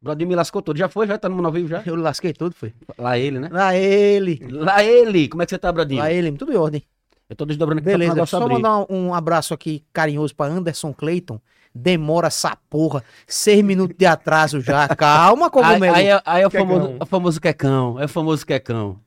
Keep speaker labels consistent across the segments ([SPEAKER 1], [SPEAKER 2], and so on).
[SPEAKER 1] Brodinho me lascou todo. Já foi? Já tá no mundo ao vivo já?
[SPEAKER 2] Eu lasquei tudo, foi.
[SPEAKER 1] Lá ele, né?
[SPEAKER 2] Lá ele.
[SPEAKER 1] Lá ele! Como é que você tá, Brodinho?
[SPEAKER 2] Lá ele, tudo em ordem.
[SPEAKER 1] Eu tô desdobrando aqui
[SPEAKER 2] Beleza,
[SPEAKER 1] pra
[SPEAKER 2] só
[SPEAKER 1] falar
[SPEAKER 2] mandar um um abraço aqui carinhoso pra Anderson Clayton. Demora essa porra. Seis minutos de atraso já. Calma,
[SPEAKER 1] Aí,
[SPEAKER 2] cogumelo.
[SPEAKER 1] aí, é- aí é o
[SPEAKER 3] Quecão.
[SPEAKER 1] famoso, o famoso quecão. É o famoso quecão.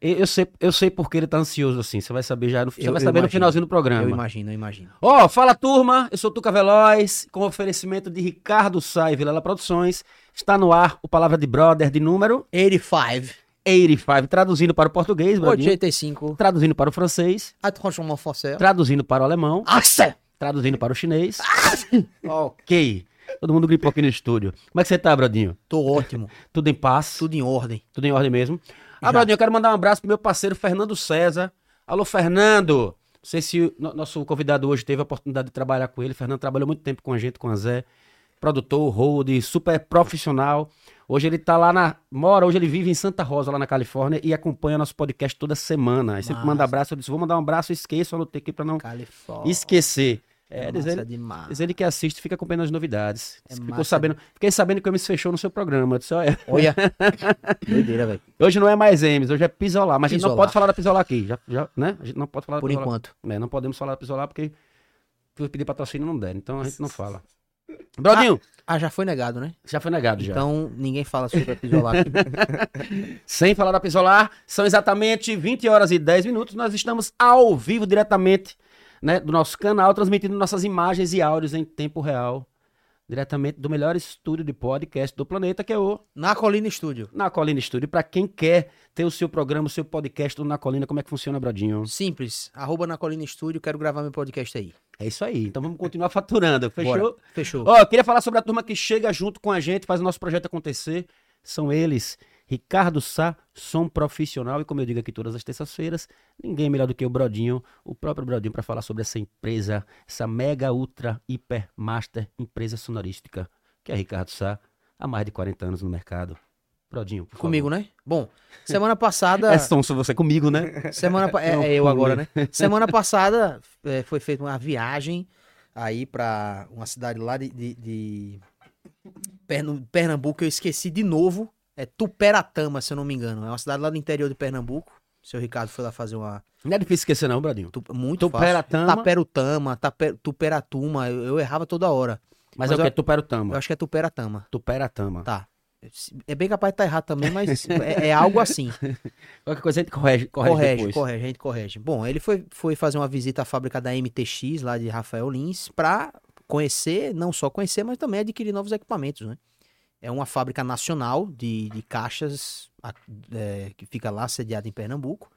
[SPEAKER 1] E- Eu sei, eu sei porque ele tá ansioso assim. Você vai saber já no, você
[SPEAKER 2] Eu-
[SPEAKER 1] vai
[SPEAKER 2] eu
[SPEAKER 1] saber no
[SPEAKER 2] imagino.
[SPEAKER 1] finalzinho do
[SPEAKER 2] Eu
[SPEAKER 1] programa.
[SPEAKER 2] imagino, eu imagino.
[SPEAKER 1] Ó, fala turma, eu sou Tuca Veloz, com oferecimento de Ricardo Sá e Vilela Produções. Está no ar o Palavra de Brother de número
[SPEAKER 2] 85.
[SPEAKER 1] 85, traduzindo para o português, Brodinho,
[SPEAKER 2] 85.
[SPEAKER 1] traduzindo para o francês,
[SPEAKER 2] Attention, mon français.
[SPEAKER 1] traduzindo para o alemão,
[SPEAKER 2] Nossa!
[SPEAKER 1] traduzindo para o chinês.
[SPEAKER 2] Ah,
[SPEAKER 1] ok. Todo mundo gripou aqui no estúdio. Como é que você tá, Brodinho?
[SPEAKER 2] Tô ótimo.
[SPEAKER 1] Tudo em paz?
[SPEAKER 2] Tudo em ordem.
[SPEAKER 1] Tudo em ordem mesmo. Ah,
[SPEAKER 2] Já.
[SPEAKER 1] Bradinho, eu quero mandar um abraço pro meu parceiro Fernando César. Alô, Fernando! Não sei se o no- nosso convidado hoje teve a oportunidade de trabalhar com ele. Fernando trabalhou muito tempo com a gente, com a Zé. Produtor, road, super profissional. Hoje ele tá lá na. Mora, hoje ele vive em Santa Rosa, lá na Califórnia, e acompanha nosso podcast toda semana. Aí sempre
[SPEAKER 2] Massa.
[SPEAKER 1] manda abraço. Eu disse, vou mandar um abraço, esqueço, anotei aqui pra não
[SPEAKER 2] Califórnia.
[SPEAKER 1] esquecer. É, diz
[SPEAKER 2] massa
[SPEAKER 1] ele,
[SPEAKER 2] demais.
[SPEAKER 1] diz ele que assiste, fica acompanhando as novidades.
[SPEAKER 2] É
[SPEAKER 1] Ficou
[SPEAKER 2] massa.
[SPEAKER 1] sabendo, fiquei sabendo que o Emes fechou no seu programa. Eu disse, olha,
[SPEAKER 2] Olha. Doideira, velho.
[SPEAKER 1] Hoje não é mais Emes, hoje é Pisolar. Mas a gente não
[SPEAKER 2] Pisolar.
[SPEAKER 1] pode falar da Pisolar aqui, já, já, né? A gente não pode falar
[SPEAKER 2] Por
[SPEAKER 1] da Pisolar.
[SPEAKER 2] enquanto.
[SPEAKER 1] É, não podemos falar da Pisolar porque fui pedir patrocínio e não deram, então a gente não fala. Brodinho,
[SPEAKER 2] Ah, já foi negado, né?
[SPEAKER 1] já foi negado já.
[SPEAKER 2] Então ninguém fala sobre a pisolar. aqui.
[SPEAKER 1] Sem falar da Pisolar, são exatamente 20 horas e 10 minutos. Nós estamos ao vivo diretamente né, do nosso canal, transmitindo nossas imagens e áudios em tempo real. Diretamente do melhor estúdio de podcast do planeta, que é o
[SPEAKER 2] Na Colina Estúdio.
[SPEAKER 1] Na Colina Estúdio. Para quem quer ter o seu programa, o seu podcast do Na Colina, como é que funciona, Brodinho?
[SPEAKER 2] Simples. Arroba na Colina Estúdio. Quero gravar meu podcast aí.
[SPEAKER 1] É isso aí. Então vamos continuar faturando. Fechou?
[SPEAKER 2] Bora. Fechou.
[SPEAKER 1] Ó, eu queria falar sobre a turma que chega junto com a gente, faz o nosso projeto acontecer. São eles, Ricardo Sá, som profissional. E como eu digo aqui todas as terças-feiras, ninguém melhor do que o Brodinho, o próprio Brodinho, para falar sobre essa empresa, essa mega, ultra, hiper, master empresa sonorística, que é Ricardo Sá, há mais de 40 anos no mercado. Brodinho, por favor.
[SPEAKER 2] Comigo, né? Bom, semana passada.
[SPEAKER 1] É som, sou você comigo, né?
[SPEAKER 2] Semana pa- é,
[SPEAKER 1] Não,
[SPEAKER 2] é eu agora,
[SPEAKER 1] comigo.
[SPEAKER 2] né? Semana passada é, foi feita uma viagem aí pra uma cidade lá de, de- de Pernu- Pernambuco. Eu esqueci de novo. É Tuperatama, se eu não me engano. É uma cidade lá do interior de Pernambuco. Seu Ricardo foi lá fazer uma.
[SPEAKER 1] Não é difícil esquecer, não, Brodinho.
[SPEAKER 2] tu- Muito fácil.
[SPEAKER 1] Tuperatama,
[SPEAKER 2] Taperutama, Taper- Tuperatuma. Eu, eu errava toda hora.
[SPEAKER 1] mas,
[SPEAKER 2] mas
[SPEAKER 1] é o que?
[SPEAKER 2] eu-
[SPEAKER 1] É
[SPEAKER 2] Eu
[SPEAKER 1] Tuperatama.
[SPEAKER 2] acho que é Tuperatama.
[SPEAKER 1] Tuperatama.
[SPEAKER 2] Tá. É bem capaz de estar errado também, mas é- é algo assim.
[SPEAKER 1] Qualquer coisa a gente correge, corrige,
[SPEAKER 2] Correge,
[SPEAKER 1] depois.
[SPEAKER 2] correge, a gente correge. Bom, ele foi, foi fazer uma visita à fábrica da MTX, lá de Rafael Lins, para conhecer, não só conhecer, mas também adquirir novos equipamentos, né? É uma fábrica nacional de, de caixas a- é, que fica lá sediada em Pernambuco.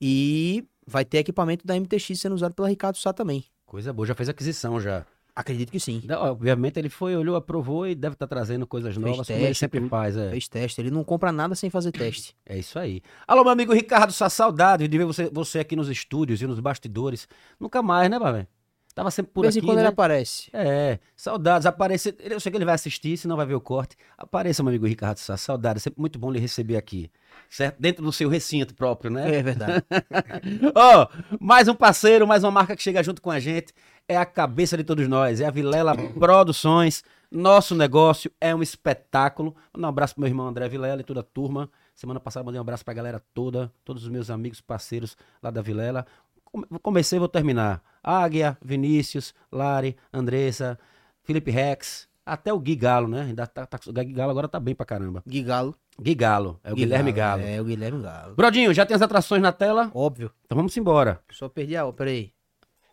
[SPEAKER 2] E vai ter equipamento da MTX sendo usado pela Ricardo Sá também.
[SPEAKER 1] Coisa boa, já fez aquisição já.
[SPEAKER 2] Acredito que sim.
[SPEAKER 1] Da- Obviamente ele foi, olhou, aprovou e deve estar trazendo coisas
[SPEAKER 2] Fez
[SPEAKER 1] novas, como
[SPEAKER 2] teste,
[SPEAKER 1] ele sempre
[SPEAKER 2] tudo.
[SPEAKER 1] faz. É.
[SPEAKER 2] Fez teste, ele não compra nada sem fazer teste.
[SPEAKER 1] é isso aí. Alô, meu amigo Ricardo, sua saudade de ver você, você aqui nos estúdios e nos bastidores. Nunca mais, né, Babé? Tava sempre
[SPEAKER 2] De
[SPEAKER 1] por
[SPEAKER 2] vez em
[SPEAKER 1] aqui,
[SPEAKER 2] quando ele
[SPEAKER 1] né?
[SPEAKER 2] aparece.
[SPEAKER 1] É, saudades, aparecer. Eu sei que ele vai assistir, se não vai ver o corte. Apareça, meu amigo Ricardo Sá, saudades, sempre muito bom lhe receber aqui. Certo? Dentro do seu recinto próprio, né?
[SPEAKER 2] É verdade.
[SPEAKER 1] Ó, mais um parceiro, mais uma marca que chega junto com a gente. É a cabeça de todos nós, é a Vilela Produções. Nosso negócio é um espetáculo. Manda um abraço pro meu irmão André Vilela e toda a turma. Semana passada mandei um abraço pra galera toda, todos os meus amigos, parceiros lá da Vilela. Come- Comecei, vou terminar. Águia, Vinícius, Lari, Andressa, Felipe Rex, até o Gui Galo, né? Ainda tá- tá- o Gui Galo agora tá bem pra caramba.
[SPEAKER 2] Gui Galo.
[SPEAKER 1] Gui Galo, é o
[SPEAKER 2] Gui
[SPEAKER 1] Guilherme Galo.
[SPEAKER 2] É, o Guilherme Galo.
[SPEAKER 1] Brodinho, já tem as atrações na tela?
[SPEAKER 2] Óbvio.
[SPEAKER 1] Então vamos embora.
[SPEAKER 2] Só perdi a... Peraí.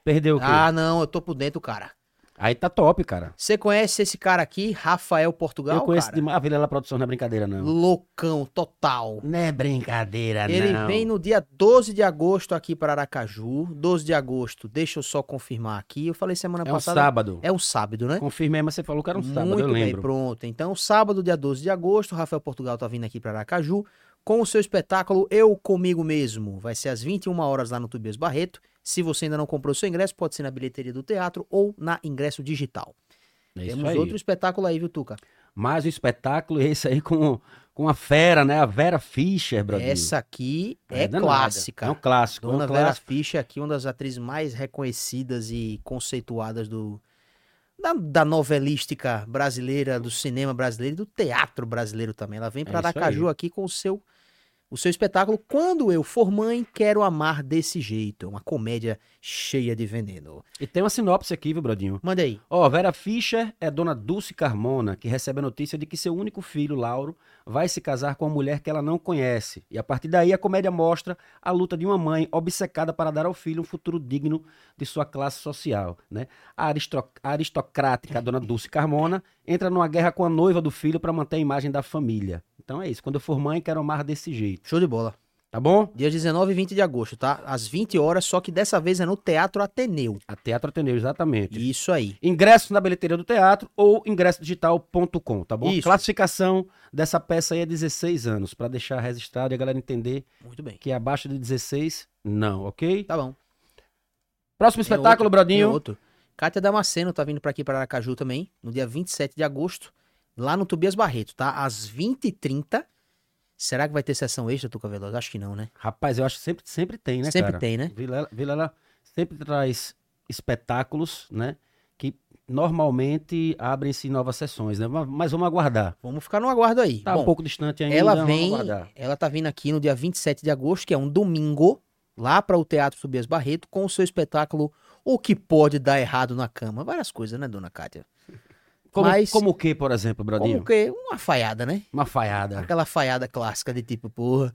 [SPEAKER 1] Perdeu o quê?
[SPEAKER 2] Ah, não, eu tô por dentro, cara.
[SPEAKER 1] Aí tá top, cara.
[SPEAKER 2] Você conhece esse cara aqui, Rafael Portugal?
[SPEAKER 1] eu conheço
[SPEAKER 2] cara?
[SPEAKER 1] demais. A Vilela Produções não é brincadeira, não.
[SPEAKER 2] Loucão, total.
[SPEAKER 1] Não é brincadeira,
[SPEAKER 2] Ele vem no dia 12 de agosto aqui para Aracaju. 12 de agosto, deixa eu só confirmar aqui. Eu falei semana
[SPEAKER 1] É um
[SPEAKER 2] passada.
[SPEAKER 1] sábado.
[SPEAKER 2] É um sábado, né?
[SPEAKER 1] Confirmei, mas você falou que era um sábado,
[SPEAKER 2] Muito
[SPEAKER 1] eu
[SPEAKER 2] bem,
[SPEAKER 1] lembro.
[SPEAKER 2] pronto. Então, sábado, dia 12 de agosto, Rafael Portugal tá vindo aqui para Aracaju com o seu espetáculo Eu Comigo Mesmo. Vai ser às 21 horas lá no Tubias Barreto. Se você ainda não comprou seu ingresso, pode ser na bilheteria do teatro ou na ingresso digital.
[SPEAKER 1] É isso
[SPEAKER 2] Temos
[SPEAKER 1] aí.
[SPEAKER 2] outro espetáculo aí, viu, Tuca?
[SPEAKER 1] Mais um espetáculo, esse aí com, com a fera, né? A Vera Fischer, Brodinho.
[SPEAKER 2] Essa aqui é,
[SPEAKER 1] danada.
[SPEAKER 2] clássica.
[SPEAKER 1] É um clássico. é
[SPEAKER 2] Dona
[SPEAKER 1] um
[SPEAKER 2] Vera
[SPEAKER 1] clássico.
[SPEAKER 2] Fischer aqui, uma das atrizes mais reconhecidas e conceituadas do, da, da novelística brasileira, do cinema brasileiro e do teatro brasileiro também. Ela vem
[SPEAKER 1] É
[SPEAKER 2] para
[SPEAKER 1] isso aí.
[SPEAKER 2] Aracaju aqui com o seu o seu espetáculo Quando Eu For Mãe, Quero Amar Desse Jeito. É Uma comédia cheia de veneno.
[SPEAKER 1] E tem uma sinopse aqui, viu, Brodinho?
[SPEAKER 2] Manda aí.
[SPEAKER 1] Ó, Vera Fischer é dona Dulce Carmona, que recebe a notícia de que seu único filho, Lauro, vai se casar com uma mulher que ela não conhece. E a partir daí a comédia mostra a luta de uma mãe obcecada para dar ao filho um futuro digno de sua classe social, né? A aristro- a aristocrática dona Dulce Carmona entra numa guerra com a noiva do filho para manter a imagem da família. Então é isso, quando eu for mãe, quero amar desse jeito,
[SPEAKER 2] Show de bola.
[SPEAKER 1] tá bom?
[SPEAKER 2] Dias 19 e 20 de agosto, tá? Às 20 horas, só que dessa vez é no Teatro Ateneu.
[SPEAKER 1] A Teatro Ateneu, exatamente.
[SPEAKER 2] Isso aí.
[SPEAKER 1] Ingressos na bilheteria do teatro ou ingressodigital.com, tá bom?
[SPEAKER 2] Isso.
[SPEAKER 1] Classificação dessa peça aí é 16 anos, pra deixar registrado e a galera entender
[SPEAKER 2] Muito bem.
[SPEAKER 1] que abaixo de 16, não, ok?
[SPEAKER 2] Tá bom.
[SPEAKER 1] Próximo
[SPEAKER 2] Tem
[SPEAKER 1] espetáculo,
[SPEAKER 2] outro, tem
[SPEAKER 1] Brodinho.
[SPEAKER 2] outro. Cátia Damasceno tá vindo pra aqui para Aracaju também, no dia 27 de agosto, lá no Tobias Barreto, tá? Às 20h30. Será que vai ter sessão extra, Tuca Veloz? Acho que não, né?
[SPEAKER 1] Rapaz, eu acho que sempre, sempre tem, né,
[SPEAKER 2] Sempre
[SPEAKER 1] cara?
[SPEAKER 2] tem, né?
[SPEAKER 1] Vilela, Vilela sempre traz espetáculos, né? Que normalmente abrem-se novas sessões, né? Mas- Mas vamos aguardar.
[SPEAKER 2] Vamos ficar no aguardo aí.
[SPEAKER 1] Tá
[SPEAKER 2] Bom,
[SPEAKER 1] um pouco distante ainda,
[SPEAKER 2] ela
[SPEAKER 1] vamos
[SPEAKER 2] vem,
[SPEAKER 1] aguardar.
[SPEAKER 2] ela tá vindo aqui no dia 27 de agosto, que é um domingo, lá para o Teatro Tobias Barreto, com o seu espetáculo O que pode dar errado na cama. Várias coisas, né, dona Cátia?
[SPEAKER 1] Como,
[SPEAKER 2] Mas-
[SPEAKER 1] como o que, por exemplo, Brodinho? É.
[SPEAKER 2] Como que uma falhada, né?
[SPEAKER 1] Uma falhada.
[SPEAKER 2] Aquela falhada clássica de tipo, porra,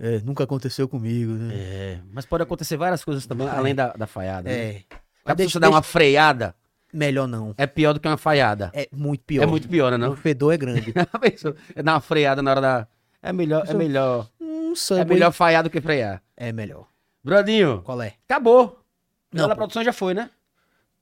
[SPEAKER 2] é, nunca aconteceu comigo, né?
[SPEAKER 1] É, mas pode acontecer várias coisas também,
[SPEAKER 2] Vai.
[SPEAKER 1] além da, da falhada. né?
[SPEAKER 2] É.
[SPEAKER 1] Já
[SPEAKER 2] Mas
[SPEAKER 1] pensou
[SPEAKER 2] deixa-
[SPEAKER 1] você dar uma freada,
[SPEAKER 2] Melhor não.
[SPEAKER 1] é pior do que uma falhada.
[SPEAKER 2] É muito
[SPEAKER 1] É,
[SPEAKER 2] pior.
[SPEAKER 1] muito pior, né? Não?
[SPEAKER 2] O fedor é grande.
[SPEAKER 1] Já pensou? É dar uma freada na hora da. É melhor, é
[SPEAKER 2] Pensou?
[SPEAKER 1] melhor.
[SPEAKER 2] Hum,
[SPEAKER 1] É
[SPEAKER 2] Subway.
[SPEAKER 1] melhor falhar do que frear.
[SPEAKER 2] É melhor.
[SPEAKER 1] Brodinho,
[SPEAKER 2] Qual é?
[SPEAKER 1] acabou.
[SPEAKER 2] Não,
[SPEAKER 1] Ela
[SPEAKER 2] pô.
[SPEAKER 1] produção já foi, né?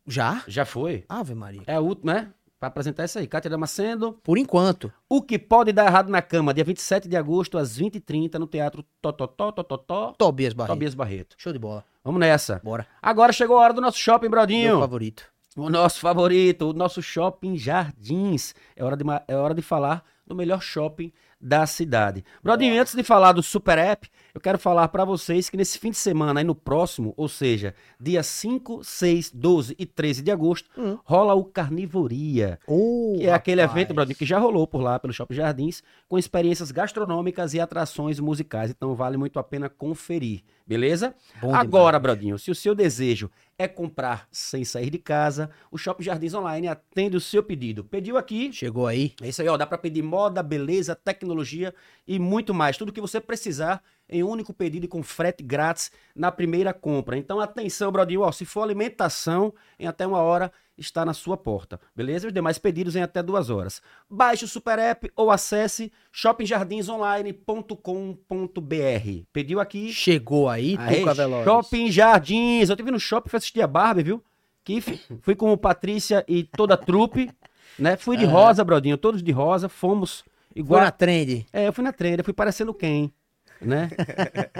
[SPEAKER 2] Já?
[SPEAKER 1] Já foi.
[SPEAKER 2] Ave Maria.
[SPEAKER 1] É a última, né? Pra apresentar isso aí. Cátia Damasceno.
[SPEAKER 2] Por enquanto.
[SPEAKER 1] O que pode dar errado na cama, dia 27 de agosto, às 20h30, no Teatro Tototó, Tototó,
[SPEAKER 2] Tobias Barreto.
[SPEAKER 1] Tobias Barreto.
[SPEAKER 2] Show de bola.
[SPEAKER 1] Vamos nessa.
[SPEAKER 2] Bora.
[SPEAKER 1] Agora chegou a hora do nosso shopping, Brodinho.
[SPEAKER 2] Meu favorito.
[SPEAKER 1] O nosso favorito, o nosso shopping Jardins. É hora de, ma- é hora de falar do melhor shopping da cidade. Brodinho, antes de falar do Super App, eu quero falar para vocês que nesse fim de semana e no próximo, ou seja, dia 5, 6, 12 e 13 de agosto,
[SPEAKER 2] Hum.
[SPEAKER 1] rola o Carnivoria.
[SPEAKER 2] Oh,
[SPEAKER 1] Que é aquele
[SPEAKER 2] rapaz.
[SPEAKER 1] evento, Brodinho, que já rolou por lá pelo Shopping Jardins, com experiências gastronômicas e atrações musicais. Então vale muito a pena conferir, beleza?
[SPEAKER 2] Bom
[SPEAKER 1] Agora,
[SPEAKER 2] demais.
[SPEAKER 1] Brodinho, se o seu desejo é comprar sem sair de casa, o Shopping Jardins Online atende o seu pedido. Pediu aqui.
[SPEAKER 2] Chegou aí.
[SPEAKER 1] É isso aí, ó. Dá para pedir moda, beleza, tecnologia e muito mais. Tudo que você precisar em um único pedido e com frete grátis na primeira compra. Então, atenção, Brodinho, ó. Se for alimentação, em até uma hora está na sua porta, beleza? Os demais pedidos em até duas horas. Baixe o Super App ou acesse shoppingjardinsonline.com.br. Pediu aqui.
[SPEAKER 2] Chegou aí,
[SPEAKER 1] Aê,
[SPEAKER 2] Tuca Veloz.
[SPEAKER 1] Ah, é? Shopping Jardins. Eu tive no shopping, fui assistir a Barbie, viu? Que fi- fui com o Patrícia e toda a trupe, né? Fui de
[SPEAKER 2] Aham.
[SPEAKER 1] rosa, brodinho, todos de rosa, fomos
[SPEAKER 2] Foi
[SPEAKER 1] igual.
[SPEAKER 2] na trend.
[SPEAKER 1] É, eu fui na trenda, fui parecendo quem, né?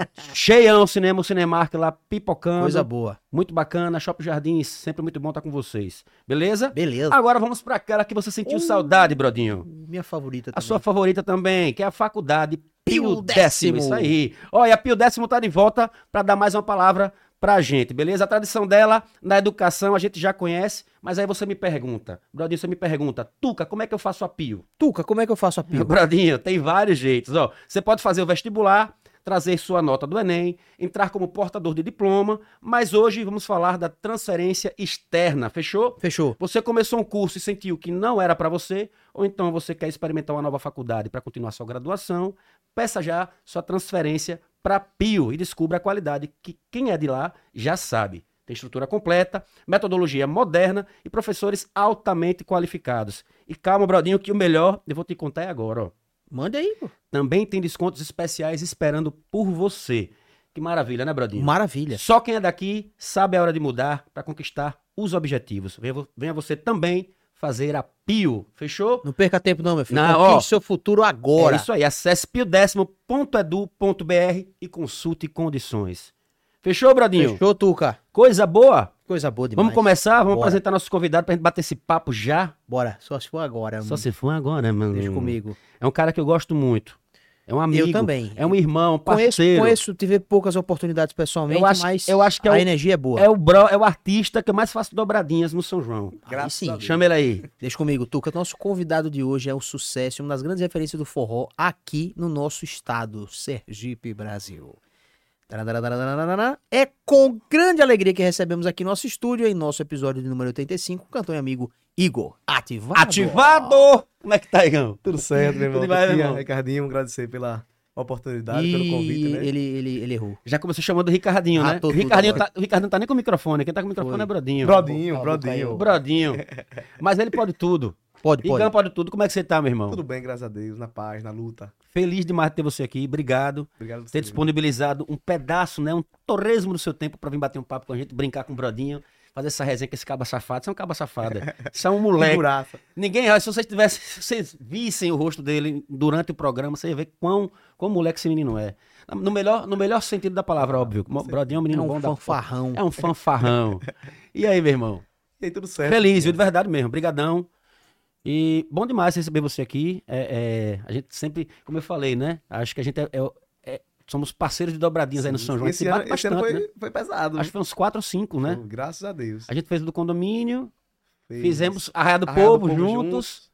[SPEAKER 1] Cheião o cinema, o Cinemark lá pipocando.
[SPEAKER 2] Coisa boa.
[SPEAKER 1] Muito bacana, Shopping Jardins, sempre muito bom estar com vocês. Beleza?
[SPEAKER 2] Beleza.
[SPEAKER 1] Agora vamos pra aquela que você sentiu
[SPEAKER 2] Uh.
[SPEAKER 1] saudade, brodinho.
[SPEAKER 2] Minha favorita
[SPEAKER 1] A
[SPEAKER 2] também.
[SPEAKER 1] sua favorita também, que é a faculdade Pio
[SPEAKER 2] Pio
[SPEAKER 1] Décimo.
[SPEAKER 2] Décimo.
[SPEAKER 1] Isso aí. Olha, a Pio Décimo tá de volta para dar mais uma palavra pra gente, beleza? A tradição dela na educação a gente já conhece, mas aí você me pergunta, Brodinho, você me pergunta, Tuca, como é que eu faço a Pio?
[SPEAKER 2] Tuca, como é que eu faço a pio?
[SPEAKER 1] Brodinho, tem vários jeitos, ó. Você pode fazer o vestibular, trazer sua nota do Enem, entrar como portador de diploma, mas hoje vamos falar da transferência externa, fechou?
[SPEAKER 2] Fechou.
[SPEAKER 1] Você começou um curso e sentiu que não era para você, ou então você quer experimentar uma nova faculdade para continuar sua graduação, peça já sua transferência para Pio e descubra a qualidade que quem é de lá já sabe. Tem estrutura completa, metodologia moderna e professores altamente qualificados. E calma, Brodinho, que o melhor eu vou te contar é agora, ó.
[SPEAKER 2] Manda aí, pô.
[SPEAKER 1] Também tem descontos especiais esperando por você. Que maravilha, né, Brodinho?
[SPEAKER 2] Maravilha.
[SPEAKER 1] Só quem é daqui sabe a hora de mudar para conquistar os objetivos. Venha, vo- venha você também fazer a Pio. Fechou?
[SPEAKER 2] Não perca tempo não, meu filho.
[SPEAKER 1] Não,
[SPEAKER 2] Conquiste
[SPEAKER 1] ó.
[SPEAKER 2] seu futuro agora.
[SPEAKER 1] É isso aí. Acesse piodécimo.edu.br e consulte condições. Fechou, Bradinho?
[SPEAKER 2] Fechou, Tuca?
[SPEAKER 1] Coisa boa?
[SPEAKER 2] Coisa boa demais.
[SPEAKER 1] Vamos começar? Vamos
[SPEAKER 2] Bora.
[SPEAKER 1] apresentar nossos convidados pra gente bater esse papo já?
[SPEAKER 2] Bora, só se for agora,
[SPEAKER 1] Só
[SPEAKER 2] mano.
[SPEAKER 1] se for agora, mano.
[SPEAKER 2] Deixa comigo.
[SPEAKER 1] É um cara que eu gosto muito. É um amigo.
[SPEAKER 2] Eu também.
[SPEAKER 1] É um irmão, um
[SPEAKER 2] Conheço,
[SPEAKER 1] parceiro.
[SPEAKER 2] conheço, tive poucas oportunidades pessoalmente,
[SPEAKER 1] Eu acho-
[SPEAKER 2] mas
[SPEAKER 1] eu acho que é
[SPEAKER 2] a
[SPEAKER 1] o-
[SPEAKER 2] energia é boa.
[SPEAKER 1] É o, bro, é o artista que eu mais faço dobradinhas no São João.
[SPEAKER 2] Aí sim.
[SPEAKER 3] Graças a Deus.
[SPEAKER 1] Chama ele aí.
[SPEAKER 2] Deixa comigo, Tuca. Nosso convidado de hoje é um sucesso, uma das grandes referências do forró aqui no nosso estado, Sergipe, Brasil. Tarararararararará. É com grande alegria que recebemos aqui nosso estúdio, em nosso episódio de número 85, o cantor e amigo Igor Ativado.
[SPEAKER 1] Ativado! Como é que tá, Igão?
[SPEAKER 3] Tudo certo, meu irmão.
[SPEAKER 1] Tudo demais,
[SPEAKER 3] Tô aqui,
[SPEAKER 1] meu irmão.
[SPEAKER 3] Ricardinho, agradecer pela oportunidade,
[SPEAKER 2] E
[SPEAKER 3] pelo convite, né?
[SPEAKER 2] ele, ele, ele errou.
[SPEAKER 1] Já começou chamando o Ricardinho, né?
[SPEAKER 2] Ratou tudo
[SPEAKER 1] Ricardinho
[SPEAKER 2] agora.
[SPEAKER 1] tá, o Ricardinho não tá nem com o microfone. Quem tá com o microfone
[SPEAKER 2] Foi.
[SPEAKER 1] é Brodinho.
[SPEAKER 3] Brodinho,
[SPEAKER 2] Acabou,
[SPEAKER 3] Brodinho.
[SPEAKER 2] caiu.
[SPEAKER 1] Brodinho. Mas ele pode tudo.
[SPEAKER 2] Pode, pode.
[SPEAKER 1] Igão pode tudo. Como é que você tá, meu irmão?
[SPEAKER 3] Tudo bem, graças a Deus, na paz, na luta.
[SPEAKER 1] Feliz demais de ter você aqui. Obrigado
[SPEAKER 3] Obrigado por
[SPEAKER 1] por ter
[SPEAKER 3] você, meu irmão.
[SPEAKER 1] disponibilizado um pedaço, né? Um torresmo do seu tempo pra vir bater um papo com a gente, brincar com o Brodinho, fazer essa resenha com esse caba safado. Você é um caba safado. é. Você é um moleque.
[SPEAKER 3] Figuraça.
[SPEAKER 1] Ninguém, olha, se vocês tivessem, se vocês vissem o rosto dele durante o programa, vocês vê quão, quão moleque esse menino é. No melhor, no melhor sentido da palavra, óbvio. Mo- Brodinho é um
[SPEAKER 2] É
[SPEAKER 1] menino
[SPEAKER 2] um
[SPEAKER 1] bom da porra.
[SPEAKER 2] fanfarrão.
[SPEAKER 1] É um fanfarrão. E aí, meu irmão?
[SPEAKER 3] E aí, tudo certo.
[SPEAKER 1] Feliz, viu? De verdade mesmo. Brigadão. E bom demais receber você aqui. É, é, a gente sempre, como eu falei, né? Acho que a gente é, é- é- somos parceiros de dobradinhas aí no São João. A gente
[SPEAKER 3] Esse
[SPEAKER 1] se
[SPEAKER 3] ano,
[SPEAKER 1] bate
[SPEAKER 3] esse ano
[SPEAKER 1] bastante,
[SPEAKER 3] foi,
[SPEAKER 1] né?
[SPEAKER 3] foi pesado,
[SPEAKER 1] Acho que foi uns quatro ou cinco,
[SPEAKER 3] viu?
[SPEAKER 1] né?
[SPEAKER 3] Graças a Deus.
[SPEAKER 1] A gente fez o do condomínio,
[SPEAKER 3] Fez
[SPEAKER 1] fizemos Arraia do
[SPEAKER 3] Arraial
[SPEAKER 1] Povo juntos.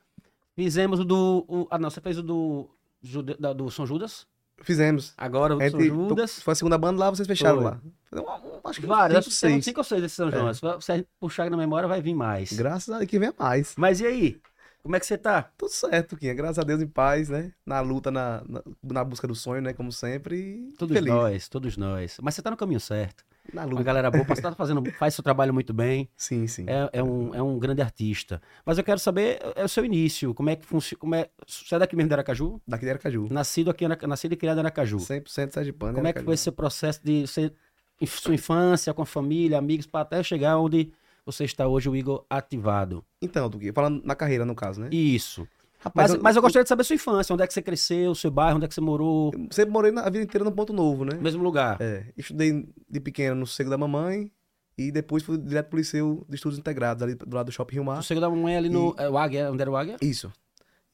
[SPEAKER 1] Fizemos o do. o- ah, não, você fez o do, jude- da- do São Judas.
[SPEAKER 3] Fizemos.
[SPEAKER 1] Agora o
[SPEAKER 3] A
[SPEAKER 1] do São
[SPEAKER 3] gente-
[SPEAKER 1] Judas.
[SPEAKER 3] Foi a segunda banda lá, vocês fecharam
[SPEAKER 1] Foi.
[SPEAKER 3] lá. Eu Acho que
[SPEAKER 1] Vários. Acho que tem
[SPEAKER 3] cinco,
[SPEAKER 1] uns
[SPEAKER 3] seis. É.
[SPEAKER 1] cinco ou seis desse São João. Se se a gente puxar aqui na memória, vai vir mais.
[SPEAKER 3] Graças a Deus, que vem a mais.
[SPEAKER 1] Mas e aí? Como é que você tá?
[SPEAKER 3] Tudo certo, Quinha. Graças a Deus, em paz, né? Na luta, na, na, na busca do sonho, né? Como sempre. e
[SPEAKER 1] Todos
[SPEAKER 3] feliz.
[SPEAKER 1] nós, todos nós. Mas você tá no caminho certo.
[SPEAKER 3] Na
[SPEAKER 1] Uma
[SPEAKER 3] luta.
[SPEAKER 1] galera boa, você tá fazendo, faz seu trabalho muito bem.
[SPEAKER 3] Sim, sim.
[SPEAKER 1] É, é um, é um grande artista. Mas eu quero saber é o seu início. Como é que funciona? Como é... Você é daqui mesmo de Aracaju?
[SPEAKER 3] Daqui de Aracaju.
[SPEAKER 1] Nascido aqui, em Araca- nascido e criado em Aracaju.
[SPEAKER 3] 100% Sergipano.
[SPEAKER 1] Como é que foi esse processo de você, em sua infância, com a família, amigos, para até chegar onde você está hoje, o Igor ativado?
[SPEAKER 3] Então, Duque, falando na carreira, no caso, né?
[SPEAKER 1] Isso.
[SPEAKER 3] Rapaz,
[SPEAKER 1] É. Mas, mas eu gostaria de saber sua infância, onde é que você cresceu, seu bairro, onde é que você morou,
[SPEAKER 3] eu sempre morei na- a vida inteira no Ponto Novo, né?
[SPEAKER 1] no mesmo lugar.
[SPEAKER 3] É, estudei de pequeno no Sossego da Mamãe e depois fui direto pro Liceu de Estudos Integrados, ali do lado do Shopping Rio
[SPEAKER 1] O
[SPEAKER 3] Mar.
[SPEAKER 1] Sossego da mamãe ali no. é, o Águia, onde era o Águia?
[SPEAKER 3] Isso.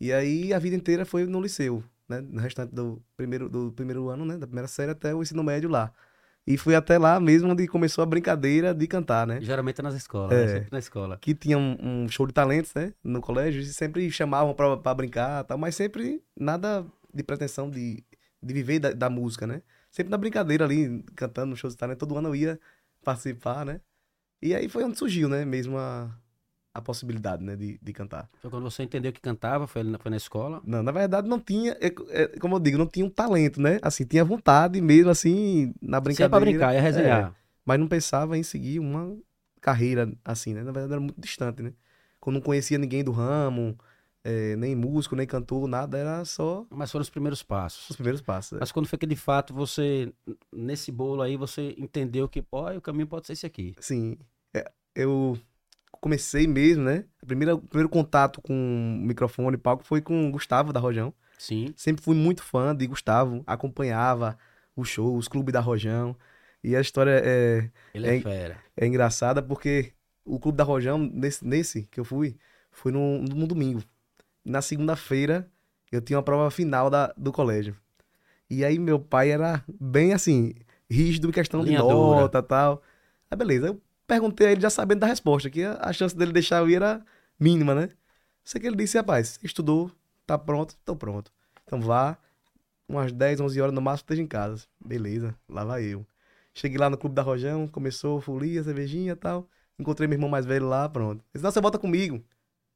[SPEAKER 3] E aí a vida inteira foi no Liceu, né? No restante do primeiro, do primeiro ano, né? Da primeira série até o ensino médio lá. E fui até lá mesmo onde começou a brincadeira de cantar, né?
[SPEAKER 1] Geralmente é nas escolas, né?
[SPEAKER 3] É.
[SPEAKER 1] Sempre na escola.
[SPEAKER 3] que tinha um, um show de talentos, né? No colégio, e sempre chamavam pra, pra brincar e tal, mas sempre nada de pretensão de, de viver da, da música, né? Sempre na brincadeira ali, cantando no show de talento, todo ano eu ia participar, né? E aí foi onde surgiu, né? Mesmo a, a possibilidade, né? De, de cantar.
[SPEAKER 1] Foi quando você entendeu que cantava, foi, ali na- foi na escola.
[SPEAKER 3] Não, na verdade não tinha, é, é, como eu digo, não tinha um talento, né? Assim, tinha vontade mesmo, assim, na
[SPEAKER 1] Você é
[SPEAKER 3] brincadeira.
[SPEAKER 1] pra brincar, é resenhar.
[SPEAKER 3] mas não pensava em seguir uma carreira assim, né? Na verdade era muito distante, né? Quando não conhecia ninguém do ramo, eh, nem músico, nem cantor, nada, era só
[SPEAKER 1] Mas foram os primeiros
[SPEAKER 3] os
[SPEAKER 1] passos.
[SPEAKER 3] primeiros passos. né?
[SPEAKER 1] Mas quando foi que de fato você, n- nesse bolo aí, você entendeu que, ó, o caminho pode ser esse aqui.
[SPEAKER 3] Sim, é, eu comecei mesmo, né? A primeira, o primeiro contato com microfone e palco foi com o Gustavo da Rojão.
[SPEAKER 1] Sim.
[SPEAKER 3] Sempre fui muito fã de Gustavo, acompanhava os shows, os clubes da Rojão. E a história é,
[SPEAKER 1] Ele é,
[SPEAKER 3] É-
[SPEAKER 1] fera.
[SPEAKER 3] é engraçada porque o Clube da Rojão, nesse, nesse que eu fui, foi num, num domingo. Na segunda-feira, eu tinha uma prova final da, do colégio. E aí meu pai era bem assim, rígido em questão
[SPEAKER 1] Linha
[SPEAKER 3] de
[SPEAKER 1] dura.
[SPEAKER 3] nota e tal. Aí beleza, eu perguntei a ele já sabendo da resposta, que a, a chance dele deixar eu ir era mínima, né? Sei que ele disse, rapaz, estudou, tá pronto, tô pronto. Então vá, umas 10, 11 horas no máximo esteja em casa. Beleza, lá vai eu. Cheguei lá no Clube da Rojão, começou folia, cervejinha e tal. Encontrei meu irmão mais velho lá, pronto. Ele disse, não, você volta comigo.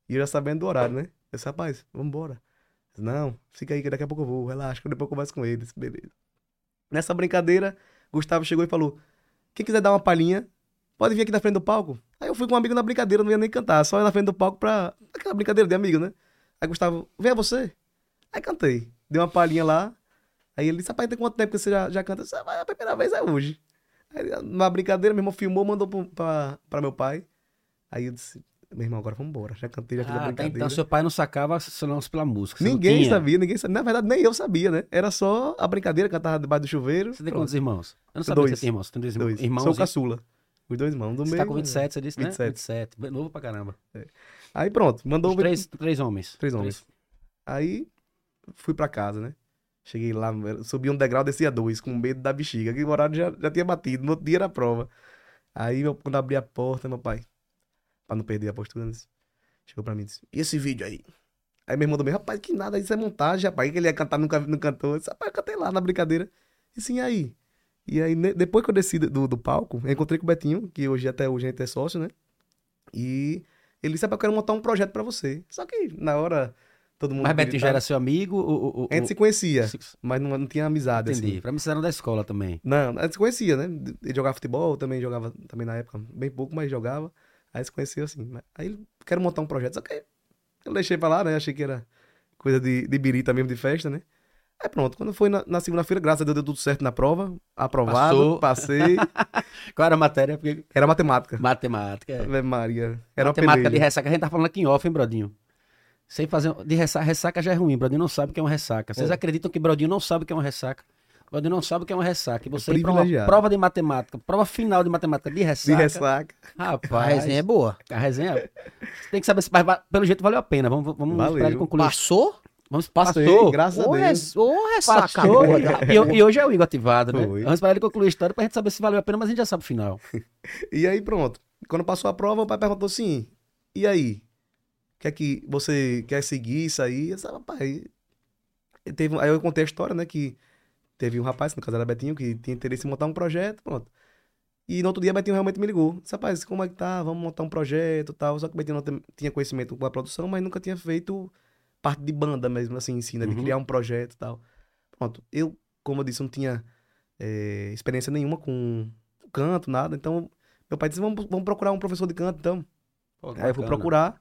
[SPEAKER 3] E eu já sabendo do horário, né? Eu disse, rapaz, vambora. Ele disse, não, fica aí que daqui a pouco eu vou, relaxa, que depois eu converso com ele. Eu disse, beleza. Nessa brincadeira, Gustavo chegou e falou, quem quiser dar uma palhinha, pode vir aqui na frente do palco. Aí eu fui com um amigo na brincadeira, não ia nem cantar, só ia na frente do palco pra... Aquela brincadeira de amigo, né? Aí Gustavo, vem a você. Aí cantei. Dei uma palhinha lá. Aí ele disse, rapaz, tem quanto tempo que você já, já canta? Eu disse, "Ah, a primeira vez é hoje. Aí, na brincadeira, meu irmão filmou, mandou pro- pra, pra meu pai. Aí eu disse, meu irmão, agora vamos embora. Já cantei, já fiz a
[SPEAKER 1] Ah, até
[SPEAKER 3] brincadeira.
[SPEAKER 1] então seu pai não sacava seu lance pela música. você não
[SPEAKER 3] Ninguém
[SPEAKER 1] tinha.
[SPEAKER 3] sabia, ninguém sabia. Na verdade, nem eu sabia, né? Era só a brincadeira, cantava debaixo do chuveiro.
[SPEAKER 1] Você tem
[SPEAKER 3] Pronto,
[SPEAKER 1] quantos irmãos? Eu não sabia que
[SPEAKER 3] Dois.
[SPEAKER 1] você tem irmãos. Você tem dois,
[SPEAKER 3] dois.
[SPEAKER 1] irmãos.
[SPEAKER 3] Sou
[SPEAKER 1] e-
[SPEAKER 3] o caçula. Os dois irmãos. Do
[SPEAKER 1] Você
[SPEAKER 3] meio.
[SPEAKER 1] tá com 27, você disse,
[SPEAKER 3] 27.
[SPEAKER 1] né? 27. Bem Novo pra caramba.
[SPEAKER 3] Aí pronto, mandou um
[SPEAKER 1] Os três, três homens.
[SPEAKER 3] Três homens. Aí fui pra casa, né? Cheguei lá, mano, subi um degrau, descia dois, com medo da bexiga. Que o horário já, já tinha batido, no outro dia era a prova. Aí, meu, quando abri a porta, meu pai, pra não perder a postura, né, disse- chegou pra mim e disse: E esse vídeo aí? Aí meu irmão também, rapaz, que nada, isso é montagem, rapaz. Que ele ia cantar, nunca não cantou. Eu disse, rapaz, eu cantei lá na brincadeira. E sim, aí. E aí, ne- depois que eu desci do, do palco, eu encontrei com o Betinho, que hoje até hoje a gente é sócio, né? E ele disse, rapaz, eu quero montar um projeto pra você. Só que na hora, todo mundo.
[SPEAKER 1] Mas Betinho já
[SPEAKER 3] gritava.
[SPEAKER 1] era seu amigo? O, o, o,
[SPEAKER 3] A gente se
[SPEAKER 1] o-
[SPEAKER 3] conhecia,
[SPEAKER 1] se-
[SPEAKER 3] mas não, não tinha amizade, assim.
[SPEAKER 1] Entendi. Pra mim, vocês eram da escola também.
[SPEAKER 3] Não, a gente se conhecia, né? Ele jogava futebol, eu também jogava, também na época, bem pouco, mas jogava. Aí se conheceu assim. mas- Aí ele, quero montar um projeto, só que eu deixei pra lá, né? Achei que era coisa de, de birita mesmo, de festa, né? Aí pronto, quando foi na, na segunda-feira, graças a Deus deu tudo certo na prova,
[SPEAKER 1] Passou.
[SPEAKER 3] aprovado, passei.
[SPEAKER 1] Qual era a matéria? Porque...
[SPEAKER 3] Era matemática.
[SPEAKER 1] Matemática. É.
[SPEAKER 3] Ave Maria. Era
[SPEAKER 1] Matemática
[SPEAKER 3] uma
[SPEAKER 1] de
[SPEAKER 3] peleja.
[SPEAKER 1] ressaca. A gente tá falando aqui em off, hein, Brodinho? Sem fazer. um- De ressaca, ressaca já é ruim. Brodinho não sabe o que é uma ressaca. Vocês
[SPEAKER 3] É.
[SPEAKER 1] acreditam que Brodinho não sabe o que é uma ressaca? Brodinho não sabe o que é uma ressaca. E você ir pra uma
[SPEAKER 3] privilegiado.
[SPEAKER 1] prova de matemática, prova final de matemática de
[SPEAKER 3] de
[SPEAKER 1] ressaca.
[SPEAKER 3] ressaca.
[SPEAKER 2] A
[SPEAKER 1] Rapaz,
[SPEAKER 2] resenha é boa.
[SPEAKER 1] a resenha. Você tem que saber se. Mas, va- pelo jeito valeu a pena. Vamos, vamos
[SPEAKER 3] Valeu.
[SPEAKER 1] esperar ele concluir.
[SPEAKER 2] Passou?
[SPEAKER 1] Vamos,
[SPEAKER 3] Passei,
[SPEAKER 1] passou.
[SPEAKER 3] graças
[SPEAKER 2] Ou,
[SPEAKER 3] a Deus.
[SPEAKER 2] res, ou ressaca
[SPEAKER 1] Passou.
[SPEAKER 2] boa. tá?
[SPEAKER 1] E, e hoje é o Igor ativado, né?
[SPEAKER 3] Foi.
[SPEAKER 1] Vamos esperar ele concluir a história pra gente saber se valeu a pena, mas a gente já sabe o final.
[SPEAKER 3] E aí pronto. Quando passou a prova, o pai perguntou assim: e aí? Quer que você quer seguir isso aí? Eu disse, rapaz. e Teve, um- aí eu contei a história, né? Que teve um rapaz, no caso era Betinho, que tinha interesse em montar um projeto, pronto. E no outro dia Betinho realmente me ligou. Disse, rapaz, como é que tá? Vamos montar um projeto e tal. Só que o Betinho não tem- tinha conhecimento com a produção, mas nunca tinha feito parte de banda mesmo, assim, em si, né? De
[SPEAKER 1] Uhum.
[SPEAKER 3] criar um projeto e tal. Pronto. Eu, como eu disse, não tinha eh, experiência nenhuma com canto, nada. Então, meu pai disse, vamos, vamos procurar um professor de canto, então. Aí eu fui procurar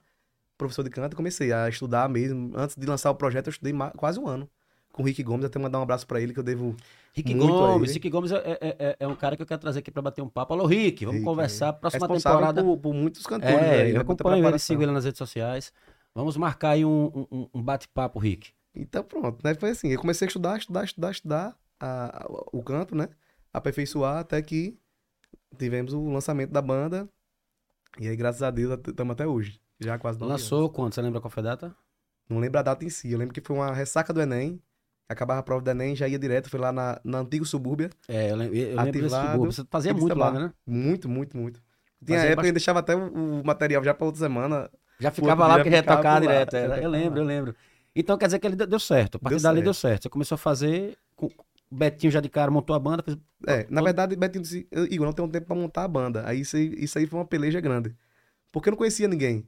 [SPEAKER 3] professor de canto e comecei a estudar mesmo. Antes de lançar o projeto, eu estudei ma- quase um ano com o Rick Gomes. Até mandar um abraço pra ele, que eu devo...
[SPEAKER 1] Rick
[SPEAKER 3] Muito a
[SPEAKER 1] Gomes,
[SPEAKER 3] ele.
[SPEAKER 1] Rick Gomes é, é- é- é um cara que eu quero trazer aqui pra bater um papo. Alô, Rick, vamos
[SPEAKER 3] Rick,
[SPEAKER 1] conversar. Próxima
[SPEAKER 3] responsável
[SPEAKER 1] temporada.
[SPEAKER 3] Por, por muitos cantores.
[SPEAKER 1] É,
[SPEAKER 3] aí, né?
[SPEAKER 1] eu
[SPEAKER 3] Muita
[SPEAKER 1] acompanho ele,
[SPEAKER 3] preparação.
[SPEAKER 1] sigo ele nas redes sociais. Vamos marcar aí um, um- um bate-papo, Rick.
[SPEAKER 3] Então pronto, né? Foi assim, eu comecei a estudar, estudar, estudar, estudar a- a- o canto, né? Aperfeiçoar até que tivemos o lançamento da banda. E aí, graças a Deus, estamos até hoje. Já quase nove anos.
[SPEAKER 1] Lançou quando? Você lembra qual foi a data?
[SPEAKER 3] Não lembro a data em si. Eu lembro que foi uma ressaca do Enem. Acabava a prova do Enem, já ia direto. Foi lá na, na antiga subúrbia.
[SPEAKER 1] É, eu, lem- eu lembro desse
[SPEAKER 3] Ativado.
[SPEAKER 1] grupo. Você fazia
[SPEAKER 3] Eles
[SPEAKER 1] muito lá,
[SPEAKER 3] trabalham.
[SPEAKER 1] né?
[SPEAKER 3] Muito, muito, muito. Tinha
[SPEAKER 1] Fazia
[SPEAKER 3] época que eu deixava até o, o material já pra outra semana.
[SPEAKER 1] Já
[SPEAKER 3] outro
[SPEAKER 1] ficava lá
[SPEAKER 3] dia
[SPEAKER 1] porque já ia
[SPEAKER 3] ficava
[SPEAKER 1] tocar
[SPEAKER 3] lá,
[SPEAKER 1] direto.
[SPEAKER 3] já
[SPEAKER 1] era-
[SPEAKER 3] tocava
[SPEAKER 1] eu lembro, eu lembro. Então quer dizer que ele deu- deu certo. A partir
[SPEAKER 3] Deu
[SPEAKER 1] dali
[SPEAKER 3] certo.
[SPEAKER 1] deu certo. Você começou a fazer. com- o Betinho já de cara montou a banda. fez-
[SPEAKER 3] É, na verdade, Betinho disse, "Eu- Igor, não tenho tempo pra montar a banda. Aí isso, aí- isso aí foi uma peleja grande. Porque eu não conhecia ninguém.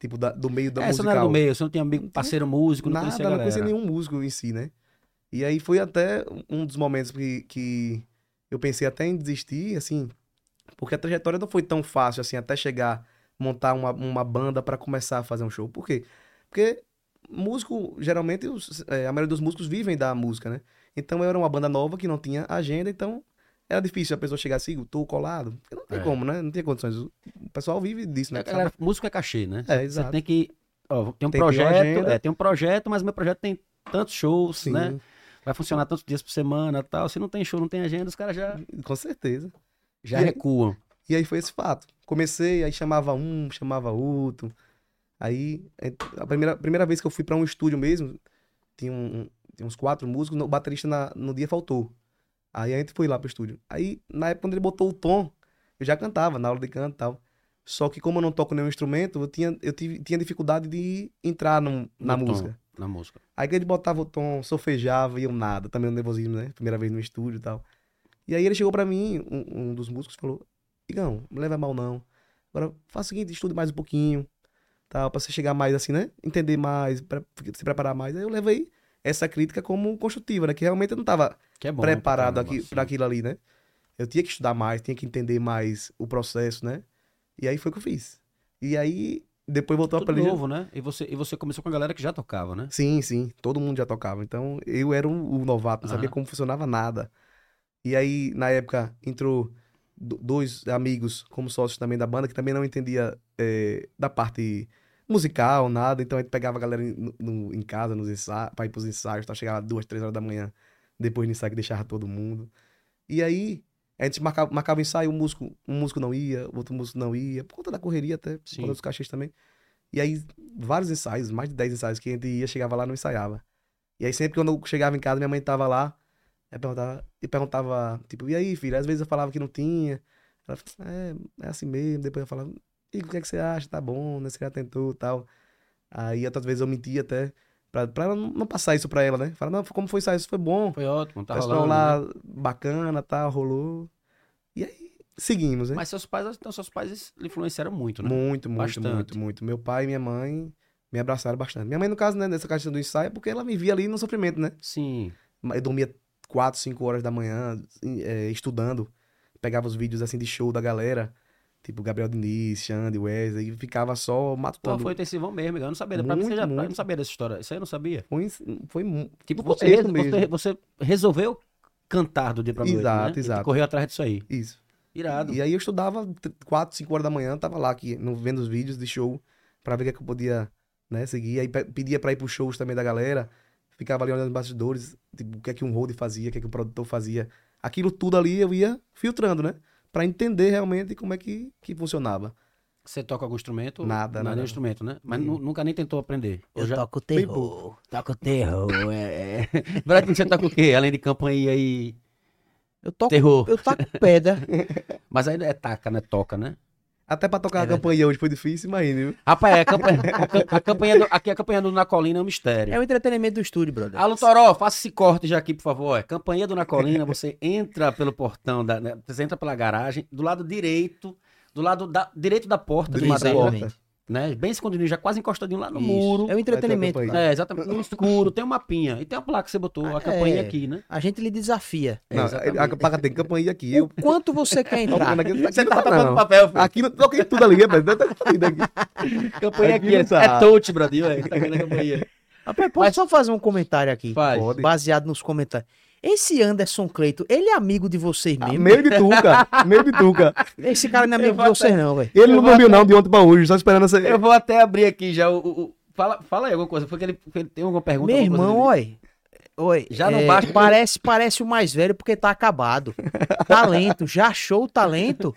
[SPEAKER 3] Tipo, da- do meio da
[SPEAKER 1] É, você
[SPEAKER 3] musical.
[SPEAKER 1] não era do meio, você não tinha amigo, parceiro músico, não
[SPEAKER 3] Nada,
[SPEAKER 1] conhecia a
[SPEAKER 3] não
[SPEAKER 1] galera.
[SPEAKER 3] conhecia nenhum músico em si, né? E aí foi até um dos momentos que, que eu pensei até em desistir, assim, porque a trajetória não foi tão fácil, assim, até chegar, montar uma, uma banda pra começar a fazer um show. Por quê? Porque músico, geralmente, os- é, a maioria dos músicos vivem da música, né? Então eu era uma banda nova que não tinha agenda, então era difícil a pessoa chegar assim, "Eu tô colado. Porque não tem
[SPEAKER 1] É.
[SPEAKER 3] como, né? Não tem condições. O pessoal vive disso, né?
[SPEAKER 1] É, galera, músico é cachê, né?
[SPEAKER 3] É,
[SPEAKER 1] Você
[SPEAKER 3] exato.
[SPEAKER 1] tem que. Ó, tem um
[SPEAKER 3] Tem que ter uma
[SPEAKER 1] projeto,
[SPEAKER 3] agenda.
[SPEAKER 1] é, tem um projeto, mas meu projeto tem tantos shows,
[SPEAKER 3] Sim,
[SPEAKER 1] né? Vai funcionar tantos dias por semana e tal. Se não tem show, não tem agenda, os caras já,
[SPEAKER 3] com certeza.
[SPEAKER 1] já
[SPEAKER 3] E-
[SPEAKER 1] recuam.
[SPEAKER 3] E aí foi esse fato. Comecei, aí chamava um, chamava outro. Aí, é, a primeira, primeira vez que eu fui pra um estúdio mesmo, tinha, um, tinha uns quatro músicos, o baterista na- no dia faltou. Aí a gente foi lá pro estúdio. Aí, na época, quando ele botou o tom, eu já cantava, na aula de canto e tal. Só que como eu não toco nenhum instrumento, eu tinha, eu tive, tinha dificuldade de entrar num- na
[SPEAKER 1] No tom.
[SPEAKER 3] música.
[SPEAKER 1] Na música.
[SPEAKER 3] Aí que ele botava o tom, solfejava e eu nada, também no nervosismo, né? Primeira vez no estúdio e tal. E aí ele chegou pra mim, um, um dos músicos, falou: Igão, não leva mal não. Agora faz o seguinte, estude mais um pouquinho, tal, pra você chegar mais assim, né? Entender mais, pra, se preparar mais. Aí eu levei essa crítica como construtiva, né? Que realmente eu não tava
[SPEAKER 1] Que é bom.
[SPEAKER 3] preparado
[SPEAKER 1] caramba,
[SPEAKER 3] aqui,
[SPEAKER 1] assim.
[SPEAKER 3] pra aquilo ali, né? Eu tinha que estudar mais, tinha que entender mais o processo, né? E aí foi o que eu fiz. E aí, depois voltou a
[SPEAKER 1] Tudo
[SPEAKER 3] peleja.
[SPEAKER 1] novo, né? E você, e você começou com a galera que já tocava, né?
[SPEAKER 3] Sim, sim. Todo mundo já tocava. Então eu era um- o novato, não sabia
[SPEAKER 1] Aham.
[SPEAKER 3] como funcionava nada. E aí, na época, entrou do- dois amigos como sócios também da banda, que também não entendia eh, da parte musical, nada. Então a gente pegava a galera em- no- no- em casa, nos ensaios, pra ir pros ensaios, tá? chegava duas, três horas da manhã, depois do ensaio que deixava todo mundo. E aí, a gente marcava, marcava ensaio, um músico, um músico não ia, outro músico não ia, por conta da correria até, por
[SPEAKER 1] Sim.
[SPEAKER 3] conta dos cachês também. E aí, vários ensaios, mais de 10 ensaios que a gente ia, chegava lá e não ensaiava. E aí sempre quando eu chegava em casa, minha mãe tava lá, eu perguntava, e perguntava, tipo, e aí, filho? Às vezes eu falava que não tinha. Ela, é, é assim mesmo. Depois eu falava, e o que é que você acha? Tá bom, né? Você já tentou e tal. Aí outras vezes eu mentia até, pra, pra ela não não passar isso pra ela, né? Fala, não, como foi isso? aí? Isso foi bom.
[SPEAKER 1] Foi ótimo, tá
[SPEAKER 3] o pessoal
[SPEAKER 1] rolando.
[SPEAKER 3] lá,
[SPEAKER 1] né?
[SPEAKER 3] bacana, tal, rolou. E aí, seguimos, né?
[SPEAKER 1] Mas seus pais, então seus pais lhe influenciaram muito, né?
[SPEAKER 3] Muito, muito,
[SPEAKER 1] Bastante.
[SPEAKER 3] muito, muito. Meu pai e minha mãe me abraçaram bastante. Minha mãe, no caso, né, nessa questão do ensaio, é porque ela me via ali no sofrimento, né?
[SPEAKER 1] Sim.
[SPEAKER 3] Eu dormia 4, 5 horas da manhã em- eh, estudando. Pegava os vídeos assim de show da galera, tipo Gabriel Diniz, Xande, Wesley, e ficava só
[SPEAKER 1] Pô,
[SPEAKER 3] matutando.
[SPEAKER 1] foi intensivão mesmo, eu não sabia. Pra mim, você
[SPEAKER 3] Muito,
[SPEAKER 1] já, eu não
[SPEAKER 3] muito.
[SPEAKER 1] sabia dessa história. Isso aí eu não sabia.
[SPEAKER 3] Foi, foi mu-
[SPEAKER 1] Tipo,
[SPEAKER 3] Você
[SPEAKER 1] você,
[SPEAKER 3] mesmo.
[SPEAKER 1] você, você resolveu cantar do dia pra noite,
[SPEAKER 3] Exato,
[SPEAKER 1] né? E
[SPEAKER 3] exato.
[SPEAKER 1] correu atrás disso aí.
[SPEAKER 3] isso.
[SPEAKER 1] Irado.
[SPEAKER 3] E aí eu estudava 4, 5 horas da manhã, tava lá aqui, no- vendo os vídeos de show, pra ver o que, é que eu podia, né, seguir. Aí pe- pedia pra ir pros shows também da galera, ficava ali olhando os bastidores, tipo, o que é que um road fazia, o que é que o produtor fazia. Aquilo tudo ali eu ia filtrando, né? Pra entender realmente como é que, que funcionava.
[SPEAKER 1] Você toca algum instrumento?
[SPEAKER 3] Nada,
[SPEAKER 1] Não,
[SPEAKER 3] nada,
[SPEAKER 1] nenhum
[SPEAKER 3] nada.
[SPEAKER 1] instrumento, né? Mas
[SPEAKER 3] Nenhum.
[SPEAKER 1] nu- nunca nem tentou aprender. Ou
[SPEAKER 2] Eu
[SPEAKER 1] já-
[SPEAKER 2] toco
[SPEAKER 3] bem
[SPEAKER 2] terror. Toco terror.
[SPEAKER 1] É, é. Bratinho, você toca o quê? Além de campainha e
[SPEAKER 2] Eu toco,
[SPEAKER 1] terror.
[SPEAKER 2] eu toco pedra.
[SPEAKER 1] Mas aí é taca, né? Toca, né?
[SPEAKER 3] Até pra tocar
[SPEAKER 2] É
[SPEAKER 3] a campanha hoje foi difícil, imagina, viu?
[SPEAKER 1] Rapaz, a campanha, a cam- a campanha do, aqui a campanha do Na Colina é um mistério.
[SPEAKER 2] É o entretenimento do estúdio, brother.
[SPEAKER 1] Alô, Toró, faça esse corte já aqui, por favor. É campanha do Na Colina, você entra pelo portão, da, né, você entra pela garagem, do lado direito, do lado da- direito da porta de
[SPEAKER 3] Direito da
[SPEAKER 1] madeira,
[SPEAKER 3] porta.
[SPEAKER 2] Exatamente.
[SPEAKER 1] né? Bem escondidinho, já quase encostadinho lá no
[SPEAKER 2] Isso.
[SPEAKER 1] muro.
[SPEAKER 2] É o entretenimento.
[SPEAKER 3] Vai ter a
[SPEAKER 2] brother.
[SPEAKER 1] É, exatamente. No escuro, tem um mapinha. E tem uma placa que você botou, a
[SPEAKER 2] Ah,
[SPEAKER 1] campanha
[SPEAKER 2] é.
[SPEAKER 1] aqui, né?
[SPEAKER 2] A gente lhe desafia.
[SPEAKER 1] É,
[SPEAKER 3] não,
[SPEAKER 1] exatamente.
[SPEAKER 3] a, a, paga tem campanha aqui,
[SPEAKER 2] O
[SPEAKER 3] eu...
[SPEAKER 2] quanto você quer entrar?
[SPEAKER 3] tocando aqui,
[SPEAKER 1] Você
[SPEAKER 3] aqui
[SPEAKER 1] tá
[SPEAKER 3] não tá,
[SPEAKER 1] tapando
[SPEAKER 3] não.
[SPEAKER 1] papel, filho.
[SPEAKER 3] Aqui não toquei tudo ali, rapaz. Não tá tudo aqui.
[SPEAKER 1] Campanha aqui,
[SPEAKER 3] Aqui não
[SPEAKER 1] é,
[SPEAKER 3] tá.
[SPEAKER 1] é touch, Brasil. É, tá vendo a campanha.
[SPEAKER 2] Rapaz, posso
[SPEAKER 1] Mas-
[SPEAKER 2] só fazer um comentário aqui?
[SPEAKER 1] Faz.
[SPEAKER 3] Pode.
[SPEAKER 2] Baseado nos comentários. Esse Anderson Cleito, ele é amigo de vocês
[SPEAKER 3] Ah,
[SPEAKER 2] mesmo?
[SPEAKER 3] Meio de tuca, meio de tuca.
[SPEAKER 2] Esse cara não é
[SPEAKER 1] Eu
[SPEAKER 2] amigo de
[SPEAKER 1] vou
[SPEAKER 2] vocês não, velho.
[SPEAKER 3] Ele
[SPEAKER 1] Eu
[SPEAKER 3] não
[SPEAKER 1] vou
[SPEAKER 3] dormiu não de ontem pra hoje, só esperando essa...
[SPEAKER 1] Eu vou até abrir aqui já o. o- o- Fala, fala aí alguma coisa. Foi que ele, foi- tem alguma pergunta?
[SPEAKER 2] Meu
[SPEAKER 1] alguma coisa
[SPEAKER 2] irmão,
[SPEAKER 1] dele?
[SPEAKER 2] oi. Oi.
[SPEAKER 1] Já não basta-
[SPEAKER 2] Parece, parece o mais velho porque tá acabado. Talento, já achou o talento?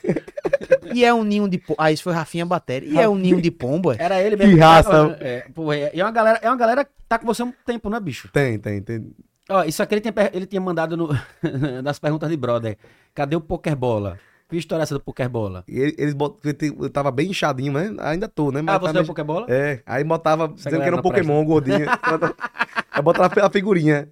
[SPEAKER 2] E é um ninho de pomba. Ah, isso foi Rafinha Batéria. E é um ninho de pomba. é?
[SPEAKER 1] Era ele mesmo.
[SPEAKER 3] Que raça. né?
[SPEAKER 1] tava- É, pô, é, e é uma galera, é uma galera que tá com você há um tempo, né, bicho?
[SPEAKER 3] Tem, tem, tem.
[SPEAKER 1] Ó, isso aqui ele tinha, per- ele tinha mandado no, nas perguntas de brother. Cadê o Pokerbola? Que história é essa do Pokerbola?
[SPEAKER 3] E ele- eles botam, eu te- eu tava bem inchadinho, né? Ainda tô, né?
[SPEAKER 1] Ah, você
[SPEAKER 3] tá
[SPEAKER 1] é o
[SPEAKER 3] meio-
[SPEAKER 1] Pokerbola?
[SPEAKER 3] É, aí botava, dizendo que
[SPEAKER 1] galera
[SPEAKER 3] era
[SPEAKER 1] não
[SPEAKER 3] um Pokémon, gordinho. aí botava a figurinha.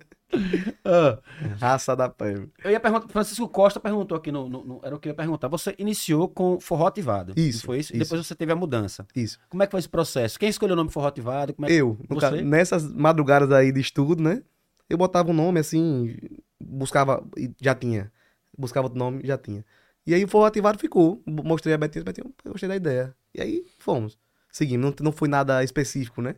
[SPEAKER 1] Ah,
[SPEAKER 3] Raça da pele.
[SPEAKER 1] eu ia perguntar, Francisco Costa perguntou aqui no, no- no- Era o que eu ia perguntar. Você iniciou com Forró Ativado.
[SPEAKER 3] Isso,
[SPEAKER 1] não Foi isso? E
[SPEAKER 3] isso.
[SPEAKER 1] depois você teve a mudança.
[SPEAKER 3] Isso.
[SPEAKER 1] Como é que foi esse processo? Quem escolheu o nome Forró Ativado? Como é que-
[SPEAKER 3] Eu, no ca-
[SPEAKER 1] Você?
[SPEAKER 3] nessas madrugadas aí de estudo, né? Eu botava um nome assim, buscava, e já tinha. Buscava outro nome, já tinha. E aí o forró ativado ficou. Bo- Mostrei a Betinha, Betinha, "Pô, eu gostei da ideia. E aí fomos. Seguimos, não, não foi nada específico, né?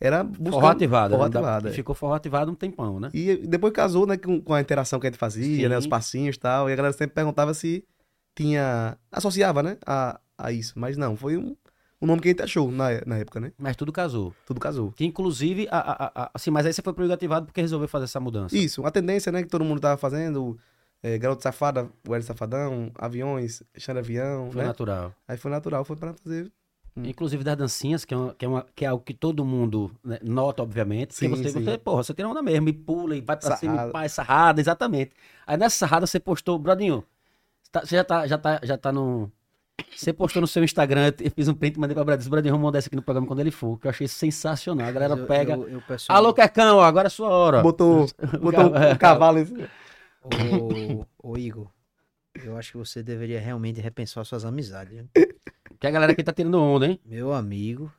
[SPEAKER 3] Era buscar.
[SPEAKER 1] Forró Ativado.
[SPEAKER 3] Forró
[SPEAKER 1] né?
[SPEAKER 3] ativado,
[SPEAKER 1] E
[SPEAKER 3] é.
[SPEAKER 1] Ficou Forró Ativado um tempão, né?
[SPEAKER 3] E depois casou, né, com, com a interação que a gente fazia, né, os
[SPEAKER 1] Sim.
[SPEAKER 3] passinhos e tal. E a galera sempre perguntava se tinha... Associava, né, a, a isso. Mas não, foi um, um nome que a gente achou na, é- na época, né?
[SPEAKER 1] Mas tudo casou.
[SPEAKER 3] Tudo casou.
[SPEAKER 1] Que inclusive, a, a, a- a- assim, mas aí você foi pro Liga Ativado porque resolveu fazer essa mudança.
[SPEAKER 3] Isso, a tendência, né, que todo mundo tava fazendo. É, Garoto Safada, Wesley Safadão, Aviões, Xande Avião,
[SPEAKER 1] Foi
[SPEAKER 3] né?
[SPEAKER 1] natural.
[SPEAKER 3] Aí foi natural, foi pra fazer... Hum.
[SPEAKER 1] Inclusive das dancinhas, que é, uma- que é, uma- que é algo que todo mundo né, nota, obviamente.
[SPEAKER 3] Sim,
[SPEAKER 1] que você,
[SPEAKER 3] sim.
[SPEAKER 1] você, porra, você tira onda mesmo, e pula, e vai pra cima, e
[SPEAKER 3] Sarrada.
[SPEAKER 1] pá, e sarrada, exatamente. Aí nessa sarrada você postou, Brodinho, você, tá- você já tá, já tá, já tá no... Você postou no seu Instagram, eu te- eu fiz um print, mandei pra Brodinho, disse, Brodinho, vamos mandar isso aqui no programa quando ele for, que eu achei sensacional. A galera
[SPEAKER 2] Eu-
[SPEAKER 1] pega...
[SPEAKER 2] eu- um, eu pessoal-
[SPEAKER 3] um
[SPEAKER 1] Alô, Quecão, ó, agora é sua hora.
[SPEAKER 3] Botou, botou
[SPEAKER 1] ca-
[SPEAKER 3] um cavalo... em cima.
[SPEAKER 2] Ô, ô, Igor, eu acho que você deveria realmente repensar suas amizades. viu?
[SPEAKER 1] Que a galera aqui tá tirando onda, hein?
[SPEAKER 2] Meu amigo.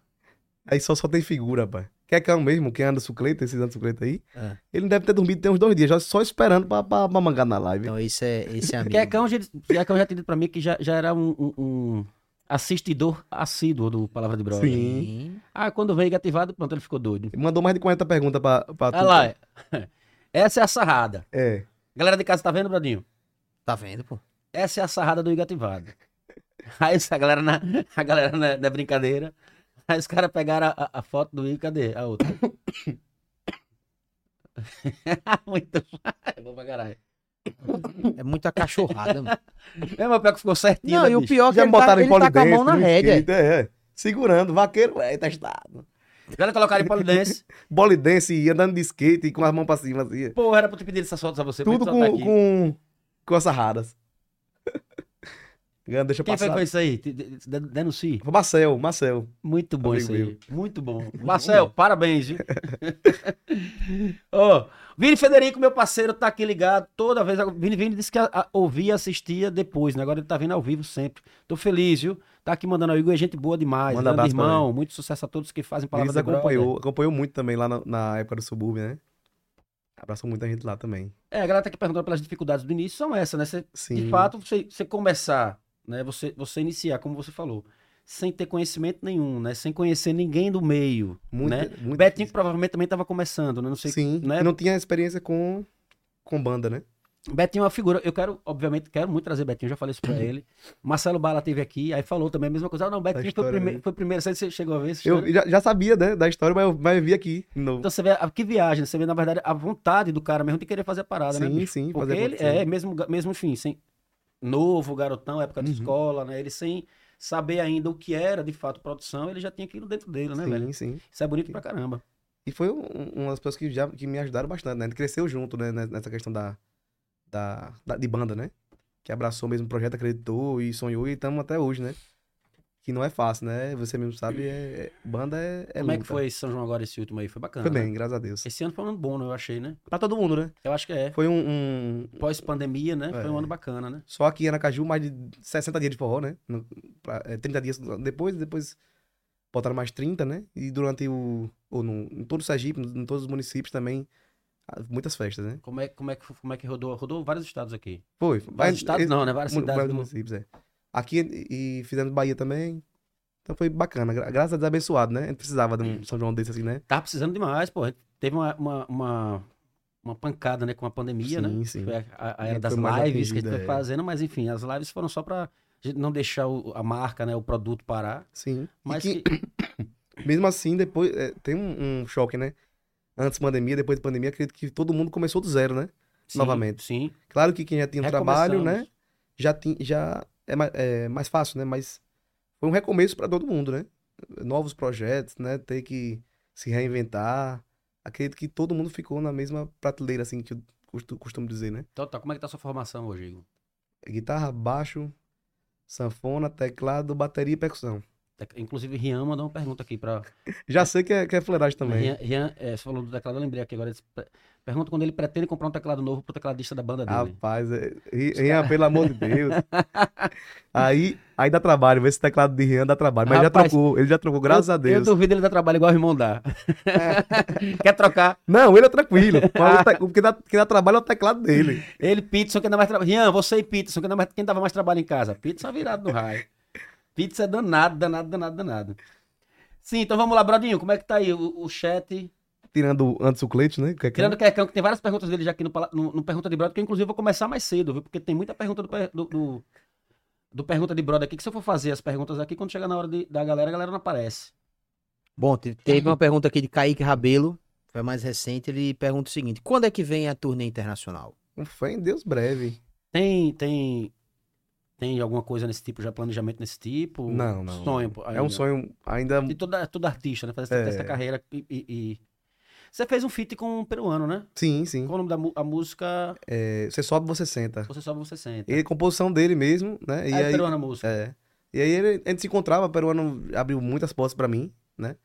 [SPEAKER 3] Aí só, só tem figura, pai. Quer que é o mesmo, quem anda sucleta, esses anos sucleta aí,
[SPEAKER 2] É.
[SPEAKER 3] ele deve ter dormido tem uns dois dias, já só esperando pra, pra, pra mangar na live.
[SPEAKER 2] Então, esse é, esse é amigo.
[SPEAKER 1] Quecão já, Quecão já tem dito pra mim que já, já era um, um- um assistidor assíduo do Palavra de Brother.
[SPEAKER 3] Sim.
[SPEAKER 2] Sim.
[SPEAKER 1] Ah, quando veio gativado, pronto, ele ficou doido.
[SPEAKER 3] Ele Mandou mais de 40 perguntas pra, pra
[SPEAKER 1] Olha lá. Essa é a sarrada.
[SPEAKER 3] É.
[SPEAKER 1] Galera de casa, tá vendo, Bradinho?
[SPEAKER 2] Tá vendo, pô?
[SPEAKER 1] Essa é a sarrada do engativado. Aí a galera na, a galera na, na brincadeira. Aí os caras pegaram a, a- a foto do Igor, cadê? A outra. Muito. É bom pra caralho.
[SPEAKER 2] É muita cachorrada, mano.
[SPEAKER 1] É, mas pior que ficou certinho.
[SPEAKER 2] Não,
[SPEAKER 1] né,
[SPEAKER 2] e o
[SPEAKER 1] bicho?
[SPEAKER 2] pior é que
[SPEAKER 3] Já
[SPEAKER 2] ele
[SPEAKER 3] botaram
[SPEAKER 2] tá,
[SPEAKER 1] né?
[SPEAKER 3] em
[SPEAKER 2] ele tá com a
[SPEAKER 3] polidense.
[SPEAKER 2] mão na
[SPEAKER 3] no
[SPEAKER 2] rédea.
[SPEAKER 3] skate, é, é. Segurando, vaqueiro, é, testado.
[SPEAKER 1] Galera colocaram em polidense.
[SPEAKER 3] Bolidense e andando de skate e com as mãos pra cima, assim.
[SPEAKER 1] Porra, era pra eu ter pedido essas fotos a você. pra
[SPEAKER 3] Tudo
[SPEAKER 1] gente soltar
[SPEAKER 3] com,
[SPEAKER 1] aqui.
[SPEAKER 3] com, com as sarradas. Gana, deixa eu
[SPEAKER 1] Quem foi
[SPEAKER 3] passar.
[SPEAKER 1] com isso aí? De- de- de- Denuncie.
[SPEAKER 3] Foi Marcel, Marcel.
[SPEAKER 1] Muito bom isso
[SPEAKER 3] Amigo
[SPEAKER 1] aí. Muito bom. Marcel, parabéns, viu? Ó, Vini Federico, meu parceiro, tá aqui ligado toda vez. Vini, Vini disse que a- a- ouvia e assistia depois, né? Agora ele tá vindo ao vivo sempre. Tô feliz, viu? Tá aqui mandando ao Igor, é gente boa demais.
[SPEAKER 3] Manda
[SPEAKER 1] Grande
[SPEAKER 3] abraço pra
[SPEAKER 1] irmão, muito sucesso a todos que fazem palavras
[SPEAKER 3] Eles
[SPEAKER 1] da brother.
[SPEAKER 3] acompanhou, acompanhou muito também lá na, na época do subúrbio, né? Abraçou muita gente lá também.
[SPEAKER 1] É, a galera tá aqui perguntando pelas dificuldades do início, são essas, né? Você
[SPEAKER 3] Sim.
[SPEAKER 1] De fato, você, você começar, né? Você, você iniciar, como você falou, sem ter conhecimento nenhum, né? Sem conhecer ninguém do meio.
[SPEAKER 3] muito,
[SPEAKER 1] né?
[SPEAKER 3] muito
[SPEAKER 1] Betinho
[SPEAKER 3] difícil.
[SPEAKER 1] provavelmente também estava começando, né? Não sei.
[SPEAKER 3] Sim.
[SPEAKER 1] né?
[SPEAKER 3] E não tinha experiência com, com banda, né?
[SPEAKER 1] Betinho é uma figura. Eu quero, obviamente, quero muito trazer Betinho, já falei isso pra ele. Marcelo Bala teve aqui, aí falou também a mesma coisa. Ah, não, Betinho foi, o
[SPEAKER 3] história
[SPEAKER 1] prime-
[SPEAKER 3] dele.
[SPEAKER 1] foi o primeiro. Você chegou a ver essa
[SPEAKER 3] Eu
[SPEAKER 1] história?
[SPEAKER 3] já, já sabia, né, da história, mas eu, mas eu vi aqui de novo.
[SPEAKER 1] Então você vê a, que viagem, você vê, na verdade, a vontade do cara mesmo de querer fazer a parada, né?
[SPEAKER 3] sim,
[SPEAKER 1] bicho?
[SPEAKER 3] sim,
[SPEAKER 1] Porque
[SPEAKER 3] fazer
[SPEAKER 1] ele
[SPEAKER 3] acontecer.
[SPEAKER 1] é mesmo, ga- mesmo enfim, sem novo, garotão, época de
[SPEAKER 3] Uhum.
[SPEAKER 1] escola, né? Ele sem saber ainda o que era de fato produção, ele já tinha aquilo dentro dele, né,
[SPEAKER 3] sim,
[SPEAKER 1] velho?
[SPEAKER 3] sim.
[SPEAKER 1] Isso é bonito pra caramba.
[SPEAKER 3] E foi um- um- uma das pessoas que, já, que me ajudaram bastante, né? A gente cresceu junto, né? ne- Nessa questão da, da, da- de banda, né? Que abraçou mesmo o projeto, acreditou e sonhou e estamos até hoje, né? Que não é fácil, né? Você mesmo sabe, é, é- banda é, é
[SPEAKER 1] Como é que
[SPEAKER 3] luta.
[SPEAKER 1] foi esse São João agora esse último aí? Foi bacana.
[SPEAKER 3] Foi
[SPEAKER 1] né?
[SPEAKER 3] bem, graças a Deus.
[SPEAKER 1] Esse ano foi um ano bom, né, eu achei, né?
[SPEAKER 3] Pra todo mundo, né?
[SPEAKER 1] Eu acho que é.
[SPEAKER 3] Foi um... um-
[SPEAKER 1] Pós-pandemia, né? Foi um
[SPEAKER 3] É.
[SPEAKER 1] ano bacana, né?
[SPEAKER 3] Só aqui em Aracaju, mais de 60 dias de forró, né? No, pra- é, 30 dias depois, depois botaram mais 30, né? E durante o... Ou no, em todo o Sergipe, em todos os municípios também, ah, muitas festas, né?
[SPEAKER 1] Como é, como é, que, como é que rodou? Rodou vários estados aqui.
[SPEAKER 3] Foi.
[SPEAKER 1] Vários
[SPEAKER 3] Mas-
[SPEAKER 1] estados não, né? Várias
[SPEAKER 3] Mu-
[SPEAKER 1] cidades.
[SPEAKER 3] vários
[SPEAKER 1] do-
[SPEAKER 3] municípios, é. Aqui e e fizemos Bahia também. Então foi bacana. gra- Graças a Deus abençoado, né? A gente precisava de um São João desse assim, né?
[SPEAKER 1] Tava precisando demais, pô. Teve uma, uma, uma, uma pancada, né? Com a pandemia, né?
[SPEAKER 3] Sim, sim.
[SPEAKER 1] Foi a, a- a
[SPEAKER 3] É,
[SPEAKER 1] era
[SPEAKER 3] foi
[SPEAKER 1] das lives
[SPEAKER 3] mais
[SPEAKER 1] que a gente
[SPEAKER 3] atingida,
[SPEAKER 1] foi
[SPEAKER 3] é.
[SPEAKER 1] fazendo, mas enfim, as lives foram só pra gente não deixar o- a marca, né? O produto parar.
[SPEAKER 3] Sim.
[SPEAKER 1] Mas
[SPEAKER 3] e que,
[SPEAKER 1] que-
[SPEAKER 3] mesmo assim, depois. é, tem um, um choque, né? Antes da pandemia, depois da pandemia, acredito que todo mundo começou do zero, né?
[SPEAKER 1] sim,
[SPEAKER 3] novamente.
[SPEAKER 1] Sim.
[SPEAKER 3] Claro que quem já tinha um trabalho, né?
[SPEAKER 1] Recomeçamos.
[SPEAKER 3] Já, ti- já é, ma- é mais fácil, né? Mas foi um recomeço pra todo mundo, né? Novos projetos, né? Ter que se reinventar. Acredito que todo mundo ficou na mesma prateleira, assim, que eu costu- costumo dizer, né?
[SPEAKER 1] Então tá, como é que tá a sua formação hoje, Igor?
[SPEAKER 3] guitarra, baixo, sanfona, teclado, bateria e percussão.
[SPEAKER 1] Tá- Inclusive, Rian mandou uma pergunta aqui pra.
[SPEAKER 3] Já sei que é, que é fleragem também.
[SPEAKER 1] Rian, Rian, é, você falou do teclado, eu lembrei aqui agora. Ele disse, "Pe- Pergunta quando ele pretende comprar um teclado novo pro tecladista da banda dele.
[SPEAKER 3] Rapaz, é- Ri- Rian, pelo amor de Deus. Aí, aí dá trabalho, ver esse teclado de Rian dá trabalho. Mas
[SPEAKER 1] Rapaz,
[SPEAKER 3] já trocou, ele já trocou, graças
[SPEAKER 1] Eu-
[SPEAKER 3] a Deus.
[SPEAKER 1] Eu duvido ele dar trabalho igual o irmão dá. Quer trocar?
[SPEAKER 3] Não, ele é tranquilo. mas o te- o que dá, que dá trabalho é o teclado dele.
[SPEAKER 1] Ele, Peterson, quem dá mais trabalho. Rian, você e Peterson, quem, dá mais... quem dava mais trabalho em casa? Peterson é virado no raio. Peterson é danado, danado, danado, danado. Sim, então vamos lá, Brodinho, como é que tá aí o, o chat?
[SPEAKER 3] Tirando antes o Cleiton, né? que é que-
[SPEAKER 1] Tirando o Quecão, que tem várias perguntas dele já aqui no, pala- no- no Pergunta de Brother, que eu inclusive vou começar mais cedo, viu? Porque tem muita pergunta do, per- do, do- do Pergunta de Brother aqui, que se eu for fazer as perguntas aqui, quando chegar na hora de- da galera, a galera não aparece.
[SPEAKER 2] Bom, te- teve uma pergunta aqui de Kaique Rabelo, foi a mais recente, ele pergunta o seguinte: quando é que vem a turnê internacional?
[SPEAKER 3] Com um fé em Deus breve.
[SPEAKER 1] Tem, tem... Tem alguma coisa nesse tipo, já planejamento nesse tipo?
[SPEAKER 3] Não, não.
[SPEAKER 1] Sonho.
[SPEAKER 3] É um
[SPEAKER 1] ainda?
[SPEAKER 3] sonho ainda.
[SPEAKER 1] De toda, todo artista, né? Fazer essa,
[SPEAKER 3] É.
[SPEAKER 1] essa carreira e, e- e- Você fez um feat com um peruano, né?
[SPEAKER 3] Sim, sim.
[SPEAKER 1] Qual o nome da mu- a música?
[SPEAKER 3] É, você sobe, você senta.
[SPEAKER 1] Você sobe, você senta.
[SPEAKER 3] E a composição dele mesmo, né? E
[SPEAKER 1] Ah, é
[SPEAKER 3] aí,
[SPEAKER 1] peruana a música.
[SPEAKER 3] É. E aí ele, a gente se encontrava, o peruano abriu muitas portas pra mim, né?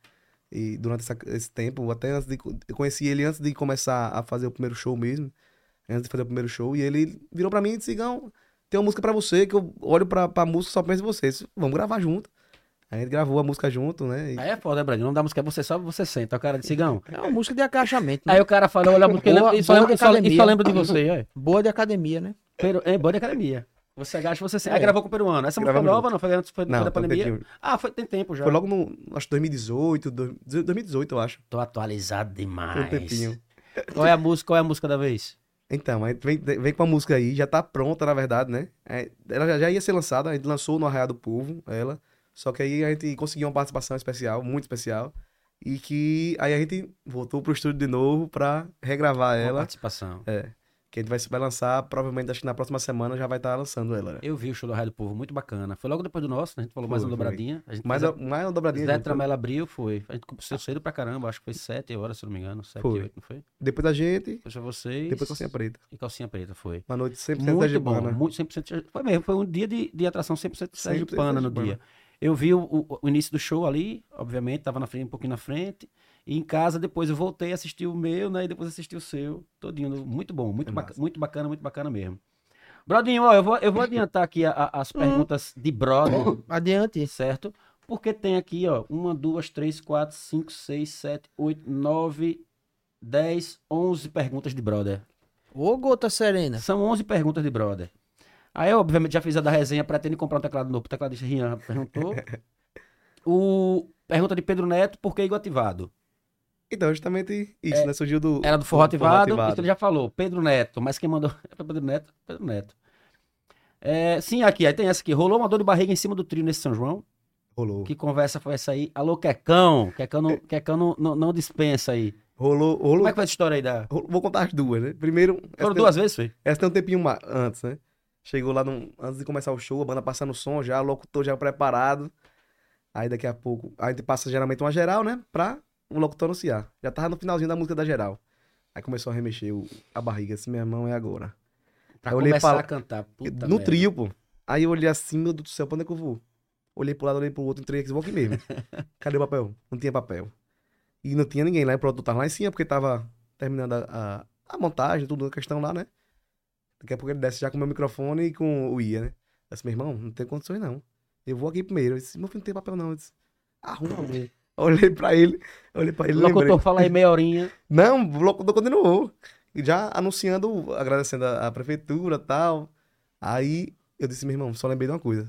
[SPEAKER 3] E durante essa- esse tempo, até antes de. co- Eu conheci ele antes de começar a fazer o primeiro show mesmo. Antes de fazer o primeiro show. E ele virou pra mim e disse: Gão, tem uma música pra você que eu olho pra, pra música e só penso em você. Eu disse, Vamos gravar junto. Aí a gente gravou a música junto, né? E-
[SPEAKER 1] Aí é foda, né, Brandinho? O nome da música é Você Sobe, Você Senta. Aí O cara disse, Gão.
[SPEAKER 2] É uma música de agachamento, né?
[SPEAKER 1] Aí o cara falou, olha a música
[SPEAKER 2] Boa-
[SPEAKER 1] e só
[SPEAKER 2] boa
[SPEAKER 1] lembra, e só- e só
[SPEAKER 2] academia.
[SPEAKER 1] lembra de você. Olha.
[SPEAKER 2] Boa de academia, né?
[SPEAKER 1] Peru, é, boa de academia. Você agacha, você senta. Aí
[SPEAKER 3] É.
[SPEAKER 1] gravou com o peruano. Essa música
[SPEAKER 3] Gravamos
[SPEAKER 1] nova não foi antes foi depois
[SPEAKER 3] Não,
[SPEAKER 1] da
[SPEAKER 3] foi um
[SPEAKER 1] pandemia?
[SPEAKER 3] tempinho.
[SPEAKER 1] Ah, foi, tem tempo já.
[SPEAKER 3] Foi logo no. Acho que 2018, dois- 2018, eu acho.
[SPEAKER 1] Tô atualizado
[SPEAKER 3] Foi um
[SPEAKER 1] demais.
[SPEAKER 3] tempinho.
[SPEAKER 1] Qual é a música? Qual é a música da vez?
[SPEAKER 3] Então, aí vem, vem com a música aí, já tá pronta, na verdade, né? É, ela já, já ia ser lançada, a gente lançou no Arraial do Povo, ela. Só que aí a gente conseguiu uma participação especial, muito especial. E que aí a gente voltou pro estúdio de novo pra regravar
[SPEAKER 1] Uma
[SPEAKER 3] É ela.
[SPEAKER 1] participação.
[SPEAKER 3] Que a gente vai, se- vai lançar, provavelmente, acho que na próxima semana já vai estar lançando ela. né?
[SPEAKER 1] Eu vi o show do Raio do Povo, muito bacana. Foi logo depois do nosso, né? A gente falou mais
[SPEAKER 3] Foi,
[SPEAKER 1] uma
[SPEAKER 3] foi.
[SPEAKER 1] dobradinha. A gente
[SPEAKER 3] Mais,
[SPEAKER 1] fez
[SPEAKER 3] uma- mais uma dobradinha. né?
[SPEAKER 1] Zé
[SPEAKER 3] gente.
[SPEAKER 1] Tramela abriu, foi. A gente começou cedo pra caramba, acho que foi 7 horas, se não me engano. 7,
[SPEAKER 3] Foi.
[SPEAKER 1] 8, não foi?
[SPEAKER 3] Depois da gente,
[SPEAKER 1] Depois foi vocês.
[SPEAKER 3] depois calcinha preta.
[SPEAKER 1] E calcinha preta, foi.
[SPEAKER 3] Uma noite 100% da
[SPEAKER 1] Muito bom,
[SPEAKER 3] Gibana.
[SPEAKER 1] muito 100% Foi mesmo, foi um dia de, de atração 100% sergipana no
[SPEAKER 3] sergipana.
[SPEAKER 1] dia. Eu vi o, o- o início do show ali, obviamente, tava na frente, um pouquinho na frente. E em casa, depois eu voltei, assisti o meu, né? E depois assisti o seu, todinho. Muito bom, muito,
[SPEAKER 3] É
[SPEAKER 1] baca-
[SPEAKER 3] massa.
[SPEAKER 1] muito bacana, muito bacana mesmo. Brodinho, ó, eu vou, eu vou adiantar aqui a- a-
[SPEAKER 3] Hum.
[SPEAKER 1] as perguntas de Brother,
[SPEAKER 2] Adiante.
[SPEAKER 1] certo? Porque tem aqui, ó, uma, duas, três, quatro, cinco, seis, sete, oito, nove, dez, onze perguntas de Brother.
[SPEAKER 2] Ô, gota
[SPEAKER 3] Né?
[SPEAKER 2] serena.
[SPEAKER 1] São 11 perguntas de brother. Aí, eu, obviamente, já fiz a da resenha, pretende comprar um teclado novo. O tecladista Rian perguntou. o... Pergunta de Pedro Neto, por que Igor ativado?
[SPEAKER 3] Então, justamente isso, né? Surgiu do.
[SPEAKER 1] É, Era do forró ativado,
[SPEAKER 3] ativado.
[SPEAKER 1] isso ele já falou. Pedro Neto, mas quem mandou... Foi Pedro Neto? Pedro Neto. É, sim, aqui, aí tem essa aqui. Rolou uma dor de barriga em cima do trio nesse São João.
[SPEAKER 3] Rolou.
[SPEAKER 1] Que conversa foi essa aí? Alô, Quecão. Quecão não, Quecão não, não, não dispensa aí.
[SPEAKER 3] Rolou. rolou...
[SPEAKER 1] Como é que foi essa história aí da...
[SPEAKER 3] rolou- Vou contar as duas, né? Primeiro.
[SPEAKER 1] Foram
[SPEAKER 3] essa tem-
[SPEAKER 1] duas vezes, foi?
[SPEAKER 3] Essa tem um tempinho ma- antes, né? Chegou lá num- antes de começar o show, a banda passando o som já, o locutor já preparado. Aí daqui a pouco, a gente passa geralmente uma geral, né? Pra o locutor anunciar. Já tava no finalzinho da música da geral. Aí começou a remexer o- a barriga, assim, meu irmão, é agora.
[SPEAKER 1] Pra
[SPEAKER 3] Aí eu olhei
[SPEAKER 1] começar
[SPEAKER 3] pra-
[SPEAKER 1] a cantar. Puta
[SPEAKER 3] no
[SPEAKER 1] merda.
[SPEAKER 3] trio, pô. Aí eu olhei assim, meu Deus do céu, pra onde é que eu vou? Olhei pro lado, olhei pro outro, entrei aqui, vou aqui mesmo. Cadê o papel? Não tinha papel. E não tinha ninguém lá, e o produtor tava lá em cima, porque tava terminando a, a, a montagem, tudo, a questão lá, né? Daqui a pouco ele desce já com o meu microfone e com o Ia, né? Eu disse, meu irmão, não tem condições não. Eu vou aqui primeiro. Eu disse, meu filho, não tem papel não. Eu disse, arruma alguém. Olhei pra ele, olhei pra ele, lembrei.
[SPEAKER 1] Locutor, fala aí meia horinha.
[SPEAKER 3] Não, o locutor continuou. E Já anunciando, agradecendo a, a prefeitura e tal. Aí eu disse, meu irmão, só lembrei de uma coisa.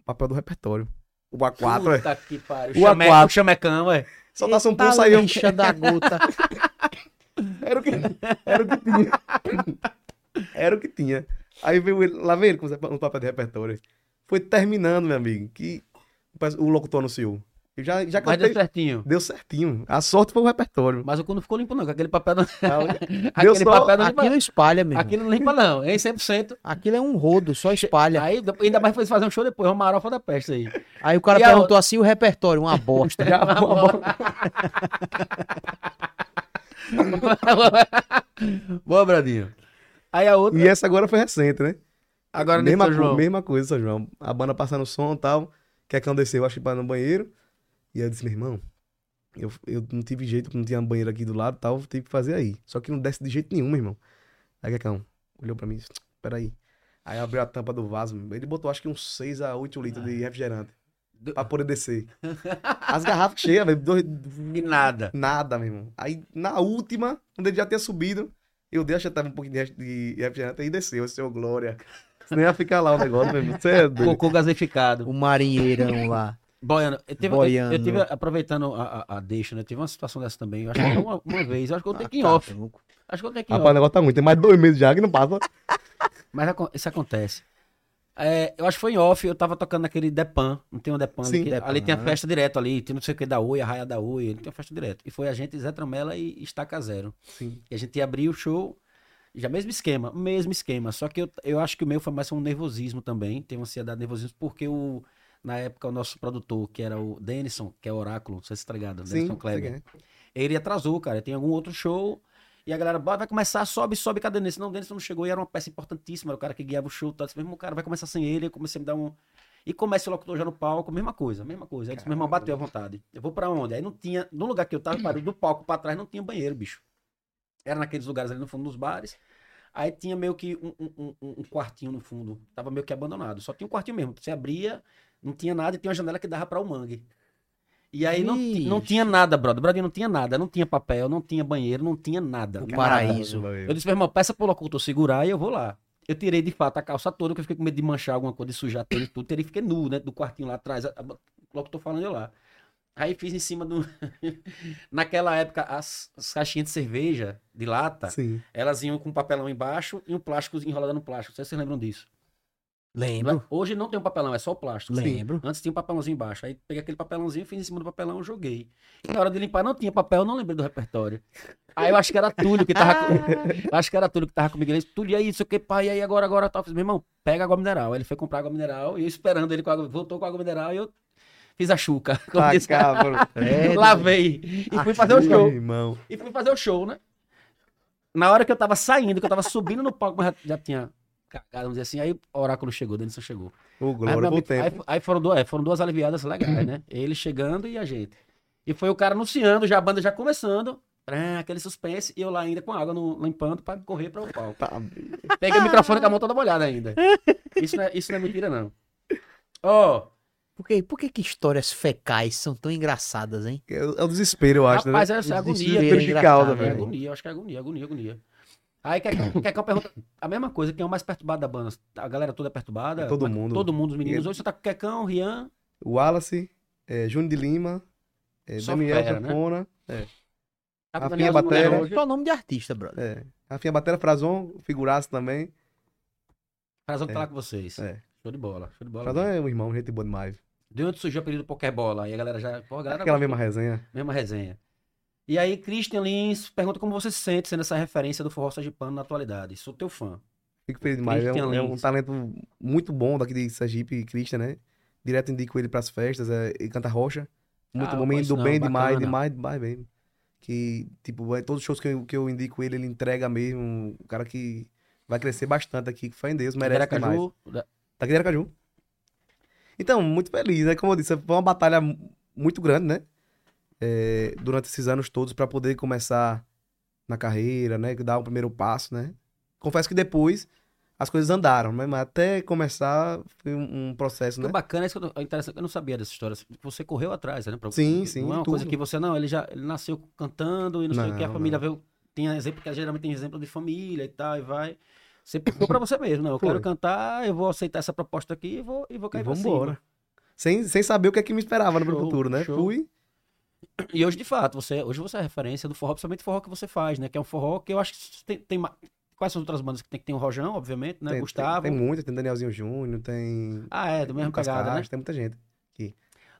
[SPEAKER 3] O papel do repertório. O A4, é.
[SPEAKER 1] Puta que pariu.
[SPEAKER 3] O
[SPEAKER 1] Chame-
[SPEAKER 3] A4.
[SPEAKER 1] O chamecão, é.
[SPEAKER 3] Soltasse um
[SPEAKER 2] Eita
[SPEAKER 3] pulo, saiu.
[SPEAKER 2] Tá lixa da gota.
[SPEAKER 3] Era o que, era o que tinha. Era o que tinha. Aí veio ele, lá veio ele com os reper- um papel de repertório. Foi terminando, meu amigo, que o pe- o locutor anunciou. Eu já, já
[SPEAKER 1] Mas é deu
[SPEAKER 3] cantei.
[SPEAKER 1] certinho.
[SPEAKER 3] Deu certinho. A sorte foi o repertório.
[SPEAKER 1] Mas o cu não ficou limpo, não. que Aquele papel não,
[SPEAKER 3] Deu
[SPEAKER 1] aquele
[SPEAKER 3] só-
[SPEAKER 1] papel não limpa.
[SPEAKER 2] Aquilo espalha, meu irmão.
[SPEAKER 1] Aquilo não limpa, não. Em 100%.
[SPEAKER 2] Aquilo é um rodo, só espalha.
[SPEAKER 1] Aí, ainda mais foi fazer um show depois. Uma marofa da peste aí.
[SPEAKER 2] Aí o cara
[SPEAKER 1] E a
[SPEAKER 2] perguntou assim o repertório, uma bosta.
[SPEAKER 3] Já,
[SPEAKER 1] Boa, Bradinho. Aí a outra.
[SPEAKER 3] e essa agora foi recente, né?
[SPEAKER 1] Agora nem
[SPEAKER 3] mesma,
[SPEAKER 1] São
[SPEAKER 3] co-
[SPEAKER 1] João.
[SPEAKER 3] mesma coisa, São João. A banda passando som e tal. Quecão desceu, acho que para no banheiro. E aí eu disse, meu irmão, eu, eu não tive jeito, não tinha banheiro aqui do lado e tal, tive que fazer aí. Só que não desce de jeito nenhum, meu irmão. Aí é Quecão um? olhou pra mim e disse, peraí. Aí abriu a tampa do vaso, ele botou acho que uns 6 a 8 litros de refrigerante.
[SPEAKER 1] Do-
[SPEAKER 3] Pra poder descer. As garrafas cheias, velho. dois-
[SPEAKER 1] E nada.
[SPEAKER 3] Nada, meu irmão. Aí, na última, quando ele já tinha subido, eu dei, achei que tava um pouquinho de res- de refrigerante e desceu, seu glória. Senão ia ficar lá o negócio, meu irmão. Você é doido.
[SPEAKER 1] Cocô gaseificado.
[SPEAKER 2] O marinheirão lá.
[SPEAKER 1] Boiano. Eu tive,
[SPEAKER 2] Boiano.
[SPEAKER 1] Eu, eu tive aproveitando a, a, a deixa, né? Eu tive uma situação dessa também. Eu acho que uma, uma vez. Eu acho que eu tenho que ir em
[SPEAKER 2] Ah, tá,
[SPEAKER 1] off.
[SPEAKER 2] maluco.
[SPEAKER 1] Acho que eu tenho que ir em
[SPEAKER 3] Rapaz, o
[SPEAKER 1] off.
[SPEAKER 3] negócio tá muito. Tem mais dois meses já que não passa.
[SPEAKER 1] Mas acon- isso acontece. É, eu acho que foi em off, eu tava tocando naquele Depan, não tem um Depan ali,
[SPEAKER 3] Sim.
[SPEAKER 1] que-
[SPEAKER 2] Depan,
[SPEAKER 1] ali tem a
[SPEAKER 2] né?
[SPEAKER 1] festa direto ali, tem não sei o que da Oi, a Raia da Oi, ali tem uma festa direto. E foi a gente, Zé Tramela e Estaca Zero.
[SPEAKER 3] Sim.
[SPEAKER 1] E a gente ia abrir o show, já mesmo esquema, mesmo esquema, só que eu, eu acho que o meu foi mais um nervosismo também, tem uma ansiedade, nervosismo, porque o, na época o nosso produtor, que era o Denison, que é Oráculo, não sei se tá ligado,
[SPEAKER 3] Sim. é.
[SPEAKER 1] Denison Kleber, ele atrasou, cara. Tem algum outro show. E a galera, "Bora, vai começar, sobe, sobe, cadê Denison? Não, Denison não chegou e era uma peça importantíssima, era o cara que guiava o show, tá? Eu disse, Meu irmão, cara, vai começar sem ele, eu comecei a me dar um. E começa o locutor já no palco, mesma coisa, mesma coisa. Aí eu disse, meu irmão, bateu à vontade. Eu vou pra onde? Aí não tinha, no lugar que eu tava, parou do palco pra trás, não tinha banheiro, bicho. Era naqueles lugares ali no fundo dos bares. Aí tinha meio que um, um- um- um quartinho no fundo. Tava meio que abandonado. Só tinha um quartinho mesmo. Você abria, não tinha nada e tinha uma janela que dava pra o mangue. E aí não, ti- não
[SPEAKER 2] Vixe.
[SPEAKER 1] tinha nada, brother. Brother, não tinha nada. Não tinha papel, não tinha banheiro, não tinha nada.
[SPEAKER 2] O
[SPEAKER 3] é.
[SPEAKER 1] Nada.
[SPEAKER 2] paraíso.
[SPEAKER 1] Eu disse, meu irmão, peça pro locutor segurar e eu vou lá. Eu tirei de fato a calça toda, porque eu fiquei com medo de manchar alguma coisa, de sujar tudo e tudo. Tirei, fiquei nu, né? Do quartinho lá atrás. a- a- O locutor falando eu lá. Aí fiz em cima do. Naquela época, as, as caixinhas de cerveja, de lata,
[SPEAKER 3] Sim.
[SPEAKER 1] um elas iam com papelão embaixo e um plástico enrolado no plástico. Não sei se vocês lembram disso.
[SPEAKER 2] Lembro.
[SPEAKER 1] Hoje não tem um papelão, é só o plástico.
[SPEAKER 2] Lembro.
[SPEAKER 1] Antes tinha um papelãozinho embaixo. Aí peguei aquele papelãozinho, fiz em cima do papelão, joguei. E na hora de limpar não tinha papel, eu não lembrei do repertório. Aí eu acho que era Túlio que tava com... eu acho que era Túlio que tava comigo. Ele disse, Túlio, e aí, isso que pai, e aí agora, agora, tal. Eu Fiz, meu irmão, pega água mineral. Aí ele foi comprar água mineral e eu esperando ele com água, voltou com água mineral e eu fiz a chuca. como
[SPEAKER 3] Ah,
[SPEAKER 1] diz.
[SPEAKER 3] cabro.
[SPEAKER 2] É,
[SPEAKER 1] Lavei. E fui fazer o
[SPEAKER 3] Meu
[SPEAKER 1] show.
[SPEAKER 3] irmão.
[SPEAKER 1] E fui fazer o show, né? Na hora que eu tava saindo, que eu tava subindo no palco, mas já, já tinha cagado, vamos dizer assim, aí o oráculo chegou, Denison chegou.
[SPEAKER 3] Ô,
[SPEAKER 1] Aí, meu
[SPEAKER 3] Glória, bom
[SPEAKER 1] amigo-
[SPEAKER 3] tempo.
[SPEAKER 1] aí- aí foram, duas, é, foram duas aliviadas legais, né? Ele chegando e a gente. E foi o cara anunciando, já a banda já começando. tran, aquele suspense, e eu lá ainda com água no, limpando pra correr pra o palco.
[SPEAKER 3] Tá.
[SPEAKER 1] Peguei o microfone com a mão toda molhada ainda. Isso não é, isso não é mentira, não. Ó,
[SPEAKER 2] Por que, por que que histórias fecais são tão engraçadas, hein?
[SPEAKER 3] É o é o desespero, eu acho,
[SPEAKER 1] rapaz,
[SPEAKER 3] né?
[SPEAKER 1] essa é
[SPEAKER 2] Eles
[SPEAKER 1] agonia.
[SPEAKER 2] desesperam
[SPEAKER 1] bicho.
[SPEAKER 3] de
[SPEAKER 2] engraçado,
[SPEAKER 3] causa,
[SPEAKER 1] É
[SPEAKER 3] velho.
[SPEAKER 1] agonia, eu acho que é agonia, agonia, agonia. Aí quer, quer que eu pergunte a mesma coisa, quem é o mais perturbado da banda? A galera toda é perturbada?
[SPEAKER 3] É todo
[SPEAKER 1] mas
[SPEAKER 3] mundo.
[SPEAKER 1] Todo mundo, os meninos. Hoje você tá com Quecão, Rian,
[SPEAKER 3] O Wallace, é, Júnior de Lima, é,
[SPEAKER 1] Só
[SPEAKER 3] Daniel
[SPEAKER 1] fera, né?
[SPEAKER 3] Campona,
[SPEAKER 1] tá com
[SPEAKER 3] Rafinha
[SPEAKER 1] Daniel Azul, né,
[SPEAKER 3] Batera.
[SPEAKER 1] hoje.
[SPEAKER 2] Só nome de artista, brother.
[SPEAKER 3] é, Rafinha Batera, Frazon, figuraço também.
[SPEAKER 1] Frazão que
[SPEAKER 3] É.
[SPEAKER 1] tá lá com vocês.
[SPEAKER 3] É.
[SPEAKER 1] Show de bola, show de bola.
[SPEAKER 3] Frazon é um irmão, gente boa demais.
[SPEAKER 1] De onde surgiu o apelido Pokébola? E a galera já. Pô, a galera
[SPEAKER 3] É Aquela
[SPEAKER 1] gosta.
[SPEAKER 3] mesma resenha.
[SPEAKER 1] mesma resenha. E aí, Christian Lins pergunta como você se sente sendo essa referência do forró sergipano na atualidade. Sou teu fã.
[SPEAKER 3] Fico feliz demais. É um,
[SPEAKER 1] Christian
[SPEAKER 3] é um
[SPEAKER 1] Lins.
[SPEAKER 3] talento muito bom daqui de Sergipe, Christian, né? Direto indico ele pras festas, é, ele canta rocha. Muito
[SPEAKER 1] Ah, eu
[SPEAKER 3] bom, menino
[SPEAKER 1] conheço
[SPEAKER 3] do
[SPEAKER 1] não,
[SPEAKER 3] bem demais,
[SPEAKER 1] bacana.
[SPEAKER 3] demais, demais mesmo. Que, tipo, é, todos os shows que eu, que eu indico ele, ele entrega mesmo. Um cara que vai crescer bastante aqui, que fé em Deus, merece demais.
[SPEAKER 1] Veracaju, Tá da-
[SPEAKER 3] Daqui de Aracaju. Então, muito feliz, né? Como eu disse, foi uma batalha mu- muito grande, né? É, durante esses anos todos pra poder começar na carreira, né? Dar o primeiro passo, né? Confesso que depois as coisas andaram, né? Mas até começar foi um, um processo,
[SPEAKER 1] Que
[SPEAKER 3] né?
[SPEAKER 1] bacana, isso que eu, tô- é interessante, eu não sabia dessa história. assim, Você correu atrás, né? pra-
[SPEAKER 3] Sim, sim,
[SPEAKER 1] Não é uma
[SPEAKER 3] tudo.
[SPEAKER 1] coisa que você, não, ele já ele nasceu cantando e não, sei o que, a
[SPEAKER 3] Não,
[SPEAKER 1] família veio. Tem exemplo, que geralmente tem exemplo de família e tal, e vai. Você ficou pra você mesmo, não. Eu
[SPEAKER 3] Foi.
[SPEAKER 1] quero cantar, eu vou aceitar essa proposta aqui e vou, e vou cair
[SPEAKER 3] E
[SPEAKER 1] pra
[SPEAKER 3] vambora.
[SPEAKER 1] cima.
[SPEAKER 3] Sem, sem saber o que é que me esperava no
[SPEAKER 1] Show,
[SPEAKER 3] futuro, né?
[SPEAKER 1] show.
[SPEAKER 3] Fui.
[SPEAKER 1] E hoje, de fato, você, hoje você é a referência do forró, principalmente o forró que você faz, né? Que é um forró que eu acho que tem, tem ma- quais são as outras bandas que tem que tem o Rojão, obviamente, né?
[SPEAKER 3] Tem- tem,
[SPEAKER 1] Gustavo.
[SPEAKER 3] Tem, muita, tem Danielzinho Júnior, tem.
[SPEAKER 1] Ah, é, do mesmo
[SPEAKER 3] Lucas
[SPEAKER 1] pegada, né?
[SPEAKER 3] Castro, Tem muita gente.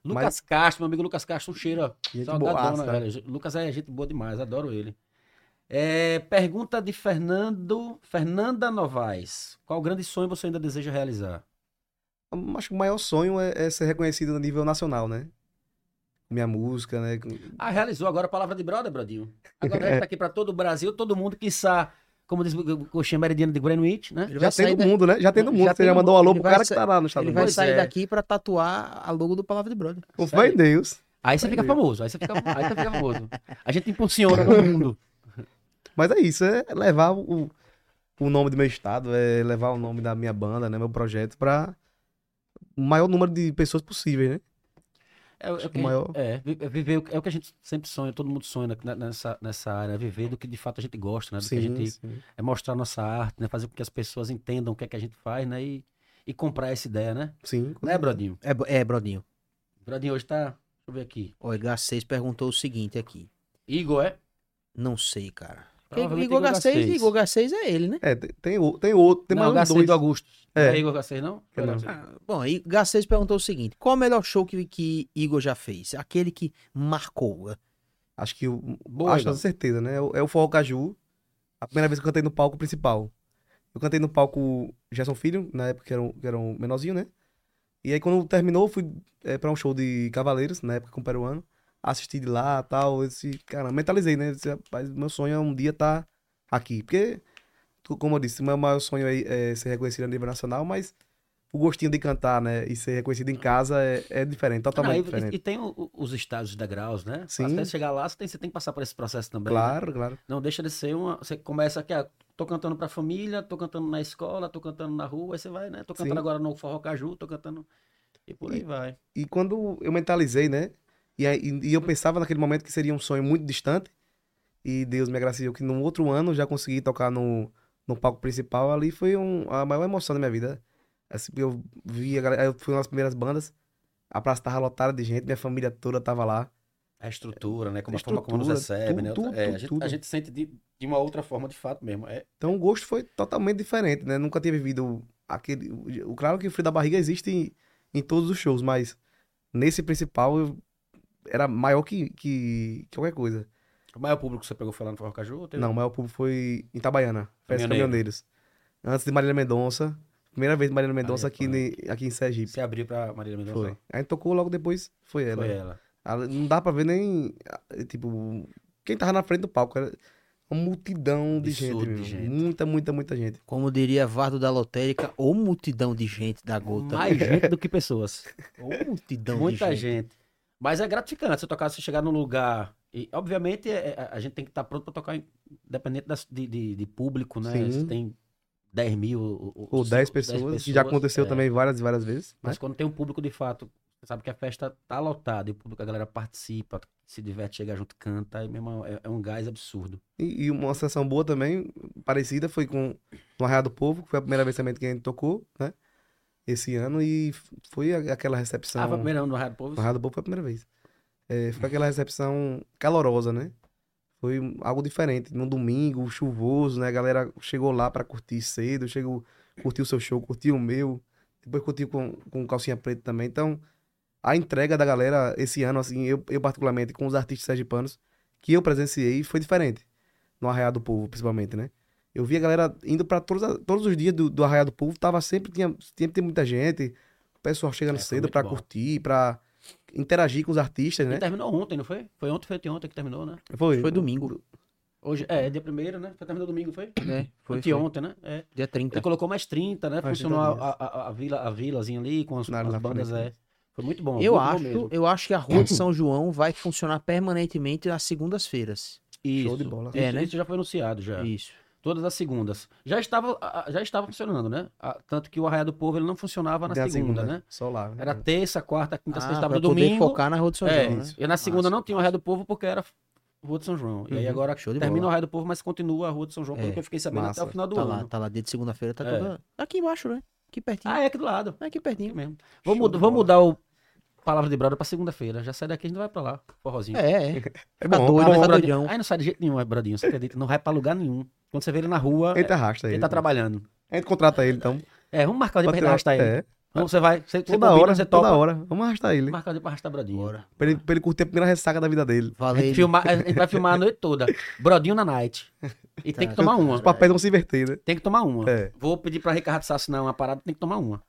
[SPEAKER 1] Lucas Castro, meu amigo Lucas Castro, um cheiro, ó.
[SPEAKER 3] Gente
[SPEAKER 1] Saudadona,
[SPEAKER 3] boaça. né.
[SPEAKER 1] velho. Lucas é gente boa demais, adoro ele. É, pergunta de Fernando, Fernanda Novaes. Qual grande sonho você ainda deseja realizar?
[SPEAKER 3] Acho que o maior sonho é, é ser reconhecido a nível nacional, né? Com Minha música, né? Com-
[SPEAKER 1] Ah, realizou agora a palavra de brother, Brodinho. Agora está aqui para todo o Brasil, todo mundo, quiçá, como diz o Coxinha Meridiano de Greenwich, né?
[SPEAKER 2] Ele
[SPEAKER 3] Já
[SPEAKER 2] vai
[SPEAKER 3] tem
[SPEAKER 2] sair
[SPEAKER 3] do
[SPEAKER 2] da-
[SPEAKER 3] mundo, né? Já tem do
[SPEAKER 2] Já
[SPEAKER 3] mundo. Você
[SPEAKER 2] tem
[SPEAKER 3] já
[SPEAKER 2] no
[SPEAKER 3] mandou um
[SPEAKER 2] mundo.
[SPEAKER 3] alô
[SPEAKER 2] Ele
[SPEAKER 3] pro
[SPEAKER 2] vai
[SPEAKER 3] cara que
[SPEAKER 2] sa-
[SPEAKER 3] tá lá nos Estados
[SPEAKER 2] Ele vai
[SPEAKER 1] Pois
[SPEAKER 3] Unidos.
[SPEAKER 2] sair
[SPEAKER 1] é.
[SPEAKER 2] daqui pra tatuar a logo do Palavra de Brother.
[SPEAKER 3] Com fé em Deus.
[SPEAKER 1] Aí você fica
[SPEAKER 3] Valeu.
[SPEAKER 1] famoso, aí você fica, aí você fica famoso. A gente impulsiona todo mundo.
[SPEAKER 3] Mas é isso, é levar o, o nome do meu estado, é levar o nome da minha banda, né? Meu projeto pra o maior número de pessoas possíveis, né?
[SPEAKER 1] É, é o que,
[SPEAKER 3] O maior-
[SPEAKER 1] é, vi- é viver, o que- é o que a gente sempre sonha, todo mundo sonha na- nessa, nessa área, é viver do que de fato a gente gosta, né? Do que a gente
[SPEAKER 3] sim.
[SPEAKER 1] é mostrar nossa arte, né? Fazer com que as pessoas entendam o que é que a gente faz, né? E, e comprar essa ideia, né?
[SPEAKER 3] Sim.
[SPEAKER 1] Né, Brodinho?
[SPEAKER 2] É, bo- é Brodinho.
[SPEAKER 1] Brodinho hoje tá. Deixa eu ver aqui.
[SPEAKER 2] O H6 perguntou o seguinte aqui.
[SPEAKER 1] Igor, é?
[SPEAKER 2] Não sei, cara.
[SPEAKER 1] Provavelmente é
[SPEAKER 2] Igor H6,
[SPEAKER 1] Garcês.
[SPEAKER 2] Igor H6 é ele, né?
[SPEAKER 3] É, tem, tem, o- tem outro, tem
[SPEAKER 1] não,
[SPEAKER 3] mais uns
[SPEAKER 1] Garcês
[SPEAKER 3] dois.
[SPEAKER 1] do Augusto.
[SPEAKER 3] É.
[SPEAKER 1] Não é Igor Garcês, não?
[SPEAKER 3] É, não.
[SPEAKER 1] Olha,
[SPEAKER 2] Ah, Bom, aí o Garcês perguntou o seguinte: qual o melhor show que, que Igor já fez? Aquele que marcou. eh,
[SPEAKER 3] Acho que o,
[SPEAKER 1] Boa,
[SPEAKER 3] acho
[SPEAKER 1] Igor.
[SPEAKER 3] com certeza, né? É o- É o Forró Caju. A primeira vez que eu cantei no palco principal. Eu cantei no palco Gerson Filho, na época que era um, que era um menorzinho, né? E aí quando terminou, eu fui é, pra um show de Cavaleiros, na época com o Peruano. Assisti de lá tal. Esse, cara, mentalizei, né? Esse, rapaz, meu sonho é um dia estar aqui. Porque, co- como eu disse, meu maior sonho é, é ser reconhecido a nível nacional, mas o gostinho de cantar, né? E ser reconhecido em casa é, é diferente,
[SPEAKER 1] Não,
[SPEAKER 3] totalmente
[SPEAKER 1] e,
[SPEAKER 3] diferente.
[SPEAKER 1] e tem o- o- os estágios da graus, né?
[SPEAKER 3] Sim.
[SPEAKER 1] Até chegar lá, você tem, você tem que passar por esse processo também. né?
[SPEAKER 3] Claro, claro.
[SPEAKER 1] Não deixa de ser uma. Você começa aqui, ah, tô cantando pra família, tô cantando na escola, tô cantando na rua, aí você vai, né? Tô cantando
[SPEAKER 3] Sim.
[SPEAKER 1] agora no Forró Caju, tô cantando. E por aí
[SPEAKER 3] E-
[SPEAKER 1] vai.
[SPEAKER 3] E quando eu mentalizei, né? E, aí- e eu pensava naquele momento que seria um sonho muito distante. E Deus me agraciou que no outro ano eu já consegui tocar no, no palco principal. Ali foi um- a maior emoção da minha vida. Assim, eu vi a galera, eu fui uma das primeiras bandas. A praça tava lotada de gente, minha família toda tava lá.
[SPEAKER 1] A estrutura, né? Como a forma como nos
[SPEAKER 3] Estrutura,
[SPEAKER 1] recebe, né?
[SPEAKER 3] tudo,
[SPEAKER 1] É,
[SPEAKER 3] tudo,
[SPEAKER 1] a, gente,
[SPEAKER 3] tudo.
[SPEAKER 1] a gente sente de, de uma outra forma, de fato mesmo. É,
[SPEAKER 3] Então o gosto foi totalmente diferente, né? Nunca tinha vivido aquele, o- claro que o frio da barriga existe em, em todos os shows, mas nesse principal eu- era maior que, que, que qualquer coisa.
[SPEAKER 1] é O maior público que você pegou foi lá no Forró Caju? ou teve-
[SPEAKER 3] Não, o maior público foi em Itabaiana, Festa
[SPEAKER 1] um Caminhoneiro.
[SPEAKER 3] Caminhoneiros. Antes de Marília Mendonça. Primeira vez Marília Mendonça aqui,
[SPEAKER 1] rapaz.
[SPEAKER 3] ne- aqui em Sergipe.
[SPEAKER 1] Você abriu pra Marília é Mendonça?
[SPEAKER 3] Foi. A gente tocou logo depois, foi ela. é
[SPEAKER 1] Foi ela.
[SPEAKER 3] Ela- Não dá pra ver nem. ah, Tipo, quem tava na frente do palco. Era uma multidão de gente,
[SPEAKER 1] Absurdo de
[SPEAKER 3] mesmo.
[SPEAKER 1] gente.
[SPEAKER 3] Muita, muita, muita gente.
[SPEAKER 2] Como diria Vardo da Lotérica, ou multidão de gente da gota.
[SPEAKER 1] Mais gente do que pessoas.
[SPEAKER 2] Ou multidão
[SPEAKER 1] Muita
[SPEAKER 2] de gente.
[SPEAKER 1] gente. Mas é gratificante você tocar, você chegar num lugar. E, obviamente, é- é- a gente tem que estar pronto pra tocar, em- independente das- de, de- de público, né?
[SPEAKER 3] Sim.
[SPEAKER 1] Se tem 10 mil
[SPEAKER 3] Ou 10 pessoas, que já aconteceu
[SPEAKER 1] é.
[SPEAKER 3] também várias e várias vezes. né?
[SPEAKER 1] Mas quando tem um público de fato, você sabe que a festa tá lotada e o público, a galera participa, se diverte, chega junto, canta, e, meu irmão, é, é um gás absurdo.
[SPEAKER 3] E, e uma sensação boa também, parecida, foi com no Arraial do Povo, que foi a primeira vez também que a gente tocou, né? Esse ano, e f- foi a- aquela recepção.
[SPEAKER 1] Ah, foi primeiro ano do Rádio Povo?
[SPEAKER 3] No Arraial do Povo foi a primeira vez. É, foi aquela recepção calorosa, né? Foi um- algo diferente. Num domingo, chuvoso, né? A galera chegou lá pra curtir cedo, chegou, curtiu o seu show, curtiu o meu. Depois curtiu com, com calcinha preta também. Então, a entrega da galera esse ano, assim, eu, eu particularmente, com os artistas sergipanos, que eu presenciei, foi diferente. No Arraial do Povo, principalmente, né? Eu vi a galera indo pra todos, a- todos os dias do, do Arraial do Povo, tava sempre, tinha, sempre tem muita gente, o pessoal chegando
[SPEAKER 1] É, foi
[SPEAKER 3] cedo
[SPEAKER 1] muito
[SPEAKER 3] pra
[SPEAKER 1] bom.
[SPEAKER 3] curtir, pra interagir com os artistas,
[SPEAKER 1] E
[SPEAKER 3] né?
[SPEAKER 1] terminou ontem, não foi? Foi ontem, foi anteontem que terminou, né?
[SPEAKER 2] Foi domingo,
[SPEAKER 1] Hoje, é, é dia primeiro, né? Foi terminou domingo, foi?
[SPEAKER 2] né? Foi, foi.
[SPEAKER 1] Anteontem, né? É.
[SPEAKER 2] dia
[SPEAKER 1] Ele
[SPEAKER 2] 30.
[SPEAKER 1] colocou mais 30, né?
[SPEAKER 3] Mais
[SPEAKER 1] Funcionou
[SPEAKER 3] 30
[SPEAKER 1] a, a, a, vila, a vilazinha ali com as,
[SPEAKER 3] Na-
[SPEAKER 1] as
[SPEAKER 3] na
[SPEAKER 1] bandas.
[SPEAKER 3] frente.
[SPEAKER 1] É. Foi muito bom. muito
[SPEAKER 2] Eu
[SPEAKER 1] bom
[SPEAKER 2] acho,
[SPEAKER 1] mesmo.
[SPEAKER 2] eu acho que a Rua de São João vai funcionar permanentemente nas segundas-feiras.
[SPEAKER 1] Isso.
[SPEAKER 3] Show de bola.
[SPEAKER 1] Isso,
[SPEAKER 2] É, né?
[SPEAKER 1] isso já foi anunciado já.
[SPEAKER 2] Isso.
[SPEAKER 1] Todas as segundas. Já estava, a- a- já estava funcionando, né? A- Tanto que o Arraial do Povo ele não funcionava na
[SPEAKER 3] Tem a
[SPEAKER 1] segunda, né?
[SPEAKER 3] Só lá. né?
[SPEAKER 1] Era terça, quarta, quinta, sexta,
[SPEAKER 2] Uhum. Ah,
[SPEAKER 1] sábado,
[SPEAKER 2] pra poder
[SPEAKER 1] domingo.
[SPEAKER 2] focar na Rua de São
[SPEAKER 1] É,
[SPEAKER 2] João, né?
[SPEAKER 1] isso. E na segunda
[SPEAKER 2] Massa.
[SPEAKER 1] não tinha o Arraial do Povo porque era Rua de São João. E aí
[SPEAKER 3] Uhum.
[SPEAKER 1] agora
[SPEAKER 2] Show de
[SPEAKER 1] termina
[SPEAKER 2] bola.
[SPEAKER 1] o Arraial do Povo, mas continua a Rua de São João,
[SPEAKER 2] É,
[SPEAKER 1] pelo que eu fiquei sabendo
[SPEAKER 3] massa.
[SPEAKER 1] até o final do
[SPEAKER 2] Tá
[SPEAKER 1] ano.
[SPEAKER 2] lá, tá lá, dia de segunda-feira tá
[SPEAKER 1] É.
[SPEAKER 2] toda... Aqui embaixo, né? Aqui pertinho.
[SPEAKER 1] Ah, é aqui do lado.
[SPEAKER 2] Aqui
[SPEAKER 1] Aqui
[SPEAKER 2] pertinho.
[SPEAKER 1] mesmo.
[SPEAKER 3] Show
[SPEAKER 1] Vamos,
[SPEAKER 3] de
[SPEAKER 1] vamos mudar
[SPEAKER 3] bola.
[SPEAKER 1] o Palavra de Brother pra segunda-feira. Já sai daqui, a gente vai pra lá. Forrozinho. Ah,
[SPEAKER 2] É, é.
[SPEAKER 3] É
[SPEAKER 2] Tá
[SPEAKER 3] bom,
[SPEAKER 2] doido,
[SPEAKER 3] bom,
[SPEAKER 1] né?
[SPEAKER 2] mas tá
[SPEAKER 3] bom.
[SPEAKER 2] doidão.
[SPEAKER 1] Aí não sai de jeito nenhum, é Bradinho, você acredita? Não vai pra lugar nenhum. Quando você vê ele na rua,
[SPEAKER 3] A gente
[SPEAKER 1] ele,
[SPEAKER 3] arrasta ele.
[SPEAKER 1] ele tá trabalhando.
[SPEAKER 3] A gente contrata ele, então.
[SPEAKER 1] É, vamos marcar o dia pra
[SPEAKER 3] Pode
[SPEAKER 1] gente arrastar ele.
[SPEAKER 3] É,
[SPEAKER 1] Vamos, você vai, você, você
[SPEAKER 3] toda
[SPEAKER 1] combina,
[SPEAKER 3] hora,
[SPEAKER 1] você
[SPEAKER 3] toda
[SPEAKER 1] topa.
[SPEAKER 3] hora. Vamos arrastar ele.
[SPEAKER 1] Marcar o dia pra arrastar Bradinho.
[SPEAKER 2] Bora.
[SPEAKER 3] Pra ele, pra ele curtir a primeira ressaca da vida dele.
[SPEAKER 1] A gente,
[SPEAKER 2] Valeu.
[SPEAKER 1] filmar, a gente vai filmar a noite toda. Brodinho na night. E tem que tomar uma.
[SPEAKER 3] Os papéis vão se inverter, né?
[SPEAKER 1] Tem que tomar uma.
[SPEAKER 3] É.
[SPEAKER 1] Vou pedir pra Ricardo Sá assinar uma parada, tem que tomar uma.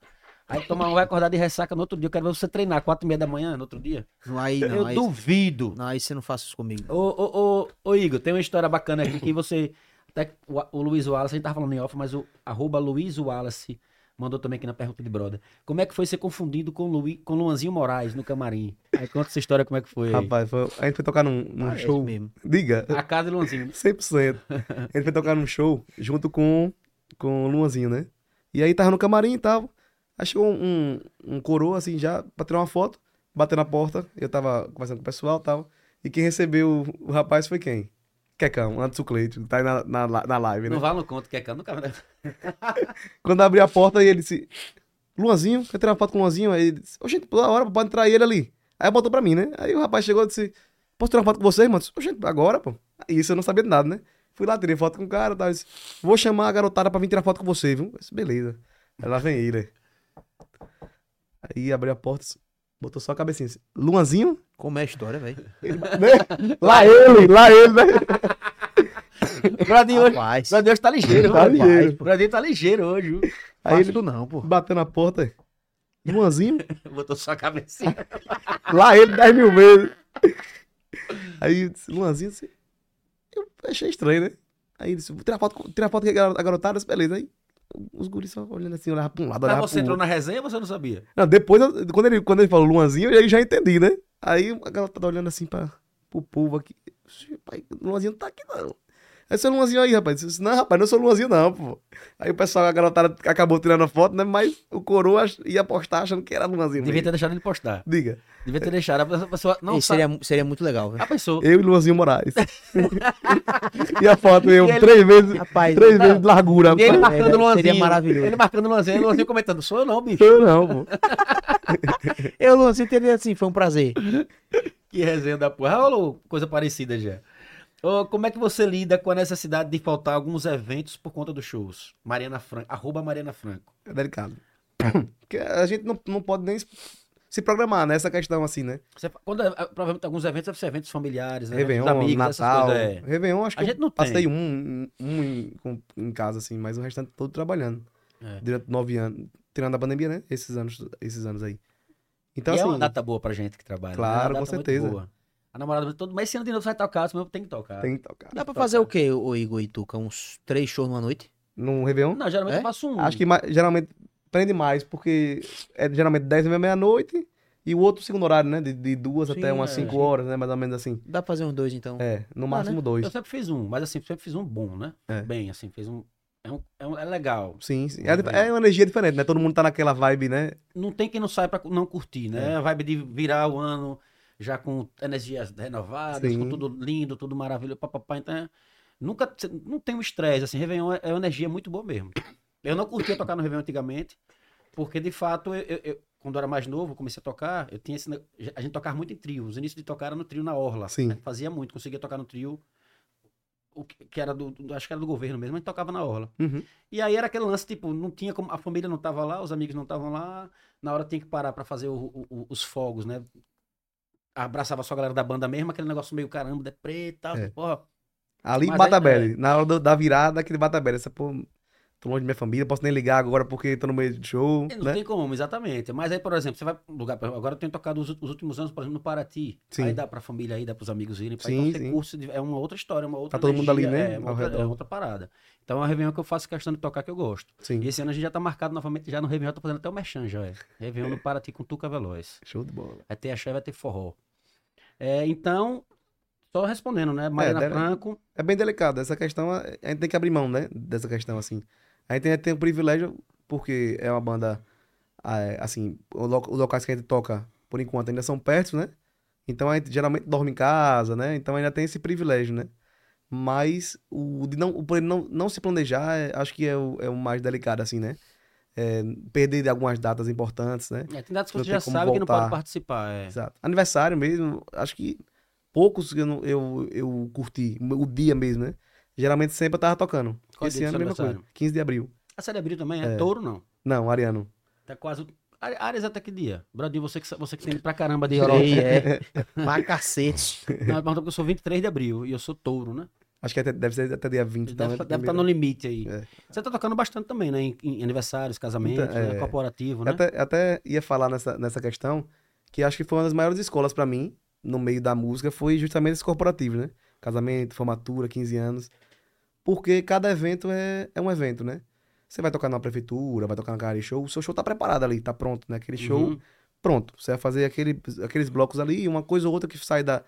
[SPEAKER 1] Aí tomar uma vai acordar de ressaca no outro dia. Eu quero ver você treinar quatro e meia da manhã no outro dia.
[SPEAKER 2] Não, aí
[SPEAKER 1] Eu
[SPEAKER 2] não, aí,
[SPEAKER 1] duvido.
[SPEAKER 2] não, aí você não faça isso comigo.
[SPEAKER 1] Ô, ô, ô, ô, Igor, tem uma história bacana aqui que você. Até que o, o Luiz Wallace, a gente tava falando em off, mas o arroba Luiz Wallace mandou também aqui na pergunta de brother. Como é que foi ser confundido com, Luí, com Luanzinho Moraes no camarim? Aí conta essa história, como é que foi. aí.
[SPEAKER 3] Rapaz, foi- a gente foi tocar num,
[SPEAKER 1] Um
[SPEAKER 3] num
[SPEAKER 2] Parece
[SPEAKER 3] show.
[SPEAKER 2] mesmo.
[SPEAKER 3] Diga.
[SPEAKER 1] A casa de Luanzinho.
[SPEAKER 3] 100%. Ele foi tocar num show junto com, com o Luanzinho, né? E aí tava no camarim e tal. Achou um, um coroa, assim, já pra tirar uma foto. Bateu na porta. Eu tava conversando com o pessoal e tal. E quem recebeu o, o rapaz foi quem? Quecão, antes o Cleito. Tá aí na, na, la- na live, né?
[SPEAKER 1] Não vá no conto, que é que eu nunca
[SPEAKER 3] Quando abriu a porta, ele disse: Luanzinho, quer tirar uma foto com o Luanzinho? Aí ele disse: Oxente, toda hora, pode entrar ele ali. Aí botou pra mim, né? Aí o rapaz chegou e disse: Posso tirar uma foto com vocês, mano? Eu disse, Oxente, agora, pô. Aí Isso eu não sabia de nada, né? Fui lá, tirei foto com o cara, tal. Ele disse, Vou chamar a garotada pra vir tirar foto com você, viu? Eu disse, Beleza. Aí lá vem ele. Aí abriu a porta, disse, botou só a cabecinha. disse, Luanzinho?
[SPEAKER 2] Como é a história, velho?
[SPEAKER 3] Né? Lá ele, lá ele, né?
[SPEAKER 1] Bradinho hoje.
[SPEAKER 2] Rapaz,
[SPEAKER 1] Bradinho hoje tá ligeiro,
[SPEAKER 3] Tá
[SPEAKER 1] rapaz.
[SPEAKER 3] ligeiro.
[SPEAKER 1] Bradinho tá ligeiro hoje. viu?
[SPEAKER 3] Aí ele
[SPEAKER 2] fácil não, pô.
[SPEAKER 3] bateu na porta. Luanzinho?
[SPEAKER 1] Botou só a cabecinha.
[SPEAKER 3] Lá ele 10 mil vezes. Aí eu disse, Luanzinho, assim, eu achei estranho, né? Aí ele disse, vou tirar foto, com- tirar foto com a garo- a garotada, eu disse, beleza. Aí os guris só olhando assim, olhava pra um lado,
[SPEAKER 1] Mas
[SPEAKER 3] olhava
[SPEAKER 1] você
[SPEAKER 3] pro
[SPEAKER 1] entrou
[SPEAKER 3] outro.
[SPEAKER 1] na resenha ou você não sabia?
[SPEAKER 3] Não, depois, eu- quando, ele, quando ele falou Luanzinho, eu já entendi, né? Aí a garotada olhando assim pra, pro povo aqui. "Oxi, Pai, Luanzinho não tá aqui, não. Aí seu Luanzinho aí, rapaz. Eu disse, não, rapaz, não sou Luanzinho, não, pô. Aí o pessoal, a garotada acabou tirando a foto, né? Mas o coroa ach- ia postar achando que era Luanzinho.
[SPEAKER 1] Devia
[SPEAKER 3] mesmo.
[SPEAKER 1] ter deixado ele postar.
[SPEAKER 3] Diga,
[SPEAKER 1] Devia ter deixado. A pessoa não
[SPEAKER 2] Ei,
[SPEAKER 1] sabe. Ah,
[SPEAKER 2] seria, seria muito legal, velho.
[SPEAKER 1] A pessoa.
[SPEAKER 3] Eu e Luanzinho Moraes. e a foto eu,
[SPEAKER 1] E ele-
[SPEAKER 3] três vezes,
[SPEAKER 2] Rapaz,
[SPEAKER 3] três
[SPEAKER 1] não.
[SPEAKER 3] vezes de largura.
[SPEAKER 1] E ele
[SPEAKER 3] rapaz.
[SPEAKER 1] marcando o Luanzinho.
[SPEAKER 2] Seria maravilhoso.
[SPEAKER 1] Ele marcando o Luanzinho, o Luanzinho comentando, sou eu não, bicho.
[SPEAKER 3] Eu não, pô.
[SPEAKER 2] Eu, Luan, você teria assim, foi um prazer.
[SPEAKER 1] Que resenha da porra. Rolou coisa parecida já. Ô, como é que você lida com a necessidade de faltar alguns eventos por conta dos shows? Mariana Franco, arroba Mariana Franco.
[SPEAKER 3] É delicado. Porque a gente não, não pode nem se programar nessa questão assim, né?
[SPEAKER 1] Você, quando, ah, provavelmente alguns eventos devem ser eventos familiares, né?
[SPEAKER 3] Réveillon,
[SPEAKER 1] Eventos de amigos, essas
[SPEAKER 3] Natal.
[SPEAKER 1] coisas, é.
[SPEAKER 3] Réveillon, acho
[SPEAKER 1] A
[SPEAKER 3] que
[SPEAKER 1] gente não
[SPEAKER 3] eu passei
[SPEAKER 1] tem.
[SPEAKER 3] um, um em, com- em casa, assim, mas o restante todo trabalhando.
[SPEAKER 1] É.
[SPEAKER 3] Durante nove anos. Tirando a pandemia, né? Esses anos, esses anos aí. Então,
[SPEAKER 1] e é
[SPEAKER 3] assim.
[SPEAKER 1] uma data boa pra gente que trabalha. né?
[SPEAKER 3] Claro,
[SPEAKER 1] É uma
[SPEAKER 3] com
[SPEAKER 1] data muito
[SPEAKER 3] certeza.
[SPEAKER 1] boa. A namorada, todo, mas esse ano de novo você vai tocar, senão tem que tocar.
[SPEAKER 3] Tem que tocar.
[SPEAKER 2] Dá pra
[SPEAKER 1] Tocar.
[SPEAKER 2] fazer o quê, o Igor e Tuca? Uns três shows numa noite?
[SPEAKER 3] Num Réveillon?
[SPEAKER 1] Não, geralmente
[SPEAKER 2] É?
[SPEAKER 1] eu faço um.
[SPEAKER 3] Acho que ma- geralmente prende mais, porque é geralmente 10 e meia, meia-noite e o outro segundo horário, né? De, de duas
[SPEAKER 2] Sim,
[SPEAKER 3] até umas
[SPEAKER 1] é. Ah,
[SPEAKER 3] 5 horas, né? Mais ou menos assim.
[SPEAKER 2] Dá pra fazer uns dois, então.
[SPEAKER 3] É, no máximo dois.
[SPEAKER 1] Eu sempre fiz um, mas assim, sempre fiz um bom, né?
[SPEAKER 3] É.
[SPEAKER 1] Bem, assim, fez um. É, um, é, um- é legal.
[SPEAKER 3] Sim, sim.
[SPEAKER 1] Mais
[SPEAKER 3] É,
[SPEAKER 1] ou
[SPEAKER 3] dif-
[SPEAKER 1] menos.
[SPEAKER 3] é uma energia diferente, né? Todo mundo tá naquela vibe, né?
[SPEAKER 1] Não tem quem não sai pra não curtir, né?
[SPEAKER 3] É.
[SPEAKER 1] A vibe de virar o ano já com energias renovadas,
[SPEAKER 3] Sim.
[SPEAKER 1] com tudo lindo, tudo maravilhoso, papapá. Então, é- nunca. cê- Não tem um estresse, assim. Réveillon é, é uma energia muito boa mesmo. Eu não curtia tocar no Réveillon antigamente, porque de fato, eu, eu- eu- quando eu era mais novo, comecei a tocar, eu tinha esse. ne- A gente tocava muito em trio. Os inícios de tocar era no trio na Orla.
[SPEAKER 3] Sim.
[SPEAKER 1] né? Fazia muito, conseguia tocar no trio. O que que era do, do- Acho que era do governo mesmo, a gente tocava na orla.
[SPEAKER 3] Uhum.
[SPEAKER 1] E aí era aquele lance, tipo, não tinha como. A família não tava lá, os amigos não estavam lá. Na hora tinha que parar pra fazer o- o- o- os fogos, né? Abraçava só a galera da banda mesmo, aquele negócio meio caramba, de preta,
[SPEAKER 3] É.
[SPEAKER 1] porra.
[SPEAKER 3] Ali em
[SPEAKER 1] Mas é,
[SPEAKER 3] Batabelli, na hora do- da virada, aquele Batabelli. Essa, pô, tô longe da minha família, posso nem ligar agora porque tô no meio de show,
[SPEAKER 1] E Não
[SPEAKER 3] né?
[SPEAKER 1] tem como, exatamente. Mas aí, por exemplo, você vai pra um lugar. por exemplo, Agora eu tenho tocado os, os últimos anos, por exemplo, no Paraty.
[SPEAKER 3] Sim.
[SPEAKER 1] Aí dá pra família aí, dá pros amigos irem. Pra
[SPEAKER 3] Sim,
[SPEAKER 1] então, você
[SPEAKER 3] sim.
[SPEAKER 1] curte de- é uma outra história, uma outra.
[SPEAKER 3] Tá todo mundo ali,
[SPEAKER 1] energia,
[SPEAKER 3] né,
[SPEAKER 1] É, uma
[SPEAKER 3] ao
[SPEAKER 1] outra, é
[SPEAKER 3] redor.
[SPEAKER 1] outra parada. Então é uma reunião que eu faço questão de tocar que eu gosto.
[SPEAKER 3] Sim.
[SPEAKER 1] E esse ano a gente já tá marcado novamente, já no Réveillon, eu tô fazendo até o Merchan já, é. Réveillon no Paraty com Tuca Veloz.
[SPEAKER 3] Show de bola.
[SPEAKER 1] Vai ter axé, vai ter forró. É, então, só respondendo, né? Mariana
[SPEAKER 3] deve-
[SPEAKER 1] Franco,
[SPEAKER 3] É bem delicado. Essa questão, a a gente tem que abrir mão, né? Dessa questão, assim. A gente tem- tem o privilégio, porque é uma banda, ah, é, assim, o lo- os locais que a gente toca, por enquanto, ainda são perto, né? Então a gente geralmente dorme em casa, né? Então ainda tem esse privilégio, né? Mas o de não, o por não, não se planejar, é- acho que é o, é o mais delicado, assim, né? É, perder de algumas datas importantes, né?
[SPEAKER 1] é, tem datas que
[SPEAKER 3] Não
[SPEAKER 1] você
[SPEAKER 3] tem
[SPEAKER 1] já
[SPEAKER 3] como
[SPEAKER 1] sabe que não
[SPEAKER 3] voltar.
[SPEAKER 1] pode participar. É.
[SPEAKER 3] Exato. Aniversário mesmo, acho que poucos eu, não- eu, eu curti, o dia mesmo, né? Geralmente sempre eu tava tocando.
[SPEAKER 1] Qual
[SPEAKER 3] Esse
[SPEAKER 1] dia do
[SPEAKER 3] ano
[SPEAKER 1] seu
[SPEAKER 3] é a mesma coisa,
[SPEAKER 1] aniversário?
[SPEAKER 3] 15 de abril.
[SPEAKER 1] A série abril também é, touro, não.
[SPEAKER 3] Não, Ariano.
[SPEAKER 1] Tá quase. Á- Áries até que dia? Bradinho, você que, sa- você que tem ido pra caramba de Europa. É.
[SPEAKER 2] Sei, é. pra cacete.
[SPEAKER 1] Não, pergunta porque eu sou 23 de abril e eu sou touro, né?
[SPEAKER 3] Acho que até- deve ser até dia 20. então,
[SPEAKER 1] Deve,
[SPEAKER 3] é
[SPEAKER 1] tá-
[SPEAKER 3] do
[SPEAKER 1] deve estar no
[SPEAKER 3] primeiro.
[SPEAKER 1] limite aí.
[SPEAKER 3] É.
[SPEAKER 1] Você tá tocando bastante também, né? Em, em aniversários, casamentos,
[SPEAKER 3] Então, é.
[SPEAKER 1] né? corporativo, né?
[SPEAKER 3] até, até ia falar nessa, nessa questão, que acho que foi uma das maiores escolas pra mim, no meio da música, foi justamente esse corporativo, né? Casamento, formatura, 15 anos. Porque cada evento é, é um evento, né? Você vai tocar na prefeitura, vai tocar na cara de show, o seu show tá preparado ali, tá pronto, né? Aquele show
[SPEAKER 1] Uhum.
[SPEAKER 3] pronto, você vai fazer aquele, aqueles blocos ali, uma coisa ou outra que sai da,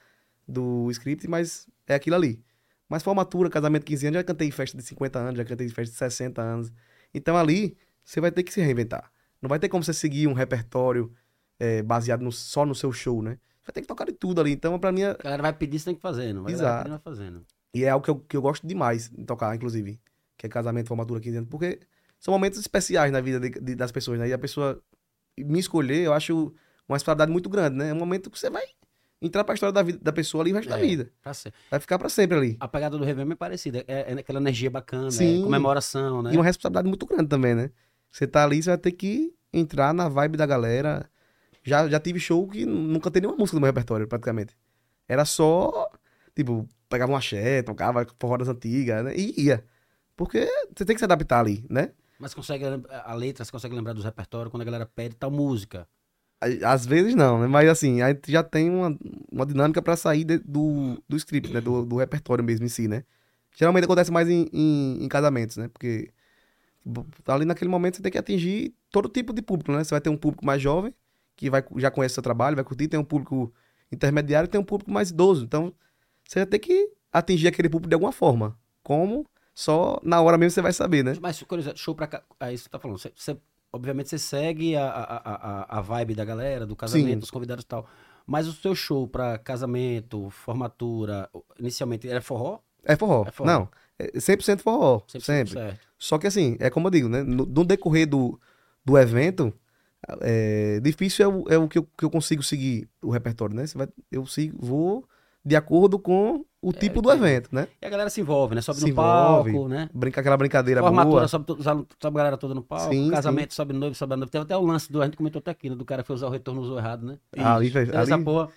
[SPEAKER 3] do script, mas é aquilo ali. Mas formatura, casamento, 15 anos, já cantei em festa de 50 anos, já cantei em festa de 60 anos. Então ali, você vai ter que se reinventar. Não vai ter como você seguir um repertório eh, baseado no- só no seu show, né? Vai ter que tocar de tudo ali. Então, pra mim, é-
[SPEAKER 1] A galera vai pedir, você tem que fazer, não. A galera vai
[SPEAKER 3] Exato.
[SPEAKER 1] pedir, vai fazendo.
[SPEAKER 3] e é algo que eu, que eu gosto demais de tocar, inclusive. Que é casamento, formatura, 15 anos. Porque são momentos especiais na vida de- de- das pessoas, né? E a pessoa me escolher, eu acho uma responsabilidade muito grande, né? É um momento que você vai entrar pra história da vida da pessoa ali o resto da
[SPEAKER 1] É.
[SPEAKER 3] vida.
[SPEAKER 1] Pra ser.
[SPEAKER 3] Vai ficar pra sempre ali.
[SPEAKER 1] A pegada do Réveillon é parecida. É, é aquela energia bacana, é
[SPEAKER 3] Sim.
[SPEAKER 1] comemoração, né?
[SPEAKER 3] E uma responsabilidade muito grande também, né? Você tá ali, você vai ter que entrar na vibe da galera. Já, já tive show que nunca tem nenhuma música no meu repertório, praticamente. Era só, tipo, pegava um axé, tocava forró das antigas, né? E ia. Porque você tem que se adaptar ali, né?
[SPEAKER 1] Mas consegue lem- a letra, você consegue lembrar dos repertórios quando a galera pede tal música.
[SPEAKER 3] Á- Às vezes não, né? Mas assim, a gente já tem uma, uma dinâmica pra sair de- do, do script, né? Do, do repertório mesmo em si, né? Geralmente acontece mais em, em, em casamentos, né? Porque bo- ali naquele momento você tem que atingir todo tipo de público, né? Você vai ter um público mais jovem, que vai, cu- já conhece o seu trabalho, vai curtir, tem um público intermediário e tem um público mais idoso. Então, você vai ter que atingir aquele público de alguma forma. Como? Só na hora mesmo você vai saber, né?
[SPEAKER 1] Mas, curiosidade, show pra cá. Aí você tá falando. Você, você- obviamente você segue a, a, a- a, a vibe da galera, do casamento,
[SPEAKER 3] Sim.
[SPEAKER 1] dos convidados e tal. Mas o seu show pra casamento, formatura, inicialmente era forró?
[SPEAKER 3] É forró.
[SPEAKER 1] É forró.
[SPEAKER 3] Não, é 100% forró. sempre.
[SPEAKER 1] Certo.
[SPEAKER 3] Só que assim, é como eu digo, né? No, no decorrer do, do evento, é, difícil é o, é o que, eu, que eu consigo seguir o repertório, né? Você vai, eu sigo, vou de acordo com o tipo do evento, né?
[SPEAKER 1] E a galera se envolve, né? Sobe
[SPEAKER 3] Se
[SPEAKER 1] no palco,
[SPEAKER 3] envolve.
[SPEAKER 1] né?
[SPEAKER 3] Brinca aquela brincadeira
[SPEAKER 1] Formatura,
[SPEAKER 3] boa.
[SPEAKER 1] sobe, todos os alunos, sobe a galera toda no palco.
[SPEAKER 3] Sim,
[SPEAKER 1] casamento, sobe noivo, sobe a noiva. Teve até o lance do, a gente comentou até aqui, né? Do cara foi usar o retorno, usou errado, né?
[SPEAKER 3] Ali, velho,
[SPEAKER 1] Era Essa
[SPEAKER 3] ali,
[SPEAKER 1] porra.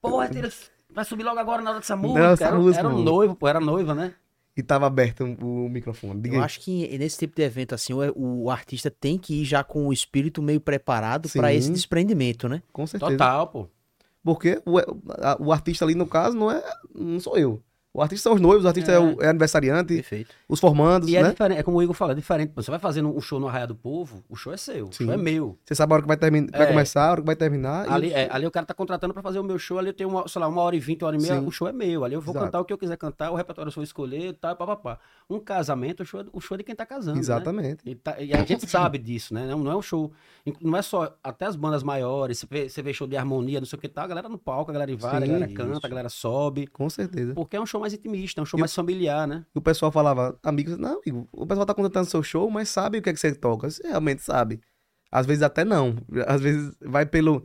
[SPEAKER 1] Porra, Tira, vai subir logo agora na hora dessa música.
[SPEAKER 3] Não, essa
[SPEAKER 1] era,
[SPEAKER 3] música,
[SPEAKER 1] era um
[SPEAKER 3] mano.
[SPEAKER 1] noivo, pô, era noiva, né?
[SPEAKER 3] e tava aberto um, o microfone. Diga
[SPEAKER 2] Eu
[SPEAKER 3] aí.
[SPEAKER 2] acho que nesse tipo de evento, assim, o, o artista tem que ir já com o espírito meio preparado
[SPEAKER 3] Sim.
[SPEAKER 2] pra esse desprendimento, né?
[SPEAKER 3] Com certeza.
[SPEAKER 1] Total, pô.
[SPEAKER 3] Porque o, é, a- o artista ali, no caso, não é. Não sou eu. O artista são os noivos, o artista é, o, é aniversariante,
[SPEAKER 2] Perfeito.
[SPEAKER 3] os formandos,
[SPEAKER 1] E é
[SPEAKER 3] né?
[SPEAKER 1] diferente, é como o Igor fala, é diferente. pô. Você vai fazendo um show no Arraia do Povo, o show é seu, o show
[SPEAKER 3] Sim.
[SPEAKER 1] é meu.
[SPEAKER 3] Você sabe a hora que vai, terminar, vai
[SPEAKER 1] É.
[SPEAKER 3] começar, a hora que vai terminar. e-
[SPEAKER 1] Ali, é, ali o cara tá contratando pra fazer o meu show, ali eu tenho, uma, sei lá, uma hora e vinte, uma hora e meia,
[SPEAKER 3] Sim.
[SPEAKER 1] o show é meu. Ali eu vou
[SPEAKER 3] Exato.
[SPEAKER 1] cantar o que eu quiser cantar, o repertório eu vou escolher, tá, papapá. Um casamento, o show, é- o show é de quem tá casando, né?
[SPEAKER 3] Exatamente.
[SPEAKER 1] E, tá-
[SPEAKER 3] é
[SPEAKER 1] e a gente sabe disso, né? Não, não é um show. Inc- Não é só. Até as bandas maiores, você vê, você vê show de harmonia, não sei o que tal, a galera no palco, a galera invade, a
[SPEAKER 3] Sim,
[SPEAKER 1] galera canta,
[SPEAKER 2] isso.
[SPEAKER 1] a galera sobe.
[SPEAKER 3] Com certeza.
[SPEAKER 1] Porque é um show mais intimista, é um show
[SPEAKER 3] E-
[SPEAKER 1] mais familiar, né?
[SPEAKER 3] E o pessoal falava, amigos, não, amigo, o pessoal tá contratando seu show, mas sabe o que é que você toca? Você realmente sabe. Às vezes até não. Às vezes vai pelo,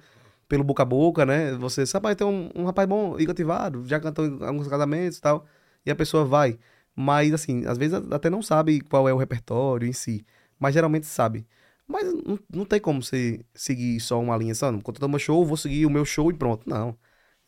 [SPEAKER 3] pelo boca a boca, né? Você sabe, tem um, um rapaz bom, Igor Ativado, já cantou em alguns casamentos e tal. E a pessoa vai. Mas, assim, às vezes a- até não sabe qual é o repertório em si. Mas geralmente sabe. Mas não, não tem como você seguir só uma linha, só, não, contratou meu show, vou seguir o meu show e pronto. Não.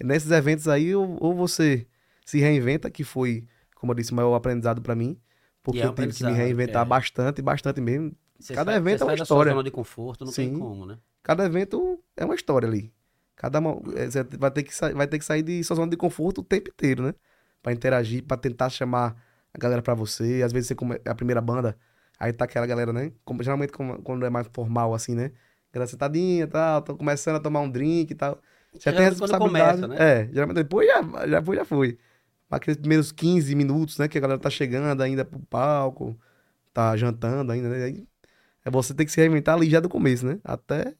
[SPEAKER 3] Nesses eventos aí, ou, ou você se reinventa, que foi como eu disse, o maior aprendizado pra mim, porque
[SPEAKER 1] E é um
[SPEAKER 3] eu tive que me
[SPEAKER 1] aprendizado,
[SPEAKER 3] reinventar
[SPEAKER 1] é.
[SPEAKER 3] bastante, bastante mesmo.
[SPEAKER 1] Você
[SPEAKER 3] Cada
[SPEAKER 1] sai-
[SPEAKER 3] evento
[SPEAKER 1] você
[SPEAKER 3] é uma
[SPEAKER 1] sai da sua
[SPEAKER 3] história.
[SPEAKER 1] zona de conforto, não tem
[SPEAKER 3] Sim.
[SPEAKER 1] como, né?
[SPEAKER 3] Cada evento é uma história ali. Cada uma, é, você vai ter que sa- vai ter que sair de sua zona de conforto o tempo inteiro, né? Pra interagir, pra tentar chamar a galera pra você. Às vezes você come, é a primeira banda, aí tá aquela galera, né? Como- geralmente como- quando é mais formal assim, né? Galera sentadinha, e tal, tô começando a tomar um drink e tal. Já tem a
[SPEAKER 1] Geralmente quando
[SPEAKER 3] responsabilidade.
[SPEAKER 1] começa, né?
[SPEAKER 3] É, geralmente depois já, já foi, já foi. Mas aqueles primeiros 15 minutos, né? Que a galera tá chegando ainda pro palco, tá jantando ainda, né? Aí é você ter que se reinventar ali já do começo, né? Até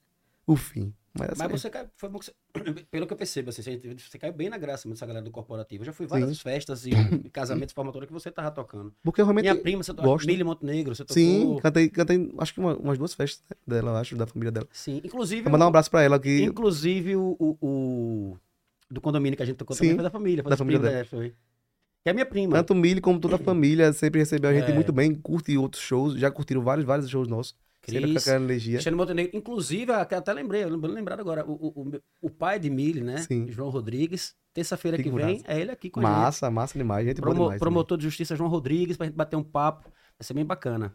[SPEAKER 3] o fim. Mas,
[SPEAKER 1] Mas
[SPEAKER 3] assim,
[SPEAKER 1] você cai, foi bom que você, pelo que eu percebo, assim, você, você caiu bem na graça mesmo dessa galera do corporativo. Eu já fui em várias festas e e casamentos, formatura que você tava tocando.
[SPEAKER 3] Porque eu realmente.
[SPEAKER 1] Minha prima, você tocou
[SPEAKER 3] gosto.
[SPEAKER 1] Milly Montenegro, você tocou.
[SPEAKER 3] Sim, cantei, cantei, acho que uma- umas duas festas né, dela, eu acho, da família dela.
[SPEAKER 1] Sim. Inclusive,
[SPEAKER 3] Vou mandar um abraço pra ela que
[SPEAKER 1] inclusive o, o- o- do condomínio que a gente tocou também
[SPEAKER 3] Sim,
[SPEAKER 1] foi da família, foi
[SPEAKER 3] da
[SPEAKER 1] dos
[SPEAKER 3] família
[SPEAKER 1] primos, é, foi. Que é minha prima.
[SPEAKER 3] tanto o Milly como toda a família sempre recebeu a gente
[SPEAKER 1] É.
[SPEAKER 3] muito bem, curte outros shows, já curtiram vários, vários shows nossos. Sempre com
[SPEAKER 1] Cris,
[SPEAKER 3] aquela energia.
[SPEAKER 1] Cristiano Montenegro. Inclusive, até, até lembrei, eu lembro- lembrado agora, o, o- o meu- o pai de Milly, né?
[SPEAKER 3] Sim.
[SPEAKER 1] João Rodrigues. Terça-feira que
[SPEAKER 3] Figuraça.
[SPEAKER 1] vem, é ele aqui com a gente.
[SPEAKER 3] Massa, massa demais, gente boa
[SPEAKER 1] Promo-
[SPEAKER 3] demais. né? também.
[SPEAKER 1] promotor de justiça João Rodrigues, pra gente bater um papo. Vai ser bem bacana.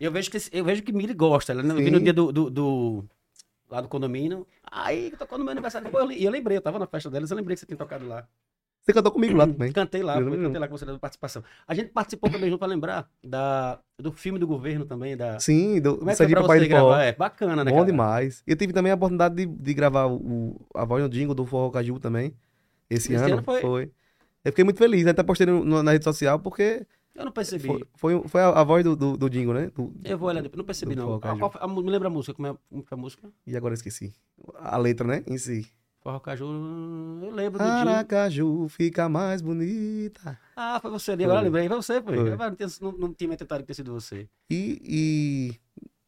[SPEAKER 1] Eu vejo que, esse- eu vejo que Mili gosta. Ela, eu vi
[SPEAKER 3] Sim.
[SPEAKER 1] no dia do, do- do- lá do condomínio. Aí que tocou no meu aniversário. Depois eu, li- e eu lembrei, eu tava na festa delas, eu lembrei que você tinha tocado lá.
[SPEAKER 3] Você cantou comigo lá também.
[SPEAKER 1] Hum, Cantei lá,
[SPEAKER 3] Eu
[SPEAKER 1] foi,
[SPEAKER 3] lembro
[SPEAKER 1] cantei
[SPEAKER 3] não.
[SPEAKER 1] lá com você da participação. A gente participou também junto pra lembrar da, do filme do governo também. Da,
[SPEAKER 3] Sim, do
[SPEAKER 1] como é que foi
[SPEAKER 3] Serginho
[SPEAKER 1] pra
[SPEAKER 3] Papai
[SPEAKER 1] você
[SPEAKER 3] do Forró.
[SPEAKER 1] gravar? É bacana, né?
[SPEAKER 3] Bom
[SPEAKER 1] cara?
[SPEAKER 3] demais. E eu tive também a oportunidade de, de gravar o, a voz no jingle do Forró Caju também. Esse,
[SPEAKER 1] Esse
[SPEAKER 3] ano,
[SPEAKER 1] ano foi?
[SPEAKER 3] foi. Eu fiquei muito feliz, né? até postei no- no- na rede social, porque
[SPEAKER 1] Eu não percebi.
[SPEAKER 3] foi, foi, foi a, a voz do, do, do jingle, né? Do-
[SPEAKER 1] Eu vou olhar depois. Não percebi,
[SPEAKER 3] Do
[SPEAKER 1] não.
[SPEAKER 3] Forró
[SPEAKER 1] Ah,
[SPEAKER 3] Caju.
[SPEAKER 1] qual foi- a mu- me lembra a música, como é como foi a música?
[SPEAKER 3] E agora eu esqueci. A letra, né? Em si.
[SPEAKER 1] Forró Caju. Eu lembro do dia.
[SPEAKER 3] Aracaju fica mais bonita.
[SPEAKER 1] Ah, foi você ali.
[SPEAKER 3] Foi.
[SPEAKER 1] Agora eu lembrei. Foi você, foi.
[SPEAKER 3] Foi.
[SPEAKER 1] Eu Não, tinha- não, não tinha me tentado que ter sido você.
[SPEAKER 3] E, e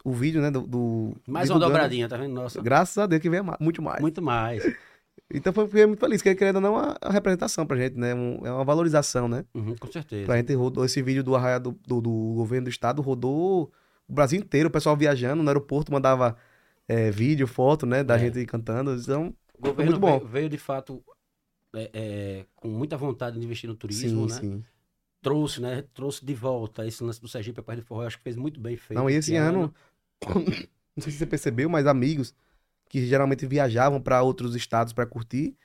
[SPEAKER 3] o vídeo, né? Do, do-
[SPEAKER 1] Mais uma
[SPEAKER 3] divulgando.
[SPEAKER 1] dobradinha, tá vendo? Nossa,
[SPEAKER 3] Graças a Deus que vem ma- muito mais.
[SPEAKER 1] muito mais.
[SPEAKER 3] Então foi, fiquei muito feliz, que querendo ou não, a, a representação pra gente, né? Um- é uma valorização, né?
[SPEAKER 1] Uhum, com certeza.
[SPEAKER 3] Pra gente rodou esse vídeo do arraia do, do, do governo do estado, rodou o Brasil inteiro, o pessoal viajando no aeroporto, mandava é, vídeo, foto, né, da
[SPEAKER 1] É.
[SPEAKER 3] gente cantando. Então,
[SPEAKER 1] O governo
[SPEAKER 3] muito bom.
[SPEAKER 1] Veio, veio, de fato é, é, com muita vontade de investir no turismo,
[SPEAKER 3] sim,
[SPEAKER 1] né?
[SPEAKER 3] sim.
[SPEAKER 1] Trouxe, né? Trouxe de volta esse lance do Sergipe a parte de forró. eu Acho que fez muito bem feito.
[SPEAKER 3] Não, e esse ano, não sei se você percebeu, mas amigos que geralmente viajavam pra outros estados pra curtir,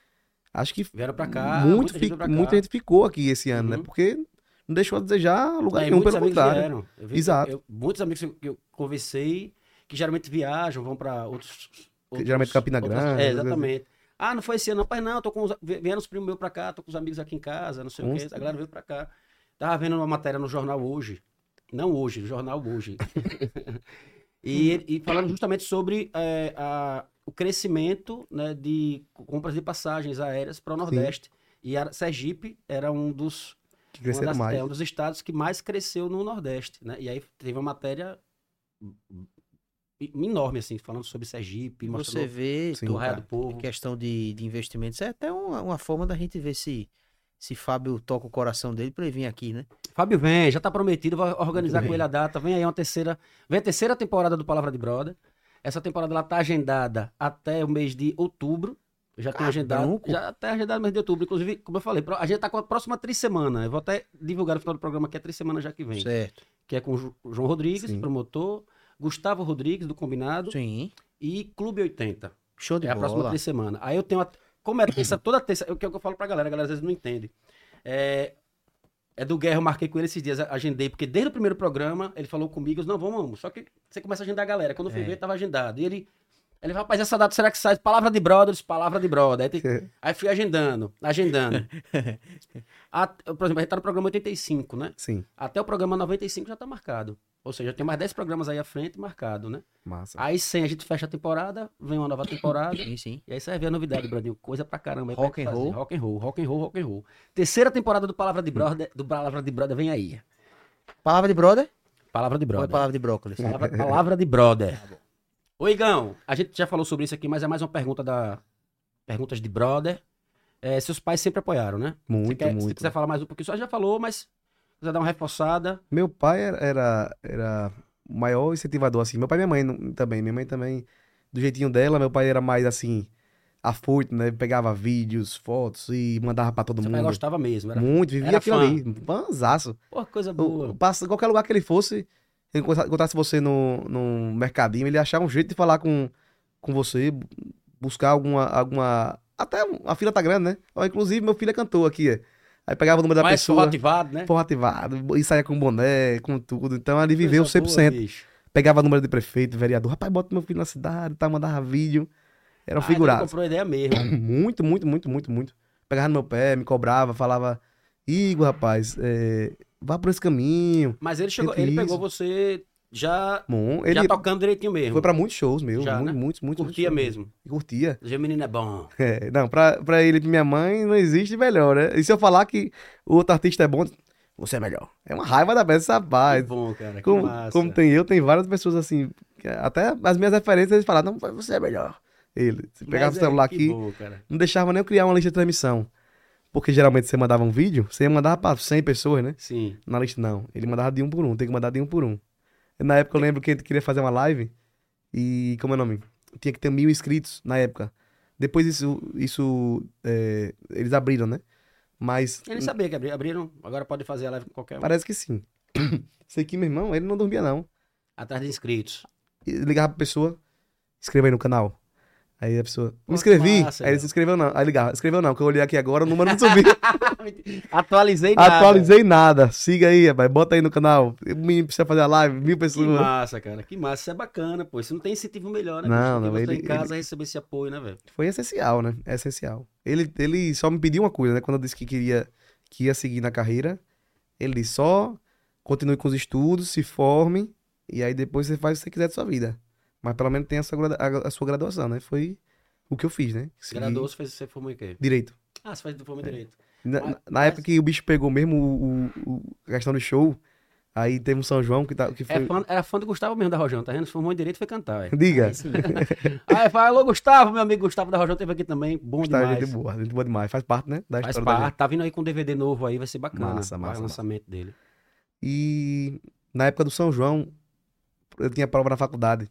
[SPEAKER 3] acho que
[SPEAKER 1] Vieram pra cá.
[SPEAKER 3] muito
[SPEAKER 1] muita
[SPEAKER 3] fi-
[SPEAKER 1] gente veio pra cá.
[SPEAKER 3] muita gente ficou aqui esse ano, né?
[SPEAKER 1] Uhum.
[SPEAKER 3] Porque não deixou a desejar
[SPEAKER 1] É,
[SPEAKER 3] lugar
[SPEAKER 1] e
[SPEAKER 3] nenhum,
[SPEAKER 1] muitos
[SPEAKER 3] pelo
[SPEAKER 1] amigos
[SPEAKER 3] contrário.
[SPEAKER 1] vieram. Eu vi-
[SPEAKER 3] Exato.
[SPEAKER 1] eu- muitos amigos que eu conversei, que geralmente viajam, vão pra outros. outros-
[SPEAKER 3] Geralmente Campina
[SPEAKER 1] outras-
[SPEAKER 3] Grande,
[SPEAKER 1] É,
[SPEAKER 3] essas coisas. assim.
[SPEAKER 1] exatamente. Ah, não foi esse ano, não. Pai, não, tô com os, vi- vieram os primos meus pra cá, tô com os amigos aqui em casa, não sei o
[SPEAKER 3] Com
[SPEAKER 1] quê. A galera veio pra cá. Tava vendo uma matéria no jornal hoje. Não hoje, no jornal hoje. e, e falando justamente sobre é, a- o crescimento né, de compras de passagens aéreas para o Nordeste. E a Sergipe era um dos
[SPEAKER 3] Que
[SPEAKER 1] uma
[SPEAKER 3] cresceram
[SPEAKER 1] das-
[SPEAKER 3] mais.
[SPEAKER 1] É um dos estados que mais cresceu no Nordeste, né? E aí teve uma matéria e- enorme, assim, falando sobre Sergipe,
[SPEAKER 2] Você
[SPEAKER 1] mostrando
[SPEAKER 2] vê
[SPEAKER 3] Sim,
[SPEAKER 1] o
[SPEAKER 2] tu,
[SPEAKER 1] Raia
[SPEAKER 2] cara,
[SPEAKER 1] do Povo.
[SPEAKER 2] questão de, de investimentos. É até uma, uma forma da gente ver se, Se Fábio toca o coração dele pra ele vir aqui, né?
[SPEAKER 1] Fábio vem, já tá prometido, vai organizar
[SPEAKER 3] Muito
[SPEAKER 1] com
[SPEAKER 3] bem.
[SPEAKER 1] ele a data. Vem aí uma terceira, vem a terceira temporada do Palavra de Brother. Essa temporada ela tá agendada até o mês de outubro. Eu
[SPEAKER 3] Ah,
[SPEAKER 1] já tenho agendado.
[SPEAKER 2] Cabruco.
[SPEAKER 1] Já até agendado no mês de outubro. Inclusive, como eu falei, pro- a gente tá com a próxima trissemana. Eu vou até divulgar no final do programa que é trissemana já que vem.
[SPEAKER 2] Certo.
[SPEAKER 1] Que é com o Ju- João Rodrigues,
[SPEAKER 3] Sim.
[SPEAKER 1] promotor, Gustavo Rodrigues, do Combinado,
[SPEAKER 2] Sim.
[SPEAKER 1] e Clube 80.
[SPEAKER 2] Show de
[SPEAKER 1] É a próxima
[SPEAKER 2] bola.
[SPEAKER 1] trissemana. Aí eu tenho. A, como é terça, toda terça. É o que eu falo pra galera, a galera às vezes não entende. É, é do Guerra, eu marquei com ele esses dias, agendei, porque desde o primeiro programa ele falou comigo, eu disse, não, vamos, vamos. Só que você começa a agendar a galera. Quando eu fui
[SPEAKER 2] É.
[SPEAKER 1] ver, tava agendado. E ele. Ele, rapaz, essa data será que sai? Palavra de brothers, palavra de brother. Aí, tem- aí fui agendando, agendando. A- por exemplo, a gente tá no programa 85, né?
[SPEAKER 3] Sim,
[SPEAKER 1] Até o programa 95 já tá marcado. Ou seja, tem mais 10 programas aí à frente marcado, né?
[SPEAKER 3] massa.
[SPEAKER 1] Aí sem a gente fecha a temporada, vem uma nova temporada.
[SPEAKER 2] Sim, sim.
[SPEAKER 1] E aí você vai ver a novidade, Brandinho. Coisa pra caramba. aí pra
[SPEAKER 2] Rock
[SPEAKER 1] gente
[SPEAKER 2] and
[SPEAKER 1] fazer.
[SPEAKER 2] roll.
[SPEAKER 1] Rock and roll, rock and roll, rock and roll. Terceira temporada do Palavra
[SPEAKER 3] Hum.
[SPEAKER 1] de Brother, do Palavra de Brother, vem aí.
[SPEAKER 2] Palavra de brother?
[SPEAKER 1] Palavra de
[SPEAKER 2] Ou é
[SPEAKER 1] Brother.
[SPEAKER 2] palavra de brócolis?
[SPEAKER 1] Palavra, palavra de
[SPEAKER 3] Tá
[SPEAKER 1] Brother. Ô, Igão, a gente já falou sobre isso aqui, mas é mais uma pergunta da... Perguntas de Brother. É, seus pais sempre apoiaram, né? Você
[SPEAKER 3] Muito,
[SPEAKER 1] quer- Se
[SPEAKER 3] muito.
[SPEAKER 1] quiser falar mais um pouquinho, só já falou, mas... Quiser dar uma reforçada.
[SPEAKER 3] Meu pai era, era, era o maior incentivador, assim. Meu pai e minha mãe não- também. Minha mãe também, do jeitinho dela, meu pai era mais, assim, afoito, né? Pegava vídeos, fotos e mandava pra todo
[SPEAKER 1] Você
[SPEAKER 3] mundo.
[SPEAKER 1] gostava mesmo. Era...
[SPEAKER 3] Muito, vivia
[SPEAKER 1] era
[SPEAKER 3] aquilo
[SPEAKER 1] fã.
[SPEAKER 3] ali. Fanzaço.
[SPEAKER 1] Pô, coisa
[SPEAKER 3] O-
[SPEAKER 1] boa.
[SPEAKER 3] passa- Qualquer lugar que ele fosse, ele encontra- encontrasse você no, num mercadinho, ele achava um jeito de falar com, com você, bu- buscar alguma, alguma... Até um- a fila tá grande, né? Ó, Inclusive, meu filho é cantor aqui, ó. Aí pegava o número da
[SPEAKER 1] Mais
[SPEAKER 3] pessoa...
[SPEAKER 1] motivado, né?
[SPEAKER 3] Forro ativado, e saía com boné, com tudo. Então ele viveu
[SPEAKER 1] Coisa boa,
[SPEAKER 3] 100%.
[SPEAKER 1] bicho.
[SPEAKER 3] Pegava número de prefeito, vereador. Rapaz, bota meu filho na cidade, tá, mandava vídeo. Era
[SPEAKER 1] Ah, então
[SPEAKER 3] um
[SPEAKER 1] ele
[SPEAKER 3] figurado.
[SPEAKER 1] comprou ideia mesmo.
[SPEAKER 3] Muito, muito, muito, muito, muito. Pegava no meu pé, me cobrava, falava: Igor, rapaz, é, vá por esse caminho.
[SPEAKER 1] Mas ele chegou,
[SPEAKER 3] Entre
[SPEAKER 1] ele pegou
[SPEAKER 3] isso.
[SPEAKER 1] você já,
[SPEAKER 3] Bom,
[SPEAKER 1] já
[SPEAKER 3] ele
[SPEAKER 1] tocando direitinho mesmo.
[SPEAKER 3] foi pra muitos shows meu,
[SPEAKER 1] Já,
[SPEAKER 3] mu-
[SPEAKER 1] né?
[SPEAKER 3] muitos, muitos, muitos.
[SPEAKER 1] Curtia
[SPEAKER 3] shows.
[SPEAKER 1] mesmo.
[SPEAKER 3] Curtia.
[SPEAKER 1] Já menino é bom.
[SPEAKER 3] É, não, pra, pra ele e pra minha mãe não existe melhor, né? E se eu falar que o outro artista é bom, você é melhor. É uma raiva da peça, rapaz.
[SPEAKER 1] que bom, cara. É Que
[SPEAKER 3] Ah, Como,
[SPEAKER 1] massa.
[SPEAKER 3] como tem eu, tem várias pessoas assim. que Até as minhas referências, eles falaram, não, você é melhor. Ele, se
[SPEAKER 1] Mas
[SPEAKER 3] pegava
[SPEAKER 1] é,
[SPEAKER 3] o celular
[SPEAKER 1] que
[SPEAKER 3] aqui,
[SPEAKER 1] bom, cara.
[SPEAKER 3] não deixava nem eu criar uma lista de transmissão. Porque geralmente você mandava um vídeo, você mandava pra 100 pessoas, né?
[SPEAKER 1] Sim.
[SPEAKER 3] Na lista não. Ele mandava de um por um, tem que mandar de um por um. Na época eu lembro que ele queria fazer uma live e, como é o nome? Tinha que ter mil inscritos na época. Depois isso, isso é, eles abriram, né? Mas
[SPEAKER 1] Ele sabia que abri- abriram, agora pode fazer a live com qualquer um.
[SPEAKER 3] parece que sim. Sei que meu irmão, ele não dormia não.
[SPEAKER 1] Atrás de inscritos.
[SPEAKER 3] e ligava pra pessoa, escreva aí no canal. Aí a pessoa,
[SPEAKER 1] Pô,
[SPEAKER 3] me inscrevi.
[SPEAKER 1] massa,
[SPEAKER 3] aí ele
[SPEAKER 1] velho.
[SPEAKER 3] se inscreveu não. Aí ligava, escreveu não, que eu olhei aqui agora, o número não subiu.
[SPEAKER 1] Atualizei nada.
[SPEAKER 3] Atualizei nada. Siga aí, rapaz, bota aí no canal. O menino precisa fazer a live, mil
[SPEAKER 1] Que
[SPEAKER 3] pessoas.
[SPEAKER 1] massa, cara. Que massa. Isso é bacana, pô. Isso não tem incentivo melhor, né?
[SPEAKER 3] Não,
[SPEAKER 1] bicho?
[SPEAKER 3] não,
[SPEAKER 1] Você em
[SPEAKER 3] ele-
[SPEAKER 1] casa receber esse apoio, né, velho?
[SPEAKER 3] Foi essencial, né? É essencial. Ele, ele só me pediu uma coisa, né? Quando eu disse que queria, que ia seguir na carreira, ele disse, só continue com os estudos, se forme, e aí depois você faz o que você quiser da sua vida. Mas pelo menos tem a sua, gradu- a, a sua graduação, né? Foi o que eu fiz, né? Segui
[SPEAKER 1] Graduou-se, fez- você formou em quê?
[SPEAKER 3] Direito.
[SPEAKER 1] Ah, você faz de
[SPEAKER 3] É.
[SPEAKER 1] forma direito.
[SPEAKER 3] Na,
[SPEAKER 1] Mas-
[SPEAKER 3] na- na época
[SPEAKER 1] mas-
[SPEAKER 3] que o bicho pegou mesmo o, o, o- a questão do show, aí teve um São João que, tá, que foi.
[SPEAKER 1] É fã- É era fã do Gustavo mesmo da Rojão, tá vendo? Se formou em direito, foi cantar, velho.
[SPEAKER 3] Diga.
[SPEAKER 1] Aí sim. Aí fala, alô, Gustavo, meu amigo Gustavo da Rojão teve aqui também. Bom
[SPEAKER 3] Gustavo, é
[SPEAKER 1] demais.
[SPEAKER 3] gente boa, gente boa demais. Faz parte, né? Da
[SPEAKER 1] Faz
[SPEAKER 3] história da gente.
[SPEAKER 1] parte, tá vindo aí com um DVD novo aí, vai ser bacana.
[SPEAKER 3] Massa,
[SPEAKER 1] vai
[SPEAKER 3] massa,
[SPEAKER 1] o lançamento dele.
[SPEAKER 3] E na época do São João, eu tinha prova na faculdade.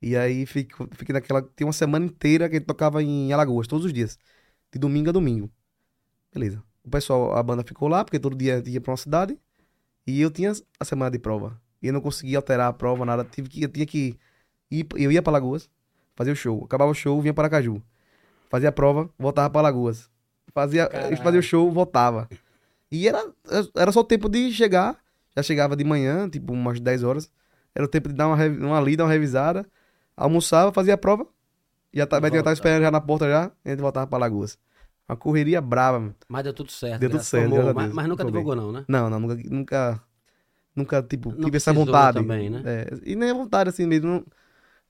[SPEAKER 3] E aí fico- fiquei naquela. Tinha uma semana inteira que a gente tocava em Alagoas, todos os dias. De domingo a domingo. Beleza. O pessoal, a banda ficou lá, porque todo dia a gente ia pra uma cidade. E eu tinha a semana de prova. E eu não conseguia alterar a prova, nada. Tive que, eu tinha que. Ir, eu ia pra Alagoas, fazia o show. Acabava o show, vinha para Aracaju. Fazia a prova, voltava pra Alagoas. Fazia,
[SPEAKER 1] Caralho.
[SPEAKER 3] fazia o show, voltava. E era, era só o tempo de chegar. Já chegava de manhã, tipo umas 10 horas. Era o tempo de dar uma, revi- uma lida, uma revisada. Almoçava, fazia a prova. Já tá,
[SPEAKER 1] E
[SPEAKER 3] já tava
[SPEAKER 1] voltava.
[SPEAKER 3] esperando já na porta já. E a gente voltava pra Lagoas. Uma correria braba, mano.
[SPEAKER 1] Mas deu tudo certo.
[SPEAKER 3] Deu tudo
[SPEAKER 1] graças-
[SPEAKER 3] certo,
[SPEAKER 1] formou,
[SPEAKER 3] graças a
[SPEAKER 1] mas,
[SPEAKER 3] Deus.
[SPEAKER 1] mas nunca
[SPEAKER 3] Formei.
[SPEAKER 1] divulgou, não, né?
[SPEAKER 3] Não, não, nunca, nunca, nunca tipo,
[SPEAKER 1] Não
[SPEAKER 3] tive essa
[SPEAKER 1] precisou
[SPEAKER 3] vontade.
[SPEAKER 1] também, né?
[SPEAKER 3] É, e nem a vontade, assim, mesmo, não,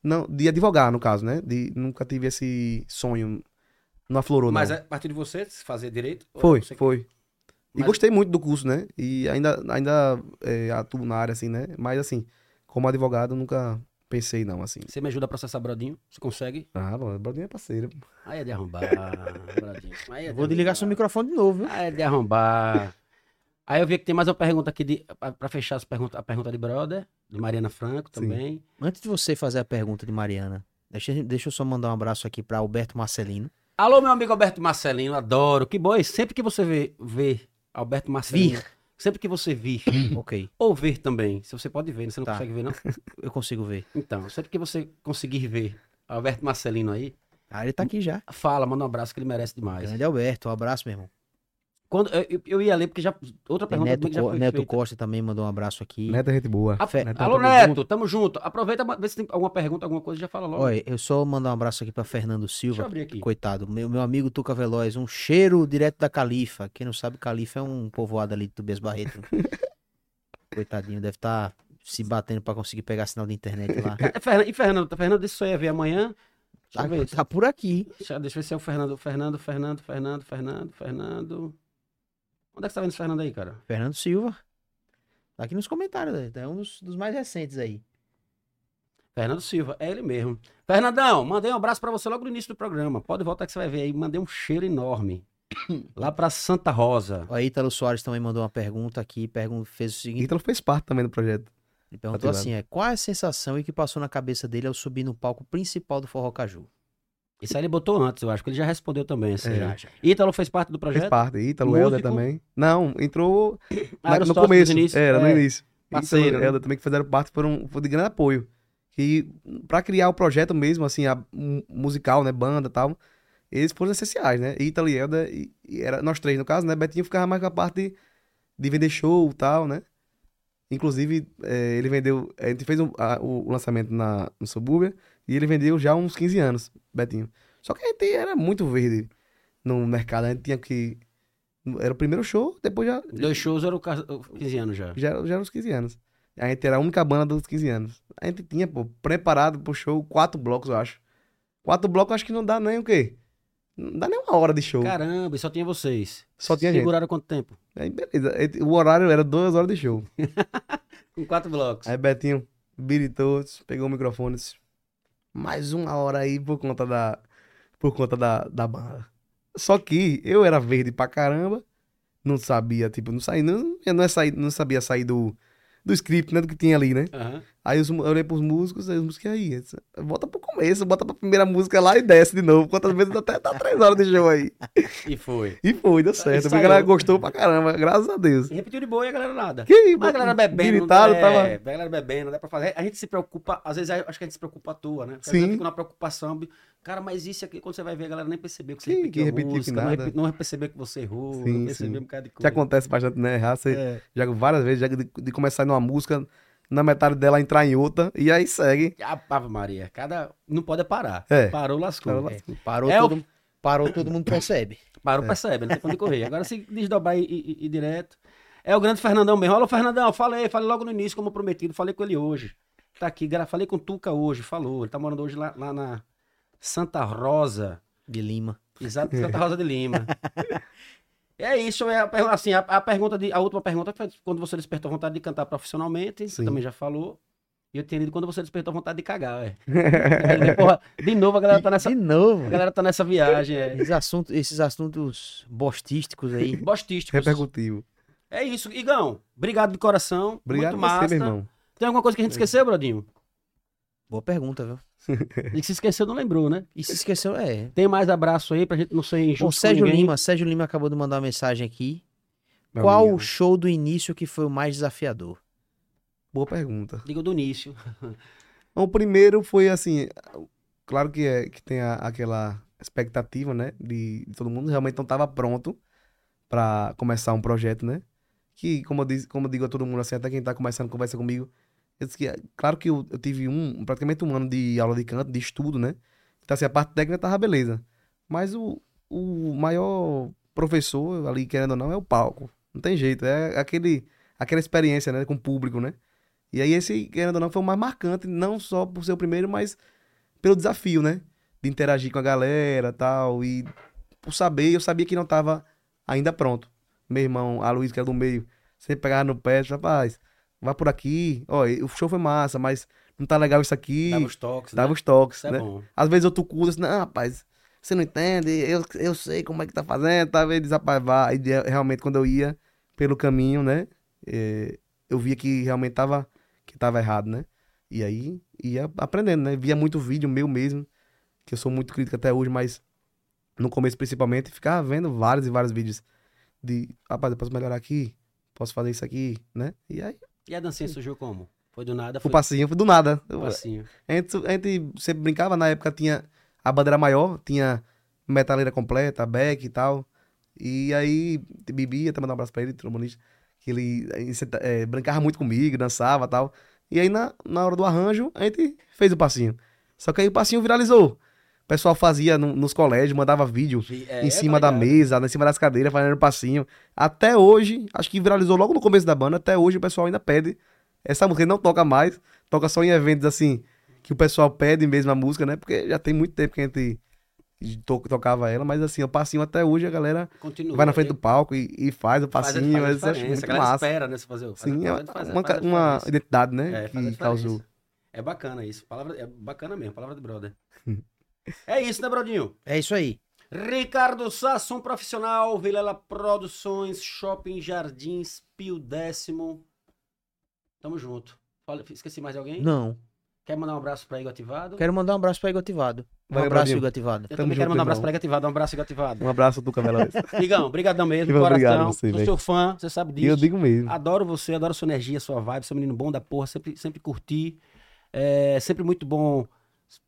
[SPEAKER 3] não, de advogar, no caso, né? De, nunca tive esse sonho, não aflorou,
[SPEAKER 1] Mas
[SPEAKER 3] não.
[SPEAKER 1] a partir de você se fazer direito? ou
[SPEAKER 3] Foi,
[SPEAKER 1] você-
[SPEAKER 3] foi. E
[SPEAKER 1] Mas-
[SPEAKER 3] gostei muito do curso, né? E ainda, ainda é, atuo na área, assim, né? Mas, assim, como advogado, nunca pensei não, assim.
[SPEAKER 1] Você me ajuda a processar Brodinho? Você consegue?
[SPEAKER 3] Ah, mano, o Brodinho é parceiro. pô.
[SPEAKER 1] Aí é de arrombar, Brodinho. Aí é de
[SPEAKER 2] Vou desligar
[SPEAKER 1] arrombar.
[SPEAKER 2] seu microfone de novo, viu?
[SPEAKER 1] Ah, é de arrombar. Aí eu vi que tem mais uma pergunta aqui de, pra, pra fechar as perguntas, a pergunta de brother, de Mariana Franco
[SPEAKER 3] Sim.
[SPEAKER 1] também.
[SPEAKER 2] Antes de você fazer a pergunta de Mariana, deixa, deixa eu só mandar um abraço aqui pra Alberto Marcelino.
[SPEAKER 1] Alô, meu amigo Alberto Marcelino, adoro. Que bom. E sempre que você vê, vê Alberto Marcelino. Sempre que você vir,
[SPEAKER 2] ok,
[SPEAKER 1] ou ver também, se você pode ver, né? você não
[SPEAKER 2] Tá.
[SPEAKER 1] consegue ver, não?
[SPEAKER 2] eu consigo ver.
[SPEAKER 1] Então, sempre que você conseguir ver Alberto Marcelino aí,
[SPEAKER 2] Ah, ele tá aqui já.
[SPEAKER 1] fala, manda um abraço que ele merece demais.
[SPEAKER 2] Grande Alberto, um abraço, meu irmão.
[SPEAKER 1] Quando, eu, eu- eu ia ler, porque já. Outra
[SPEAKER 2] Tem
[SPEAKER 1] pergunta
[SPEAKER 2] Neto,
[SPEAKER 1] também que já
[SPEAKER 2] Co-
[SPEAKER 1] foi
[SPEAKER 2] Neto
[SPEAKER 1] feita.
[SPEAKER 2] Costa também mandou um abraço aqui.
[SPEAKER 3] Neto é gente boa.
[SPEAKER 1] Ah,
[SPEAKER 2] Fe-
[SPEAKER 3] Neto,
[SPEAKER 1] Alô,
[SPEAKER 3] tamo
[SPEAKER 1] Neto,
[SPEAKER 3] junto.
[SPEAKER 1] tamo junto. Aproveita, vê se tem alguma pergunta, alguma coisa, já fala logo.
[SPEAKER 2] Olha, eu só mandar um abraço aqui pra Fernando
[SPEAKER 1] Deixa eu
[SPEAKER 2] Silva.
[SPEAKER 1] abrir aqui.
[SPEAKER 2] Coitado, meu, meu amigo Tuca Veloz, um cheiro direto da Califa. Quem não sabe, Califa é um povoado ali de Tobias Barreto. Coitadinho, deve estar se batendo pra conseguir pegar sinal de internet lá.
[SPEAKER 1] É, Fernan- e Fernando, Fernando, isso só ia ver amanhã. Deixa
[SPEAKER 2] Tá,
[SPEAKER 1] eu ver.
[SPEAKER 2] tá por aqui.
[SPEAKER 1] Deixa, deixa eu ver se é o Fernando. Fernando, Fernando, Fernando, Fernando, Fernando. Onde é que você tá vendo esse Fernando aí, cara?
[SPEAKER 2] Fernando Silva. Tá aqui nos comentários, né? é um dos, dos mais recentes aí.
[SPEAKER 1] Fernando Silva, é ele mesmo. Fernandão, mandei um abraço pra você logo no início do programa. Pode voltar que você vai ver aí. Mandei um cheiro enorme. Lá pra Santa Rosa.
[SPEAKER 2] Ó, Ítalo Soares também mandou uma pergunta aqui, pergun fez o seguinte,
[SPEAKER 3] Ítalo fez parte também do projeto.
[SPEAKER 2] ele perguntou
[SPEAKER 3] Tá
[SPEAKER 2] assim, é, qual é a sensação e o que passou na cabeça dele ao subir no palco principal do Forró Caju?
[SPEAKER 1] Isso aí ele botou antes, eu acho que ele já respondeu também. Assim.
[SPEAKER 3] É.
[SPEAKER 1] Já, já. Ítalo fez parte do
[SPEAKER 3] Fez
[SPEAKER 1] projeto.
[SPEAKER 3] parte. Ítalo,
[SPEAKER 1] Músico.
[SPEAKER 3] Helder também. Não, entrou
[SPEAKER 1] Ah,
[SPEAKER 3] na-
[SPEAKER 1] era os
[SPEAKER 3] no
[SPEAKER 1] tópicos
[SPEAKER 3] começo.
[SPEAKER 1] do início.
[SPEAKER 3] Era, no
[SPEAKER 1] É.
[SPEAKER 3] início.
[SPEAKER 1] parceiro,
[SPEAKER 3] Ítalo,
[SPEAKER 1] né?
[SPEAKER 3] Helder também que fizeram parte foram, foram de grande apoio. E pra criar o projeto mesmo, assim, a, mu- musical, né, banda e tal, eles foram essenciais, né? Ítalo e Helder, e, e era, nós três no caso, né? Betinho ficava mais com a parte de, de vender show e tal, né? Inclusive, eh, ele vendeu. A gente fez um- a- o, o lançamento na, no Subúrbia e ele vendeu já há uns 15 anos, Betinho. Só que a gente era muito verde no mercado, a gente tinha que. Era o primeiro show, depois já,
[SPEAKER 1] Dois shows era o ca- o 15 anos já.
[SPEAKER 3] já, era- já era os 15 anos. A gente era a única banda dos 15 anos. A gente tinha, pô, preparado pro show quatro blocos, eu acho. Quatro blocos eu acho que não dá nem o quê? Não dá nem uma hora de show.
[SPEAKER 1] Caramba, e só tinha vocês.
[SPEAKER 3] Só tinha gente.
[SPEAKER 1] Seguraram quanto tempo?
[SPEAKER 3] Aí, beleza. Aí, O horário era duas horas de show. Um
[SPEAKER 1] Com quatro blocos.
[SPEAKER 3] Aí Betinho biritou, disse, pegou o microfone e disse, mais uma hora aí por conta da, por conta da, da banda. Só que eu era verde pra caramba, não sabia, tipo, não saí, não, eu não, ia sair- não sabia sair do, do script, né, do que tinha ali, né?
[SPEAKER 1] Aham.
[SPEAKER 3] Aí os mu- eu olhei pros músicos, aí os músicos, e aí, Eles, volta pro começo, bota pra primeira música lá e desce de novo, quantas vezes até dá três horas de show aí.
[SPEAKER 1] E foi.
[SPEAKER 3] E foi, deu certo, porque a
[SPEAKER 1] é.
[SPEAKER 3] galera gostou pra caramba, graças a Deus.
[SPEAKER 1] E repetiu de boa e a galera nada.
[SPEAKER 3] Que aí,
[SPEAKER 1] Mas a galera bebendo,
[SPEAKER 3] gritaram,
[SPEAKER 1] não dá-
[SPEAKER 3] tava...
[SPEAKER 1] é, a galera bebendo, não dá pra fazer. A gente se preocupa, às vezes acho que a gente se preocupa à toa, né? Porque às
[SPEAKER 3] Sim.
[SPEAKER 1] vezes eu fico na preocupação. bi- Cara, mas isso aqui, quando você vai ver, a galera nem percebeu que você
[SPEAKER 3] Sim,
[SPEAKER 1] repetiu,
[SPEAKER 3] que
[SPEAKER 1] a
[SPEAKER 3] repetiu que
[SPEAKER 1] música, não,
[SPEAKER 3] nada.
[SPEAKER 1] repe- não percebeu que você errou,
[SPEAKER 3] Sim,
[SPEAKER 1] não percebeu
[SPEAKER 3] sim.
[SPEAKER 1] um bocado de
[SPEAKER 3] Que
[SPEAKER 1] coisa.
[SPEAKER 3] acontece bastante, né? Errar, você
[SPEAKER 1] É.
[SPEAKER 3] já várias vezes, já de, de começar numa música, na metade dela entrar em outra, e aí segue.
[SPEAKER 1] Ah, Ave Maria, cada. Não pode parar.
[SPEAKER 3] É.
[SPEAKER 1] Parou, lascou.
[SPEAKER 3] Parou, É.
[SPEAKER 1] É.
[SPEAKER 2] Parou,
[SPEAKER 1] É o-
[SPEAKER 2] todo, parou todo mundo percebe.
[SPEAKER 1] Parou, percebe, não tem pra onde correr. Agora se desdobrar e, e- e direto. É o grande Fernandão mesmo. Alô, Fernandão, falei, falei logo no início, como prometido, falei com ele hoje. Tá aqui, gra- falei com o Tuca hoje, falou. Ele tá morando hoje lá- lá na Santa Rosa.
[SPEAKER 2] De Lima.
[SPEAKER 1] Exato, Santa Rosa de Lima. é isso, é a, per- assim, a, a pergunta de, a última pergunta foi quando você despertou vontade de cantar profissionalmente, você
[SPEAKER 3] Sim.
[SPEAKER 1] também já falou. E eu tinha lido quando você despertou vontade de cagar, é. Eu falei, Porra, de novo a galera tá nessa,
[SPEAKER 2] De
[SPEAKER 1] a
[SPEAKER 2] novo. né?
[SPEAKER 1] galera tá nessa viagem, é.
[SPEAKER 2] Esses assuntos, esses assuntos bostísticos aí.
[SPEAKER 1] Bostísticos.
[SPEAKER 3] Repercutivo.
[SPEAKER 1] É isso, Igão. Obrigado de coração.
[SPEAKER 3] Obrigado
[SPEAKER 1] muito
[SPEAKER 3] a
[SPEAKER 1] massa.
[SPEAKER 3] você, meu irmão. É.
[SPEAKER 1] Tem alguma coisa que a gente esqueceu, Brodinho?
[SPEAKER 2] Boa pergunta, viu?
[SPEAKER 1] E que se esqueceu, não lembrou, né?
[SPEAKER 2] E se esqueceu, é,
[SPEAKER 1] Tem mais abraço aí pra gente não ser injusto.
[SPEAKER 2] O
[SPEAKER 1] com
[SPEAKER 2] Sérgio
[SPEAKER 1] ninguém.
[SPEAKER 2] Lima, Sérgio Lima acabou de mandar uma mensagem aqui.
[SPEAKER 3] Meu
[SPEAKER 2] Qual
[SPEAKER 3] amigo.
[SPEAKER 2] o show do início que foi o mais desafiador?
[SPEAKER 3] Boa pergunta.
[SPEAKER 1] Digo do início.
[SPEAKER 3] Bom, Então, o primeiro foi assim, claro que, é, que tem a- aquela expectativa, né, de, de todo mundo, realmente não estava pronto para começar um projeto, né? Que, como eu, diz, como eu digo a todo mundo, assim, até quem tá começando conversa comigo, eu disse que, é, claro que eu, eu tive um, praticamente um ano de aula de canto, de estudo, né? Então, assim, a parte técnica tava beleza. Mas o, o maior professor ali, querendo ou não, é o palco. Não tem jeito, é aquele, aquela experiência, né, com o público, né? E aí esse, querendo ou não, foi o mais marcante, não só por ser o primeiro, mas pelo desafio, né? De interagir com a galera tal. E por saber, eu sabia que não é tava ainda pronto. Meu irmão, a Luiz, que era do meio, sempre pegava no pé, rapaz, Vá por aqui. Ó, o show foi massa, mas não tá legal isso aqui.
[SPEAKER 1] Dava os toques,
[SPEAKER 3] Dava
[SPEAKER 1] né?
[SPEAKER 3] os toques,
[SPEAKER 1] Isso é
[SPEAKER 3] né?
[SPEAKER 1] bom.
[SPEAKER 3] Às vezes eu tucudo assim, não, rapaz, você não entende, eu, eu sei como é que tá fazendo, tá? Ele diz, rapaz, vai. E de- realmente, quando eu ia pelo caminho, né? eh, eu via que realmente tava, que tava errado, né? E aí ia aprendendo, né? Via muito vídeo meu mesmo, que eu sou muito crítico até hoje, mas no começo principalmente, ficava vendo vários e vários vídeos de, rapaz, eu posso melhorar aqui, posso fazer isso aqui, né? E aí,
[SPEAKER 1] E a dancinha surgiu como? Foi do nada?
[SPEAKER 3] o
[SPEAKER 1] Foi
[SPEAKER 3] passinho foi do nada.
[SPEAKER 1] do
[SPEAKER 3] Eu-
[SPEAKER 1] passinho.
[SPEAKER 3] a gente, a gente sempre brincava, na época tinha a bandeira maior, tinha metaleira completa, back e tal. E aí, Bibi, até mandar um abraço pra ele, trombonista, que ele eh, senta- eh, brincava muito comigo, dançava e tal. E aí, na, na hora do arranjo, a gente fez o passinho. Só que aí o passinho viralizou. O pessoal fazia no- nos colégios, mandava vídeo
[SPEAKER 1] Vi- é,
[SPEAKER 3] em
[SPEAKER 1] é,
[SPEAKER 3] cima
[SPEAKER 1] tá
[SPEAKER 3] da
[SPEAKER 1] ligado?
[SPEAKER 3] mesa, em cima das cadeiras, fazendo passinho. Até hoje, acho que viralizou logo no começo da banda, até hoje o pessoal ainda pede. Essa música não toca mais, toca só em eventos assim, que o pessoal pede mesmo a música, né? Porque já tem muito tempo que a gente to- tocava ela, mas assim, o passinho até hoje a galera
[SPEAKER 1] Continua.
[SPEAKER 3] vai na frente
[SPEAKER 1] né?
[SPEAKER 3] do palco e, e faz o
[SPEAKER 1] Faz a-
[SPEAKER 3] passinho,
[SPEAKER 1] faz a
[SPEAKER 3] mas eu acho
[SPEAKER 1] diferença, a
[SPEAKER 3] muito
[SPEAKER 1] galera
[SPEAKER 3] massa.
[SPEAKER 1] espera, né? Se fazer, o- faz a-
[SPEAKER 3] Sim, é
[SPEAKER 1] faz a diferença,
[SPEAKER 3] uma,
[SPEAKER 1] faz a
[SPEAKER 3] uma
[SPEAKER 1] diferença.
[SPEAKER 3] identidade, né?
[SPEAKER 1] É, faz a
[SPEAKER 3] que
[SPEAKER 1] diferença.
[SPEAKER 3] causou.
[SPEAKER 1] É bacana isso. Palavra, é bacana mesmo, palavra do brother. é isso, né, Brodinho?
[SPEAKER 2] É isso aí.
[SPEAKER 1] Ricardo Sasso, um profissional, Vilela Produções, Shopping Jardins, Pio Décimo. Tamo junto. Fala- esqueci mais de alguém?
[SPEAKER 2] Não.
[SPEAKER 1] Quer mandar um abraço pra Igor Ativado?
[SPEAKER 2] Quero mandar um abraço pra Igor Ativado. Um
[SPEAKER 3] Valeu,
[SPEAKER 2] abraço,
[SPEAKER 3] Brasil.
[SPEAKER 2] Igor Ativado.
[SPEAKER 1] Eu
[SPEAKER 3] Tamo
[SPEAKER 1] também quero
[SPEAKER 3] junto,
[SPEAKER 1] mandar um abraço
[SPEAKER 3] irmão.
[SPEAKER 1] pra Igor Ativado, um abraço, Igor Ativado.
[SPEAKER 3] Um abraço, Tuca Velas.
[SPEAKER 1] Igão, brigadão mesmo,
[SPEAKER 3] Igor,
[SPEAKER 1] coração.
[SPEAKER 3] obrigado você,
[SPEAKER 1] Sou
[SPEAKER 3] velho.
[SPEAKER 1] seu fã, você sabe
[SPEAKER 3] e
[SPEAKER 1] disso.
[SPEAKER 3] eu digo mesmo.
[SPEAKER 1] Adoro você, adoro sua energia, sua vibe, seu menino bom da porra, sempre, sempre curti. É sempre muito bom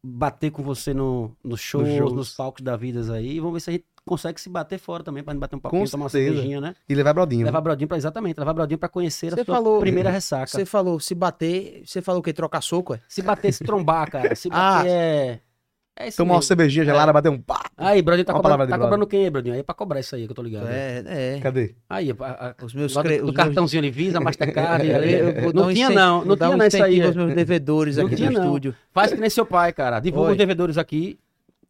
[SPEAKER 1] bater com você no, nos shows,
[SPEAKER 3] Nos shows.
[SPEAKER 1] nos palcos da vidas aí. Vamos ver se a gente consegue se bater fora também, pra gente bater um papinho,
[SPEAKER 3] Com
[SPEAKER 1] tomar uma
[SPEAKER 3] certeza.
[SPEAKER 1] cervejinha, né?
[SPEAKER 3] E levar Brodinho.
[SPEAKER 1] Levar Brodinho pra, exatamente, levar Brodinho pra conhecer a
[SPEAKER 2] Você
[SPEAKER 1] sua
[SPEAKER 2] falou-
[SPEAKER 1] primeira ressaca.
[SPEAKER 2] Você falou, se bater, você falou o quê? Trocar soco, é?
[SPEAKER 1] Se bater, se trombar, cara. Se
[SPEAKER 2] Ah!
[SPEAKER 1] bater é... É isso
[SPEAKER 3] Tomar uma
[SPEAKER 1] mesmo.
[SPEAKER 3] cervejinha gelada, bater um pá.
[SPEAKER 1] Aí, Brodinho, tá,
[SPEAKER 3] Uma
[SPEAKER 1] cobrando,
[SPEAKER 3] palavra de
[SPEAKER 1] tá
[SPEAKER 3] brother.
[SPEAKER 1] cobrando quem, Brodinho? Aí é pra cobrar isso aí que eu tô ligado.
[SPEAKER 2] É, é.
[SPEAKER 3] Cadê?
[SPEAKER 1] Aí, a, a,
[SPEAKER 2] Os meus
[SPEAKER 1] o
[SPEAKER 2] cre- os meus-
[SPEAKER 1] cartãozinho de Visa, Mastercard. ali.
[SPEAKER 2] Eu vou dar
[SPEAKER 1] não
[SPEAKER 2] um
[SPEAKER 1] tinha
[SPEAKER 2] incen-
[SPEAKER 1] não, não
[SPEAKER 2] vou dar
[SPEAKER 1] tinha
[SPEAKER 2] um
[SPEAKER 1] não isso aí. é.
[SPEAKER 2] incentivo aos meus devedores
[SPEAKER 1] Não
[SPEAKER 2] aqui
[SPEAKER 1] tinha,
[SPEAKER 2] no
[SPEAKER 1] não.
[SPEAKER 2] estúdio.
[SPEAKER 1] Faz que nem seu pai, cara. Divulga
[SPEAKER 2] Oi.
[SPEAKER 1] os devedores aqui.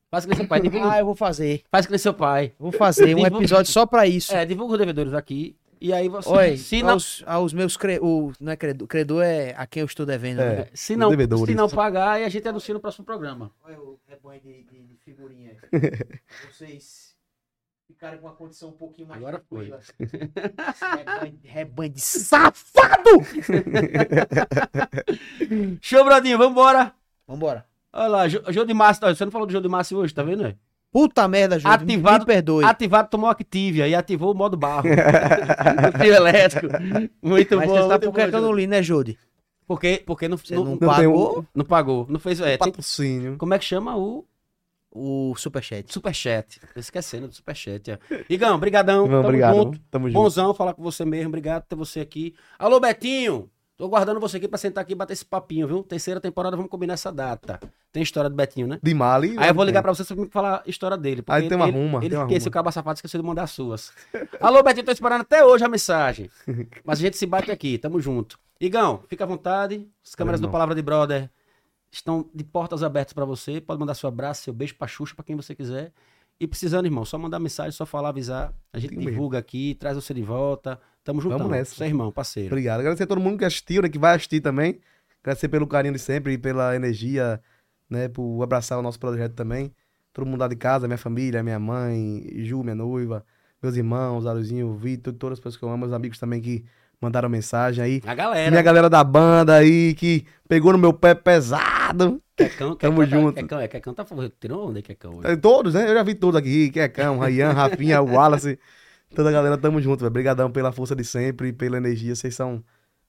[SPEAKER 1] Faz que nem seu pai. Divulga,
[SPEAKER 2] Ah, eu vou fazer.
[SPEAKER 1] faz que nem seu pai.
[SPEAKER 2] Vou fazer um
[SPEAKER 1] Divulga-
[SPEAKER 2] episódio só pra isso.
[SPEAKER 1] É, divulga os devedores aqui. E aí você.
[SPEAKER 2] Oi,
[SPEAKER 1] se não,
[SPEAKER 2] aos, aos meus cre... o, não é credor, credor é a quem eu estou devendo.
[SPEAKER 3] É.
[SPEAKER 2] né?
[SPEAKER 1] se não,
[SPEAKER 3] devedores.
[SPEAKER 1] se não pagar, aí a gente anuncia no próximo programa.
[SPEAKER 2] Olha o rebanho de, de, de figurinha. Vocês ficaram com uma condição um pouquinho
[SPEAKER 1] Agora foi.
[SPEAKER 2] tranquila. Rebanho, rebanho de safado!
[SPEAKER 1] Show, Bradinho, vambora.
[SPEAKER 2] Vambora.
[SPEAKER 1] Olha lá, Jo- Jô de Márcio. Olha, Você não falou do Jô de Márcio hoje, tá vendo? né?
[SPEAKER 2] Puta merda, Júlio. Ativado...
[SPEAKER 1] Ativado-
[SPEAKER 2] Me perdoe.
[SPEAKER 1] Ativado tomou Activia e ativou o modo barro. O fio elétrico. Muito
[SPEAKER 2] Mas
[SPEAKER 1] bom.
[SPEAKER 2] você sabe
[SPEAKER 1] muito
[SPEAKER 2] por que
[SPEAKER 1] bom,
[SPEAKER 2] que eu
[SPEAKER 1] Jô.
[SPEAKER 2] não li, né, Júlio?
[SPEAKER 1] Porque, porque não,
[SPEAKER 2] Você
[SPEAKER 1] não,
[SPEAKER 2] não,
[SPEAKER 1] não,
[SPEAKER 3] tem um-
[SPEAKER 2] pagou
[SPEAKER 1] pagou. Não fez. É, tem-
[SPEAKER 3] Patrocínio.
[SPEAKER 1] como é que chama o
[SPEAKER 2] o superchat.
[SPEAKER 1] Superchat? Tô esquecendo do Superchat. ó. Igão, brigadão.
[SPEAKER 3] Irmão,
[SPEAKER 1] Tamo
[SPEAKER 3] obrigado.
[SPEAKER 1] junto.
[SPEAKER 3] Tamo junto.
[SPEAKER 1] Bonzão falar com você mesmo. Obrigado por ter você aqui. Alô, Betinho. Tô guardando você aqui pra sentar aqui e bater esse papinho, viu? Terceira temporada, vamos combinar essa data. Tem história do Betinho, né?
[SPEAKER 3] De Mali.
[SPEAKER 1] Aí eu vou ligar pra você pra falar a história dele.
[SPEAKER 3] Aí tem uma
[SPEAKER 1] ele,
[SPEAKER 3] arruma,
[SPEAKER 1] Ele
[SPEAKER 3] tem uma
[SPEAKER 1] esqueceu,
[SPEAKER 3] arruma.
[SPEAKER 1] o cabo safado esqueceu de mandar as suas. Alô, Betinho, tô esperando até hoje a mensagem. Mas a gente se bate aqui, tamo junto. Igão, fica à vontade. As câmeras do
[SPEAKER 3] irmão.
[SPEAKER 1] Palavra de Brother estão de portas abertas pra você. Pode mandar seu abraço, seu beijo pra Xuxa, pra quem você quiser. E precisando, irmão, só mandar mensagem, só falar, avisar. A gente
[SPEAKER 3] Tem mesmo.
[SPEAKER 1] divulga aqui, traz você de volta. Tamo juntão.
[SPEAKER 3] nessa.
[SPEAKER 1] Você é irmão, parceiro.
[SPEAKER 3] Obrigado. Agradecer a todo mundo que assistiu, né? Que vai assistir também. Agradecer pelo carinho de sempre e pela energia, né? Por abraçar o nosso projeto também. Todo mundo lá de casa, minha família, minha mãe, Ju, minha noiva, meus irmãos, Aluzinho, Vitor, todas as pessoas que eu amo, meus amigos também que mandaram mensagem aí.
[SPEAKER 1] A galera, né?
[SPEAKER 3] Minha galera da banda aí que pegou no meu pé pesado.
[SPEAKER 1] Quecão, Quecão
[SPEAKER 3] Tamo
[SPEAKER 1] tá-
[SPEAKER 3] junto.
[SPEAKER 1] Quecão, é, Quecão tá tirou onde é Quecão hoje?
[SPEAKER 3] Eh, Todos, né? Eu já vi todos aqui. Quecão, Rayan, Rafinha, Wallace. Toda a galera, tamo junto, velho. Obrigadão pela força de sempre e pela energia. Vocês são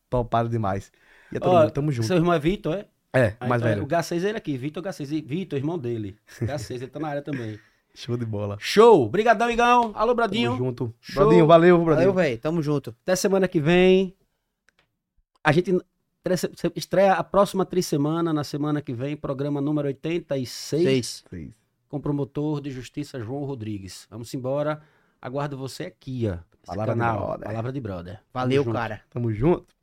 [SPEAKER 3] topados demais. E é todo
[SPEAKER 1] Ó,
[SPEAKER 3] mundo, tamo junto.
[SPEAKER 1] Seu irmão é Vitor, é?
[SPEAKER 3] É,
[SPEAKER 1] Ah,
[SPEAKER 3] mais
[SPEAKER 1] então é,
[SPEAKER 3] velho.
[SPEAKER 1] O G6 é ele aqui, Vitor G6. e Vitor, irmão dele. G6, ele tá na área também.
[SPEAKER 3] Show de bola.
[SPEAKER 1] Show! Brigadão, Igão. Alô,
[SPEAKER 3] Tamo
[SPEAKER 1] Bradinho.
[SPEAKER 3] junto.
[SPEAKER 1] Show.
[SPEAKER 3] Bradinho, valeu, Bradinho.
[SPEAKER 2] Valeu, velho. Tamo junto.
[SPEAKER 1] Até semana que vem. A gente estreia a próxima trissemana, na semana que vem, programa número 86,
[SPEAKER 2] Seis.
[SPEAKER 3] Vocês.
[SPEAKER 1] com o promotor de justiça João Rodrigues. Vamos embora. Aguardo você aqui, ó. esse
[SPEAKER 3] Palavra de
[SPEAKER 1] canal.
[SPEAKER 3] brother.
[SPEAKER 1] Palavra de brother. Tamo
[SPEAKER 2] Valeu,
[SPEAKER 1] junto.
[SPEAKER 2] cara.
[SPEAKER 3] Tamo junto.